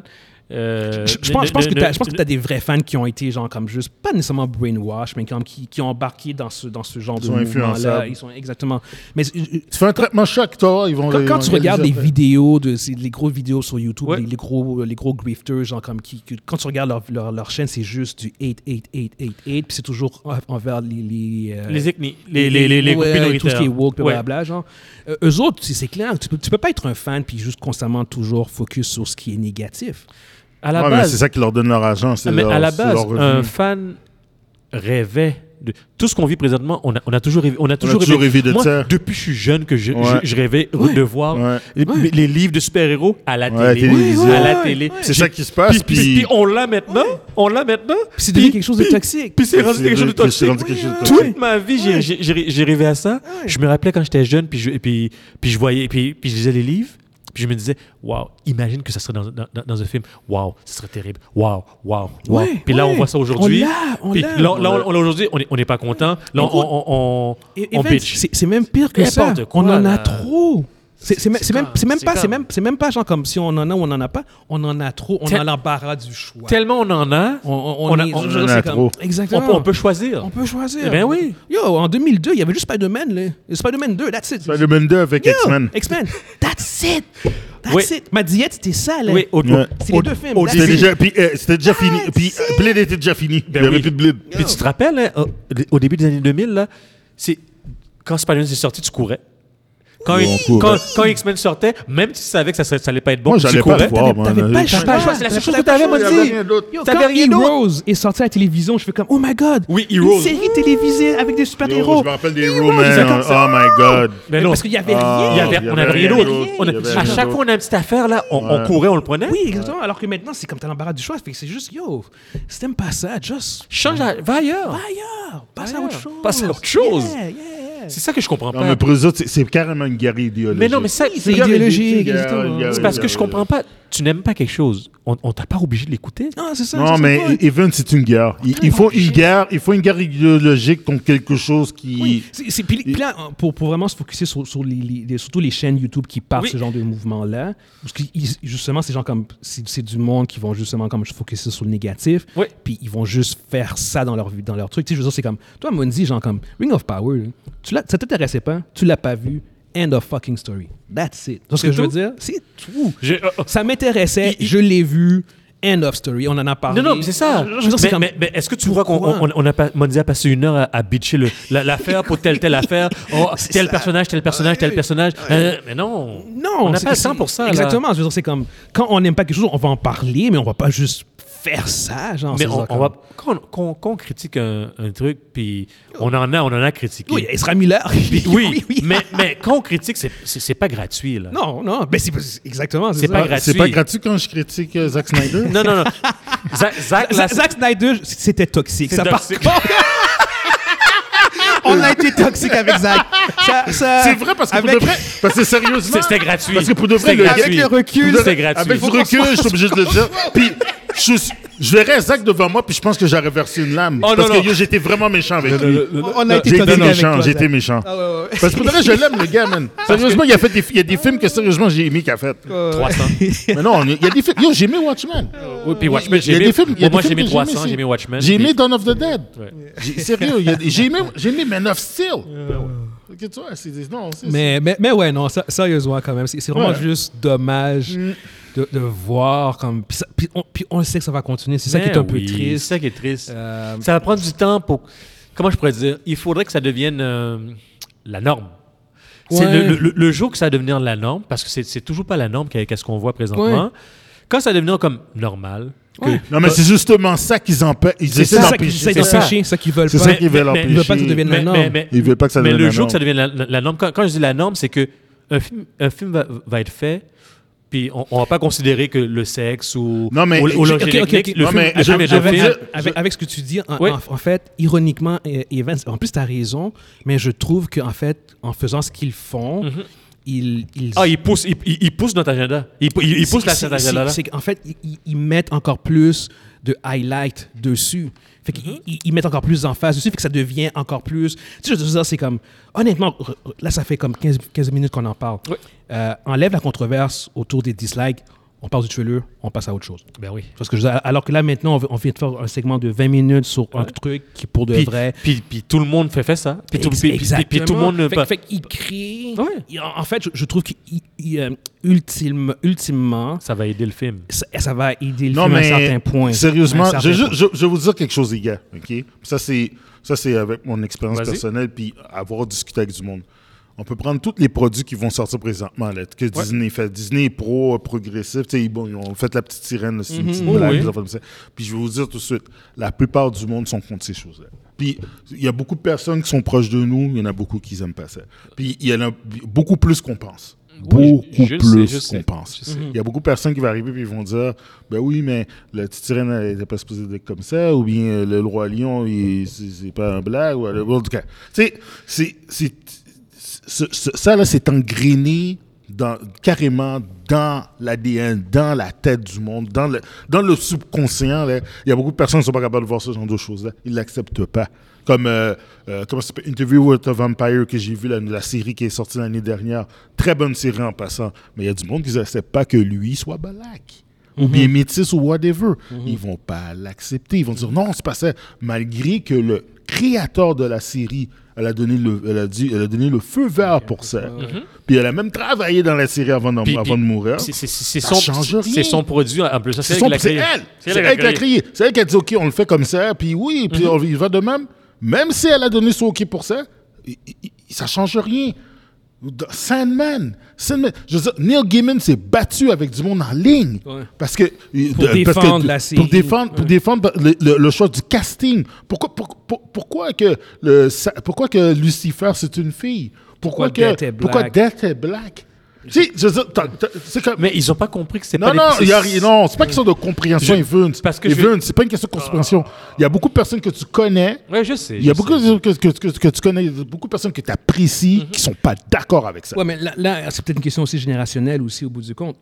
S2: euh,
S1: Je, je pense, je pense
S2: ne-
S1: que
S2: ne-
S1: t'as- je pense que
S2: ne-
S1: tu as des vrais fans qui ont été genre comme juste pas nécessairement brainwash, mais comme qui, qui ont embarqué dans ce dans ce genre
S3: sont
S1: de mouvement-là.
S3: influençables.
S1: Ils sont exactement. Mais euh,
S3: Tu fais un traitement choc, toi, ils vont
S1: Quand,
S3: les-
S1: quand
S3: ils
S1: tu
S3: vont
S1: regardes les
S3: réaliser après.
S1: vidéos, de, ces- les grosses vidéos sur YouTube,
S2: Ouais.
S1: les, les gros, les gros grifters, genre comme qui, que- quand tu regardes leur, leur, leur chaîne, c'est juste du 8, 8, 8, 8, 8, puis c'est toujours en- envers les. Les, euh,
S2: Les ethnies, les, les, les, les groupes
S1: ouais, Tout ce
S2: minoritaires.
S1: qui est woke, puis
S2: Ouais.
S1: blablabla, genre. Euh, eux autres, c'est c'est clair, tu peux, tu peux pas être un fan puis juste constamment toujours focus sur ce qui est négatif.
S2: À la
S3: Ouais, mais
S2: base,
S3: c'est ça qui leur donne leur argent. c'est
S2: Ah, mais
S3: leur-
S2: à la
S3: c'est
S2: base,
S3: leur revenu.
S2: un fan rêvait de tout ce qu'on vit présentement. On a, on a toujours rêvé. On a toujours,
S3: toujours rêvé de
S2: Moi,
S3: ça.
S2: Depuis que je suis jeune, que je, je-
S3: Ouais.
S2: je, rêvais de voir
S3: Ouais.
S2: les,
S1: Ouais.
S2: les livres de super-héros à la
S3: Ouais,
S2: télé,
S3: télévisé.
S2: à la
S1: Ouais,
S2: télé.
S1: ouais.
S3: C'est ça qui se passe.
S2: Puis, puis-
S3: Puis,
S2: puis on l'a maintenant. On l'a maintenant.
S1: Puis c'est devenu quelque chose de toxique.
S2: Puis c'est rendu
S3: C'est
S2: quelque chose de
S3: vrai que c'est
S2: toxique.
S3: rendu quelque chose de
S2: Toute
S3: toxique.
S2: ma vie, j'ai- j'ai- j'ai j'ai rêvé à ça. Je me rappelais quand j'étais jeune, puis je, et puis, puis je voyais, puis, puis je lisais les livres, puis je me disais, waouh, imagine que ça serait dans, dans, dans- dans un film. Waouh, ce serait terrible. Waouh, waouh, waouh.
S1: Ouais,
S2: puis là, on
S1: ouais.
S2: voit ça aujourd'hui.
S1: On l'a, on
S2: Puis
S1: l'a.
S2: Là, là, on- on l'a aujourd'hui, on est- on n'est pas content. Là, on,
S1: Écoute,
S2: on, on,
S1: Et-
S2: on
S1: Evans,
S2: bitch.
S1: C'est c'est même pire que ça.
S2: N'importe quoi,
S1: on en
S2: là.
S1: a trop. C'est c'est même,
S2: C'est
S1: c'est même,
S2: comme-
S1: c'est même
S2: c'est
S1: pas, c'est
S2: comme-
S1: même, c'est même pas genre comme si on en a ou on en a pas. On en a trop. On
S2: Tel-
S1: a l'embarras du choix.
S2: Tellement on en a,
S1: On,
S2: on,
S1: on, on
S2: a-
S1: est-
S2: on
S1: je
S3: en
S1: veux dire,
S3: a
S1: c'est comme-
S3: trop.
S1: Exactement.
S2: peut, on peut choisir.
S1: On peut choisir.
S2: Eh ben oui.
S1: Yo, en 2002, il y avait juste Spider-Man. là. Spider-Man 2, that's it.
S3: Spider-Man 2 avec
S1: Yo,
S3: X-Men.
S1: X-Men. That's it. That's
S2: Oui.
S1: it. Ma diète, c'était ça. Là.
S2: Oui, au,
S3: Ouais.
S1: C'est les
S2: au-
S1: deux films.
S2: au
S1: That's
S3: C'était
S1: it.
S2: début.
S3: déjà, puis, euh, c'était déjà fini. Puis
S1: c'est-
S3: euh, Blade était déjà fini.
S2: Ben
S3: Il y avait
S2: oui.
S3: plus de Blade.
S2: Puis tu te rappelles, hein, au- au début des années 2000, là, c'est quand Spider-Man est sorti, tu courais. Quand,
S3: Oui. On courait.
S2: quand, quand X-Men sortait, même si tu savais que ça, serait- ça allait pas être bon,
S3: Moi,
S2: tu
S3: j'allais pas
S2: courais.
S3: le voir. moi,
S1: T'avais
S3: là.
S1: pas le
S3: J'avais-
S1: choix.
S2: c'est la seule chose que
S1: T'avais
S2: t'avais,
S1: pas le
S2: moi,
S1: choix.
S3: j'avais rien d'autre.
S1: Yo,
S2: T'avais
S1: quand
S2: rien d'autre.
S1: Heroes est sorti à la télévision, je fais comme, oh my god.
S2: Oui, Heroes.
S1: Une série télévisée avec des
S3: Yo,
S1: super-héros.
S3: Je me rappelle des
S1: Heroes,
S3: Roman.
S1: c'est comme
S3: Oh
S1: ça.
S3: my God.
S2: Mais
S1: Mais
S2: non,
S1: parce qu'il y avait
S3: Ah,
S2: il y
S1: rien.
S2: avait,
S3: il y
S2: on
S3: avait
S2: avait rien
S3: rien
S2: d'autre.
S3: d'autre.
S2: On a-
S3: Il y avait
S2: À
S3: rien
S2: chaque fois, on a une petite affaire, là, on, on
S3: Ouais.
S2: courait, on le prenait.
S1: Oui, exactement. Alors que maintenant, c'est comme t'as l'embarras du choix. Fait que c'est juste, yo, si t'aimes pas ça, just
S2: Change, la- va ailleurs.
S1: va ailleurs. Passe à
S2: Ailleurs.
S1: autre chose.
S2: Passe à autre chose.
S1: Yeah, yeah, yeah.
S2: C'est ça que je comprends
S3: Non,
S2: pas.
S3: mais pour eux autres, c'est- c'est carrément une guerre idéologique.
S2: Mais non, mais ça,
S1: C'est idéologique, exactement.
S2: c'est parce
S1: euh,
S2: que je comprends pas. Tu n'aimes pas quelque chose. On, on t'a pas obligé de l'écouter.
S1: Non, c'est ça.
S3: Non,
S1: c'est
S3: mais
S1: ça, ouais.
S3: Even, c'est une guerre. Il, il faut une guerre. Il faut une guerre idéologique contre quelque chose qui.
S1: Oui, c'est- c'est- puis, puis là, pour, pour vraiment se focuser sur, sur les, les- les- surtout les chaînes YouTube qui partent
S2: Oui.
S1: ce genre de mouvement-là, parce que ils- justement, ces gens comme, c'est c'est du monde qui vont justement comme se focuser sur le négatif,
S2: Oui.
S1: puis ils vont juste faire ça dans leur, vie- dans leur truc. Tu sais, je veux dire, c'est comme, toi, Monzi, genre comme Ring of Power, là, tu l'as- ça t'intéressait pas, tu l'as pas vu, end of fucking story. That's it. C'est ce que je veux
S2: tout?
S1: dire? C'est tout.
S2: J'ai- oh, oh.
S1: Ça m'intéressait, je l'ai vu, end of story, on en a parlé.
S2: Non, non, mais c'est ça.
S1: Je veux dire, c'est
S2: mais
S1: comme-
S2: mais- mais est-ce que tu crois qu'on
S1: Pourquoi?
S2: on, on a pas, Monzi a passé une heure à, à bitcher le- la- l'affaire pour telle, telle affaire oh, Tel personnage, tel personnage, tel personnage. Euh, mais non.
S1: Non,
S2: on n'a
S1: c'est-
S2: pas le
S1: c'est-
S2: temps pour ça. là.
S1: Exactement. Je veux dire, c'est comme quand on n'aime pas quelque chose, on va en parler, mais on va pas juste faire ça. Genre,
S2: Mais
S1: c'est
S2: on,
S1: ça,
S2: on
S1: comme-
S2: va, quand, on- quand on- quand on critique un, un truc, puis on en a, on en a critiqué.
S1: Oui, Ezra Miller.
S2: Puis- oui, Mais, mais quand on critique, c'est- c'est c'est pas gratuit. Là.
S1: Non, non, mais c'est c'est- exactement.
S2: C'est pas
S1: ça.
S2: gratuit.
S3: C'est pas gratuit quand je critique euh, Zack Snyder.
S2: non, non, non. Zach, Zach, là,
S1: Zack Zack Snyder, c'était toxique.
S2: C'est
S1: Ça, par
S2: toxique.
S1: contre- on a été toxique avec Zack. Ça- ça-
S3: C'est vrai parce que
S1: avec-
S3: pour de vrai, parce que sérieusement,
S2: C'est- c'était gratuit.
S3: Parce que pour de vrai,
S2: C'était
S3: le
S2: gratuit.
S3: gars-
S1: Avec le recul,
S3: pour de vrai-
S2: c'était gratuit.
S3: Avec
S2: Faut
S3: le recul, je suis obligé de le dire. Puis je, suis- je verrais Zach devant moi, puis je pense que j'aurais versé une lame
S2: Oh, non,
S3: parce
S2: non.
S3: que yo, j'étais vraiment méchant avec lui.
S1: On a été
S3: J'ai été
S1: toxique avec
S3: méchant,
S1: toi,
S3: j'ai
S1: Zack.
S3: été méchant.
S1: Ah, ouais, ouais, ouais.
S3: Parce que pour de vrai, je l'aime le gars, man. Sérieusement, il a fait des, il y a des films que sérieusement j'ai aimé qu'il a fait.
S2: 300.
S3: Mais non, il y a des films. Yo, j'ai aimé Watchmen.
S2: Oui, puis
S3: Il y a
S2: Watchmen, j'ai
S3: des
S2: aimé.
S3: films- il y a
S2: moi,
S3: des
S2: j'ai aimé
S3: films que
S2: 300,
S3: c'est-
S2: j'ai aimé Watchmen.
S3: J'ai
S2: puis-
S3: aimé Dawn of the Dead.
S2: Ouais.
S3: J'ai- Sérieux, il y a- j'ai aimé, j'ai aimé Man of Steel. Ok, tu vois, c'est des- non, c'est-
S1: Mais, mais, mais ouais, non, sé- sérieusement quand même. C'est c'est vraiment
S3: Ouais.
S1: juste dommage de, de voir comme. Puis, ça- puis on, puis on sait que ça va continuer. C'est ça qui est un
S2: Ben oui,
S1: peu triste.
S2: C'est ça qui est triste.
S1: Euh,
S2: Ça va prendre du temps pour. Comment je pourrais dire Il faudrait que ça devienne euh, la norme. C'est
S1: Ouais.
S2: le, le- le jour que ça va devenir la norme, parce que c'est- c'est toujours pas la norme qu'avec ce qu'on voit présentement,
S1: Ouais.
S2: quand ça va devenir comme normal, que-
S1: Ouais.
S3: Non, mais c'est justement ça qu'ils empêchent. Ils
S2: C'est
S1: C'est
S3: essaient
S1: ça qu'ils
S3: d'empêcher.
S1: essaient
S2: c'est ça.
S1: d'empêcher, c'est ça qu'ils veulent
S3: C'est
S1: pas.
S3: ça qu'ils veulent
S2: Mais- mais-
S1: Ils veulent pas que ça
S3: empêcher.
S1: devienne la norme.
S3: Ils veulent pas que ça
S2: mais
S3: devienne
S2: le
S3: la
S2: jour que ça
S3: norme.
S2: devienne la, la- la norme, quand, quand je dis la norme, c'est que un film, un film va, va être fait, puis on, on va pas considérer que le sexe ou
S3: Non, mais-
S2: ou- ou
S3: Ok,
S2: l'origine
S1: ok, ok.
S2: ethnique, le
S3: Non,
S2: film-
S3: mais
S2: le
S3: je-
S2: film est
S3: je
S2: déjà
S3: veux
S2: fait.
S3: dire-
S1: Avec, avec ce que tu dis, en,
S2: Oui.
S1: en- en fait, ironiquement, euh, Evans, en plus, tu as raison, mais je trouve qu'en fait, en faisant ce qu'ils font, ils, ils,
S2: Mm-hmm. Ah, il pousse, il, il- il pousse notre agenda. Il, pou- il- il pousse la-
S1: c'est-
S2: cet agenda là.
S1: c'est- c'est qu'en fait, ils- ils, ils mettent encore plus de highlight dessus. Fait qu'ils
S2: Mm-hmm.
S1: ils- ils mettent encore plus d'emphase dessus, fait que ça devient encore plus. Tu sais, je veux dire, c'est comme. Honnêtement, re- re- là, ça fait comme 15, 15 minutes qu'on en parle.
S2: Oui.
S1: Euh, enlève la controverse autour des dislikes, on passe du trailer, on passe à autre chose.
S2: Ben oui.
S1: Parce que je veux dire, alors que là, maintenant, on, veut- on vient de faire un segment de 20 minutes sur un
S2: Ouais.
S1: truc qui, pour de
S2: Puis,
S1: vrai.
S2: puis, puis tout le monde fait, fait ça. Puis tout,
S1: Ex-
S2: puis- puis- puis- puis tout le monde ne
S1: Fait-
S2: pas.
S1: Fait, qu'il crée.
S2: Ouais.
S1: Il- En en fait, je, je trouve qu'ultimement, euh, ultimement,
S2: Ça va aider le film.
S1: ça, ça va aider le
S3: Non,
S1: film à
S3: mais
S1: un certain point. À
S3: sérieusement,
S1: un certain
S3: je, je-
S1: point.
S3: je- je vais vous dire quelque chose, les gars. OK? Ça, c'est, ça, c'est avec mon expérience
S2: Vas-y.
S3: personnelle puis avoir discuté avec du monde. On peut prendre tous les produits qui vont sortir présentement, là, que Disney fait. Disney est pro, euh, progressif. Tu sais, bon, ils ont fait la petite sirène, là, c'est une petite
S2: Oh,
S3: blague,
S2: oui.
S3: des affaires comme ça. Puis je vais vous dire tout de suite, la plupart du monde sont contre ces choses-là. Puis il y a beaucoup de personnes qui sont proches de nous, il y en a beaucoup qui aiment pas ça. Puis il y en a beaucoup plus qu'on pense.
S2: Oui,
S3: Beaucoup
S2: je- je le sais,
S3: plus
S2: je sais,
S3: qu'on pense.
S2: je sais.
S3: Il y a beaucoup de personnes qui vont arriver et vont dire Ben oui, mais la petite sirène, elle n'était pas supposée d'être comme ça, ou bien euh, le roi lion, il- c'est c'est pas un blague. Ou, en tout cas, tu sais, c'est- c'est- ce- ce- ça, là, c'est engrainé dans, carrément dans l'ADN, dans la tête du monde, dans le, dans le subconscient. là. Il y a beaucoup de personnes qui ne sont pas capables de voir ce genre de choses-là. Ils ne l'acceptent pas. Comme euh, euh, comment ça s'appelle, Interview with a Vampire que j'ai vu, la, la série qui est sortie l'année dernière. Très bonne série en passant. Mais il y a du monde qui n'accepte pas que lui soit black.
S2: Mhm.
S3: Ou bien métis ou whatever. Ils vont pas l'accepter. Ils vont dire non, c'est pas ça. Malgré que le créateur de la série, elle a donné le, elle a dit, elle a donné le feu vert pour ça. Puis elle a même travaillé dans la série avant, d'en-
S2: Puis-
S3: avant
S2: puis-
S3: de mourir.
S2: C'est- C'est c'est
S3: Ça change
S2: son,
S3: rien.
S2: c'est son produit en plus. Ça,
S3: C'est
S2: C'est
S3: son-
S2: elle qui
S3: c'est
S2: l'a créé.
S3: elle. C'est elle qui a crié. C'est elle qui a dit OK, on le fait comme ça. Puis
S1: Mhm.
S3: oui, puis on y va de même. Même si elle a donné son OK pour ça, i- i- ça change rien. Dans- Sandman, Sandman. Je veux dire, Neil Gaiman s'est battu avec du monde en ligne
S1: Ouais.
S3: parce que euh,
S1: Pour
S3: de- parce
S1: défendre la série.
S3: Pour défendre, pour défendre le, le- le choix du casting. Pourquoi, pour- pour- pourquoi que le, ça- pourquoi que Lucifer c'est une fille
S1: Pourquoi
S3: Pourquoi, que
S1: Death est black?
S3: pourquoi Death est black Tu sais, je veux dire, t'as- t'as- c'est comme
S2: Mais ils ont pas compris que c'est pas
S3: non,
S2: des-
S3: non,
S2: c'est-
S3: il y a rien- non, c'est pas une question de compréhension,
S2: Je-
S3: Evans.
S2: parce que je-
S3: Evans, c'est pas une question de compréhension. Il y a beaucoup de personnes que tu connais.
S2: Ouais, je sais.
S3: Il y a
S2: je
S3: beaucoup de
S2: sais.
S3: personnes que, que, que- que tu connais, beaucoup de personnes que tu apprécies qui sont pas d'accord avec ça.
S1: Mhm. Ouais, mais là, là, c'est peut-être une question aussi générationnelle aussi au bout du compte.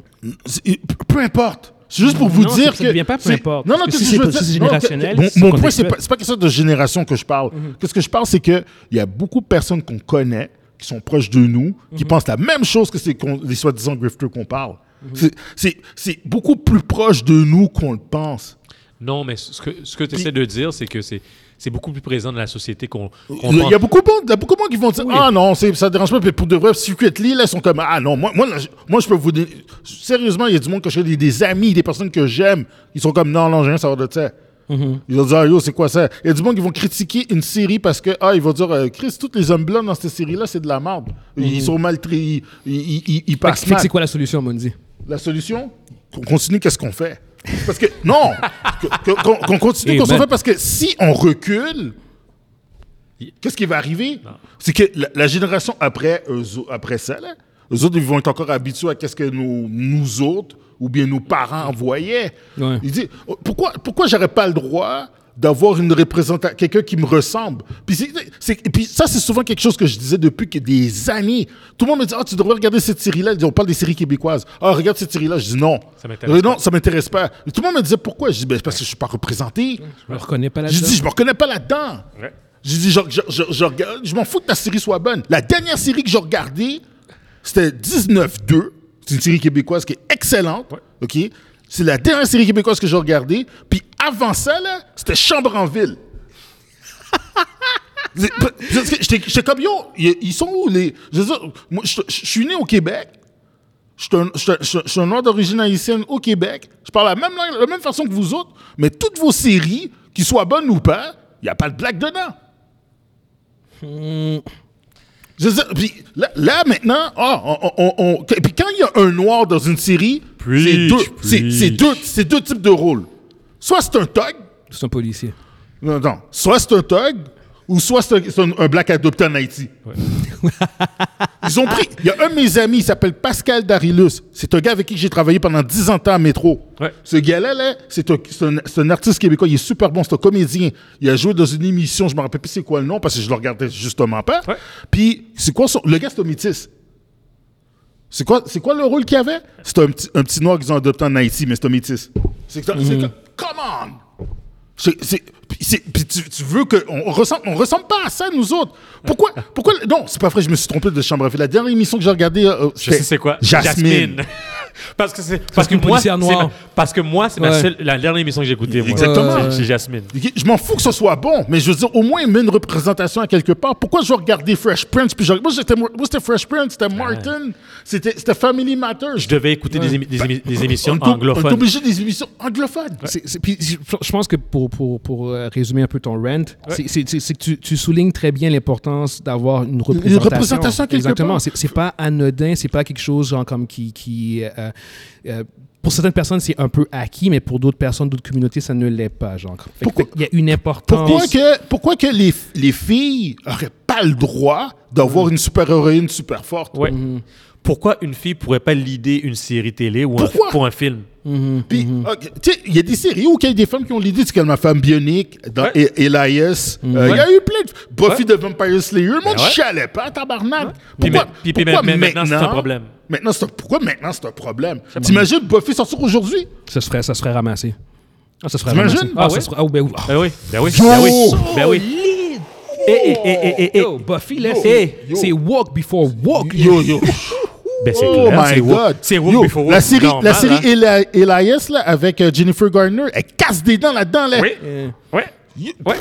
S3: C'est- euh, Peu importe. C'est juste pour vous
S1: Non, c'est-
S3: dire
S1: ça
S3: que.
S1: devient pas peu
S3: c'est-
S1: importe.
S3: Non, non,
S1: Parce que
S3: qu'est-ce
S1: si
S3: que
S1: c'est
S3: je veux
S1: pas-
S3: dire?
S1: si c'est
S3: Non, que-
S1: générationnel,
S3: mon-
S1: c'est Mhm.
S3: Mon, point, c'est
S1: contextuel.
S3: pas, c'est pas question de génération que je parle. Qu'est-ce que je parle, c'est qu'il y a beaucoup de personnes qu'on connaît, qui sont proches de nous,
S1: Mhm.
S3: qui pensent la même chose que c'est qu'on- les soi-disant grifters qu'on parle.
S1: Mhm.
S3: C'est- c'est- C'est beaucoup plus proche de nous qu'on le pense.
S2: Non, mais ce que, ce que tu essaies de dire, c'est que c'est c'est beaucoup plus présent dans la société qu'on
S3: Il
S2: qu'on
S3: y a- il
S2: pense.
S3: y a beaucoup de monde, il y a beaucoup de monde qui vont dire Ah non, c'est- ça ne dérange pas. Puis pour de vrai, Secretly, là, ils sont comme Ah non, moi, moi, là, je- moi je peux vous. donner- Sérieusement, il y a du monde que je connais, des, des amis, des personnes que j'aime. Ils sont comme Non, non, j'ai rien à savoir de ça.
S1: Mm-hmm.
S3: Ils vont dire Ah yo, c'est quoi ça Il y a du monde qui vont critiquer une série parce que Ah, ils vont dire euh, Chris, tous les hommes blancs dans cette série-là, c'est de la merde. Ils sont mal tri- Ils, ils, ils- ils- ils
S1: Mm-hmm. Fait que
S3: passent
S1: Explique
S3: mal.
S1: c'est quoi la solution, Mondi.
S3: La solution Qu'on continue, qu'est-ce qu'on fait Parce que, non que- que- Qu'on qu'on continue, qu'est-ce qu'on
S1: Amen.
S3: fait Parce que si on recule, qu'est-ce qui va arriver C'est que la, la génération après, eux au- après ça, là, eux autres, ils vont être encore habitués à qu'est-ce que nous, nous autres, ou bien nos parents envoyaient.
S1: Ouais.
S3: Ils disent oh, pourquoi, pourquoi j'aurais pas le droit d'avoir une représentation, quelqu'un qui me ressemble. Puis, c'est- c'est- et puis ça, c'est souvent quelque chose que je disais depuis que des années. Tout le monde me dit, ah, tu devrais regarder cette série-là. On parle des séries québécoises. Ah, regarde cette série-là. Je dis non.
S2: Ça m'intéresse
S3: Euh, Non, ça m'intéresse pas. Et tout le monde me disait pourquoi. Je dis, ben, c'est parce que je suis pas représenté.
S1: Je me reconnais pas
S3: Je
S1: là-dedans.
S3: dis, je me reconnais pas là-dedans.
S2: Ouais.
S3: J'ai dit, je, je, je, je regarde- je m'en fous que ta série soit bonne. La dernière série que j'ai regardée, c'était 19-2. C'est une série québécoise qui est excellente. OK? C'est la dernière série québécoise que j'ai regardée. Puis avant ça, là, c'était Chambre en ville. C'est- parce que J'étais j'étais comme, yo, ils ils sont où les. Je veux dire, moi, je je suis né au Québec. Je suis un- je suis un- je suis un- je suis un noir d'origine haïtienne au Québec. Je parle la même langue, la même façon que vous autres. Mais toutes vos séries, qu'ils
S2: Hmm.
S3: soient bonnes ou pas, il n'y a pas de blague dedans. Je veux dire, puis là, là, maintenant, ah, on, on- on- que- puis quand il y a un noir dans une série,
S2: Preach,
S3: c'est deux,
S2: preach.
S3: c'est- c'est deux, c'est deux types de rôles. Soit c'est un thug,
S1: C'est un policier.
S3: non, non, soit c'est un thug, ou soit c'est un, c'est un- un black adopté en Haïti. Ils ont pris. Il y a un de mes amis, il s'appelle Pascal Darilus. C'est un gars avec qui j'ai travaillé pendant 10 ans de temps à métro.
S2: Ouais.
S3: Ce gars-là, là, c'est un, c'est un- c'est un artiste québécois. Il est super bon. C'est un comédien. Il a joué dans une émission, je me rappelle plus c'est quoi le nom parce que je le regardais justement pas.
S2: Ouais.
S3: Puis, c'est quoi son. Le gars, c'est un métis. C'est quoi, c'est quoi le rôle qu'il avait? C'est un petit, un petit noir qu'ils ont adopté en Haïti, mais c'est un métis. C'est que, c'est
S2: Mhm.
S3: que- come on! C'est- c'est- puis c'est- puis tu, tu veux que on ressemble, on ressemble pas à ça nous autres. Pourquoi Pourquoi Non, c'est pas vrai. Je me suis trompé de chambre à fil. La dernière émission que j'ai regardée, euh,
S2: Je sais c'est quoi.
S3: Jasmine.
S2: parce que c'est parce que
S1: une
S2: moi c'est
S1: policière noire.
S2: ma- parce que moi c'est ma
S1: Ouais.
S2: seule- la dernière émission que j'ai écoutée. moi.
S3: Exactement.
S2: C'est- C'est Jasmine.
S3: Je m'en fous que ce soit bon, mais je veux dire, au moins, il met une représentation à quelque part. Pourquoi je regardais Fresh Prince puis je- moi, j'étais- moi, c'était Fresh Prince, c'était Martin, c'était c'était Family Matter.
S2: Ah Je devais écouter des, émi- des émi- des émissions
S3: Bah, On est- On est
S2: anglophones.
S3: obligé des émissions anglophones.
S1: C'est- c'est- puis je je pense que pour, pour, pour euh, résumer un peu ton rant, c'est- c'est c'est- c'est que tu, tu soulignes très bien l'importance d'avoir une représentation.
S3: représentation quelque
S1: Exactement.
S3: part.
S1: C'est c'est pas anodin, c'est pas quelque chose genre comme qui. qui euh, euh, pour certaines personnes, c'est un peu acquis, mais pour d'autres personnes, d'autres communautés, ça ne l'est pas. Genre. Fait que-
S3: Pourquoi-
S1: fait qu'il y a une importance.
S3: Pourquoi que, pourquoi que les, les filles n'auraient pas le droit d'avoir une super-héroïne super forte?
S2: Mm. Ouais. Pourquoi une fille pourrait pas l'idée une série télé ou un,
S3: Pourquoi
S2: pour un film
S3: Puis,
S2: Mm-hmm.
S3: ok, tu sais, il y a des séries où il y a des femmes qui ont l'idée, c'est comme ma femme Bionic, dans
S2: Ouais.
S3: E- Elias. Euh, Il y a eu plein de. Buffy the Vampire Slayer, le monde
S2: ouais.
S3: chalait pas, tabarnak.
S2: Puis
S3: Pourquoi,
S2: ma- puis- puis
S3: pourquoi
S2: ma- ma- maintenant, c'est un problème.
S3: Maintenant, c'est un- pourquoi maintenant c'est un problème? T'imagines Buffy sortir aujourd'hui?
S1: Ça se ferait, ça se ferait ramasser. Ah, ça se ferait
S3: T'imagines?
S1: ramasser.
S2: Ah
S1: ça
S2: ouais?
S1: se ferait- ah, ben oui. Ah.
S2: Ben oui, ben oui,
S3: Yo!
S2: ben oui, ben oui.
S1: Eh, eh, eh, eh, eh. Yo, Buffy, là, c'est
S3: Yo.
S1: c'est walk before walk.
S3: Yo, yo.
S2: Ben c'est
S3: oh
S2: clair,
S3: my
S2: c'est woke.
S3: god.
S2: C'est woke
S3: Yo,
S2: before
S3: La
S2: woke,
S3: série,
S2: normal,
S3: la série
S2: hein.
S3: Eli- Elias, là, avec euh, Jennifer Garner, elle casse des dents là-dedans, là.
S2: Oui, ouais, ouais.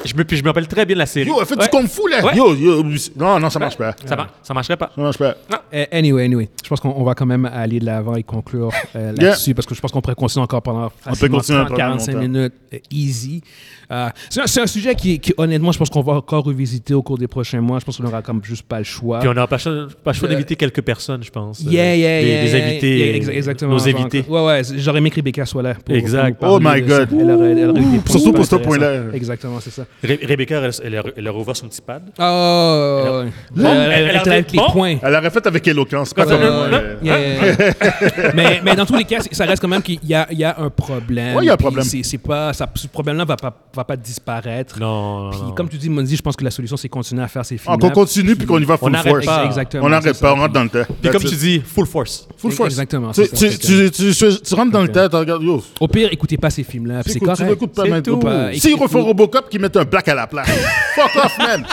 S2: Je me, puis je me rappelle très bien de la série.
S3: Eh. Yo, elle fait
S2: Ouais.
S3: du kung fu, là.
S2: Ouais.
S3: Yo, yo. Non, non, ça marche pas.
S2: Ça, mar- ça marcherait pas.
S3: Ça marche pas.
S1: Eh, Anyway, anyway, je pense qu'on on va quand même aller de l'avant et conclure euh, là-dessus parce que je pense qu'on pourrait continuer encore pendant facilement
S3: continuer
S1: 30,
S3: pendant
S1: 45
S3: longtemps.
S1: minutes euh, easy. Euh, c'est un- c'est un, sujet qui, qui, honnêtement, je pense qu'on va encore revisiter au cours des prochains mois. Je pense qu'on n'aura comme juste pas le choix.
S2: Puis on n'aura pas cho- pas
S3: Euh,
S2: choix d'inviter quelques personnes, je pense. euh,
S1: Yeah, yeah,
S2: des,
S1: yeah,
S2: des
S1: yeah,
S2: invités,
S1: yeah, exa- exactement.
S2: nos
S1: Genre,
S2: invités.
S1: Ouais, ouais, c'est- j'aurais aimé que Rebecca soit là. Pour,
S2: Exact.
S1: pour nous parler
S3: Oh my
S1: de ça.
S3: God.
S1: Elle aurait, elle aurait eu des points
S3: Surtout pour ce
S1: super
S3: point-là.
S1: intéressants. Exactement, c'est ça.
S2: Re- Rebecca, elle, elle, a- elle a rouvert son petit pad.
S1: Oh,
S2: Bon,
S1: elle
S2: elle- elle
S1: était là avec les
S2: bon.
S1: points.
S3: Elle l'aurait faite avec éloquence. Pas
S2: Ouais.
S3: comme moi.
S2: Ouais.
S3: là.
S1: Yeah, yeah, yeah. mais, mais dans tous les cas, c'est- ça reste quand même qu'il y a, il y a un problème.
S3: Ouais, il y a un
S1: Puis
S3: problème.
S1: c'est- c'est pas, ça, ce problème-là va pas, va pas disparaître.
S2: Non, non,
S1: Puis
S2: non.
S1: comme tu dis, Mondi, je pense que la solution, c'est continuer à faire ces films.
S3: Ah, qu'on continue puis qu'on y va full
S2: n'arrête
S3: force.
S2: pas.
S1: Exactement,
S3: On
S1: c'est
S3: n'arrête
S1: ça.
S3: pas, on rentre dans le tas.
S2: Puis comme
S3: That's
S2: tu
S3: it.
S2: dis, full force.
S3: full force.
S1: Exactement,
S3: Tu,
S1: c'est ça,
S3: tu,
S1: c'est
S3: tu, tu- tu- tu rentres dans le tas, tu regardes, yo.
S1: Au pire, écoutez pas ces films-là. puis C'est
S3: t'écoutes, Tu
S1: correct.
S3: n'écoutes pas
S1: C'est
S3: maintenant.
S1: tout. Bah,
S3: S'ils
S1: écoute-
S3: refont Robocop, qu'ils mettent un black à la place. Fuck off, man.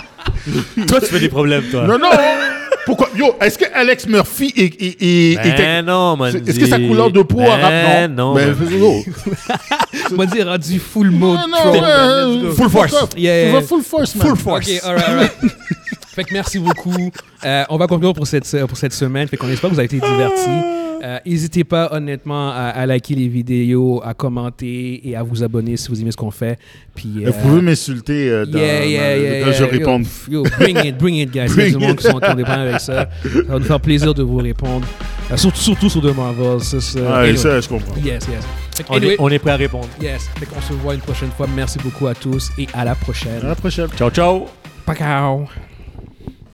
S2: Toi, tu fais des problèmes, toi.
S3: Non, non. Pourquoi? Yo, est-ce que Alex Murphy est. est- est-
S2: Ben
S3: était-
S2: non, man.
S3: Est-ce que sa couleur de peau
S2: ben
S3: arabe?
S2: non.
S3: Ben,
S2: man.
S3: yo.
S1: Mondi est rendu full mode.
S3: Non,
S1: troll,
S3: non,
S1: man, let's
S3: ouais,
S1: go.
S2: Full force.
S3: fuck off.
S1: Yeah.
S3: Tu vas full force, man.
S2: Full force.
S1: Ok, all right, all right. fait que merci beaucoup. Euh, on va conclure pour cette, pour cette semaine. Fait qu'on espère que vous avez été divertis. Euh, N'hésitez pas, honnêtement, à, à liker les vidéos, à commenter et à vous abonner si vous aimez ce qu'on fait. Puis, euh,
S3: Vous pouvez m'insulter euh, dans-
S1: yeah, yeah,
S3: dans-
S1: yeah,
S3: quand je
S1: yeah.
S3: réponds.
S1: Yo, pff, Yo, bring it, bring it, guys. Il y a
S3: Bring
S1: du monde
S3: it.
S1: qui sont qui ont des problèmes avec ça. Ça va nous faire plaisir de vous répondre. Euh, surtout, surtout sur Demain Vol. Ça, ça-
S3: Ah, et
S1: anyway.
S3: ça, je comprends.
S1: Yes, yes. Fait que
S2: On,
S1: anyway,
S2: est, on est prêt à répondre.
S1: yes. Fait qu'on se voit une prochaine fois. Merci beaucoup à tous et à la prochaine.
S3: À la prochaine.
S2: Ciao, ciao.
S1: Pacao.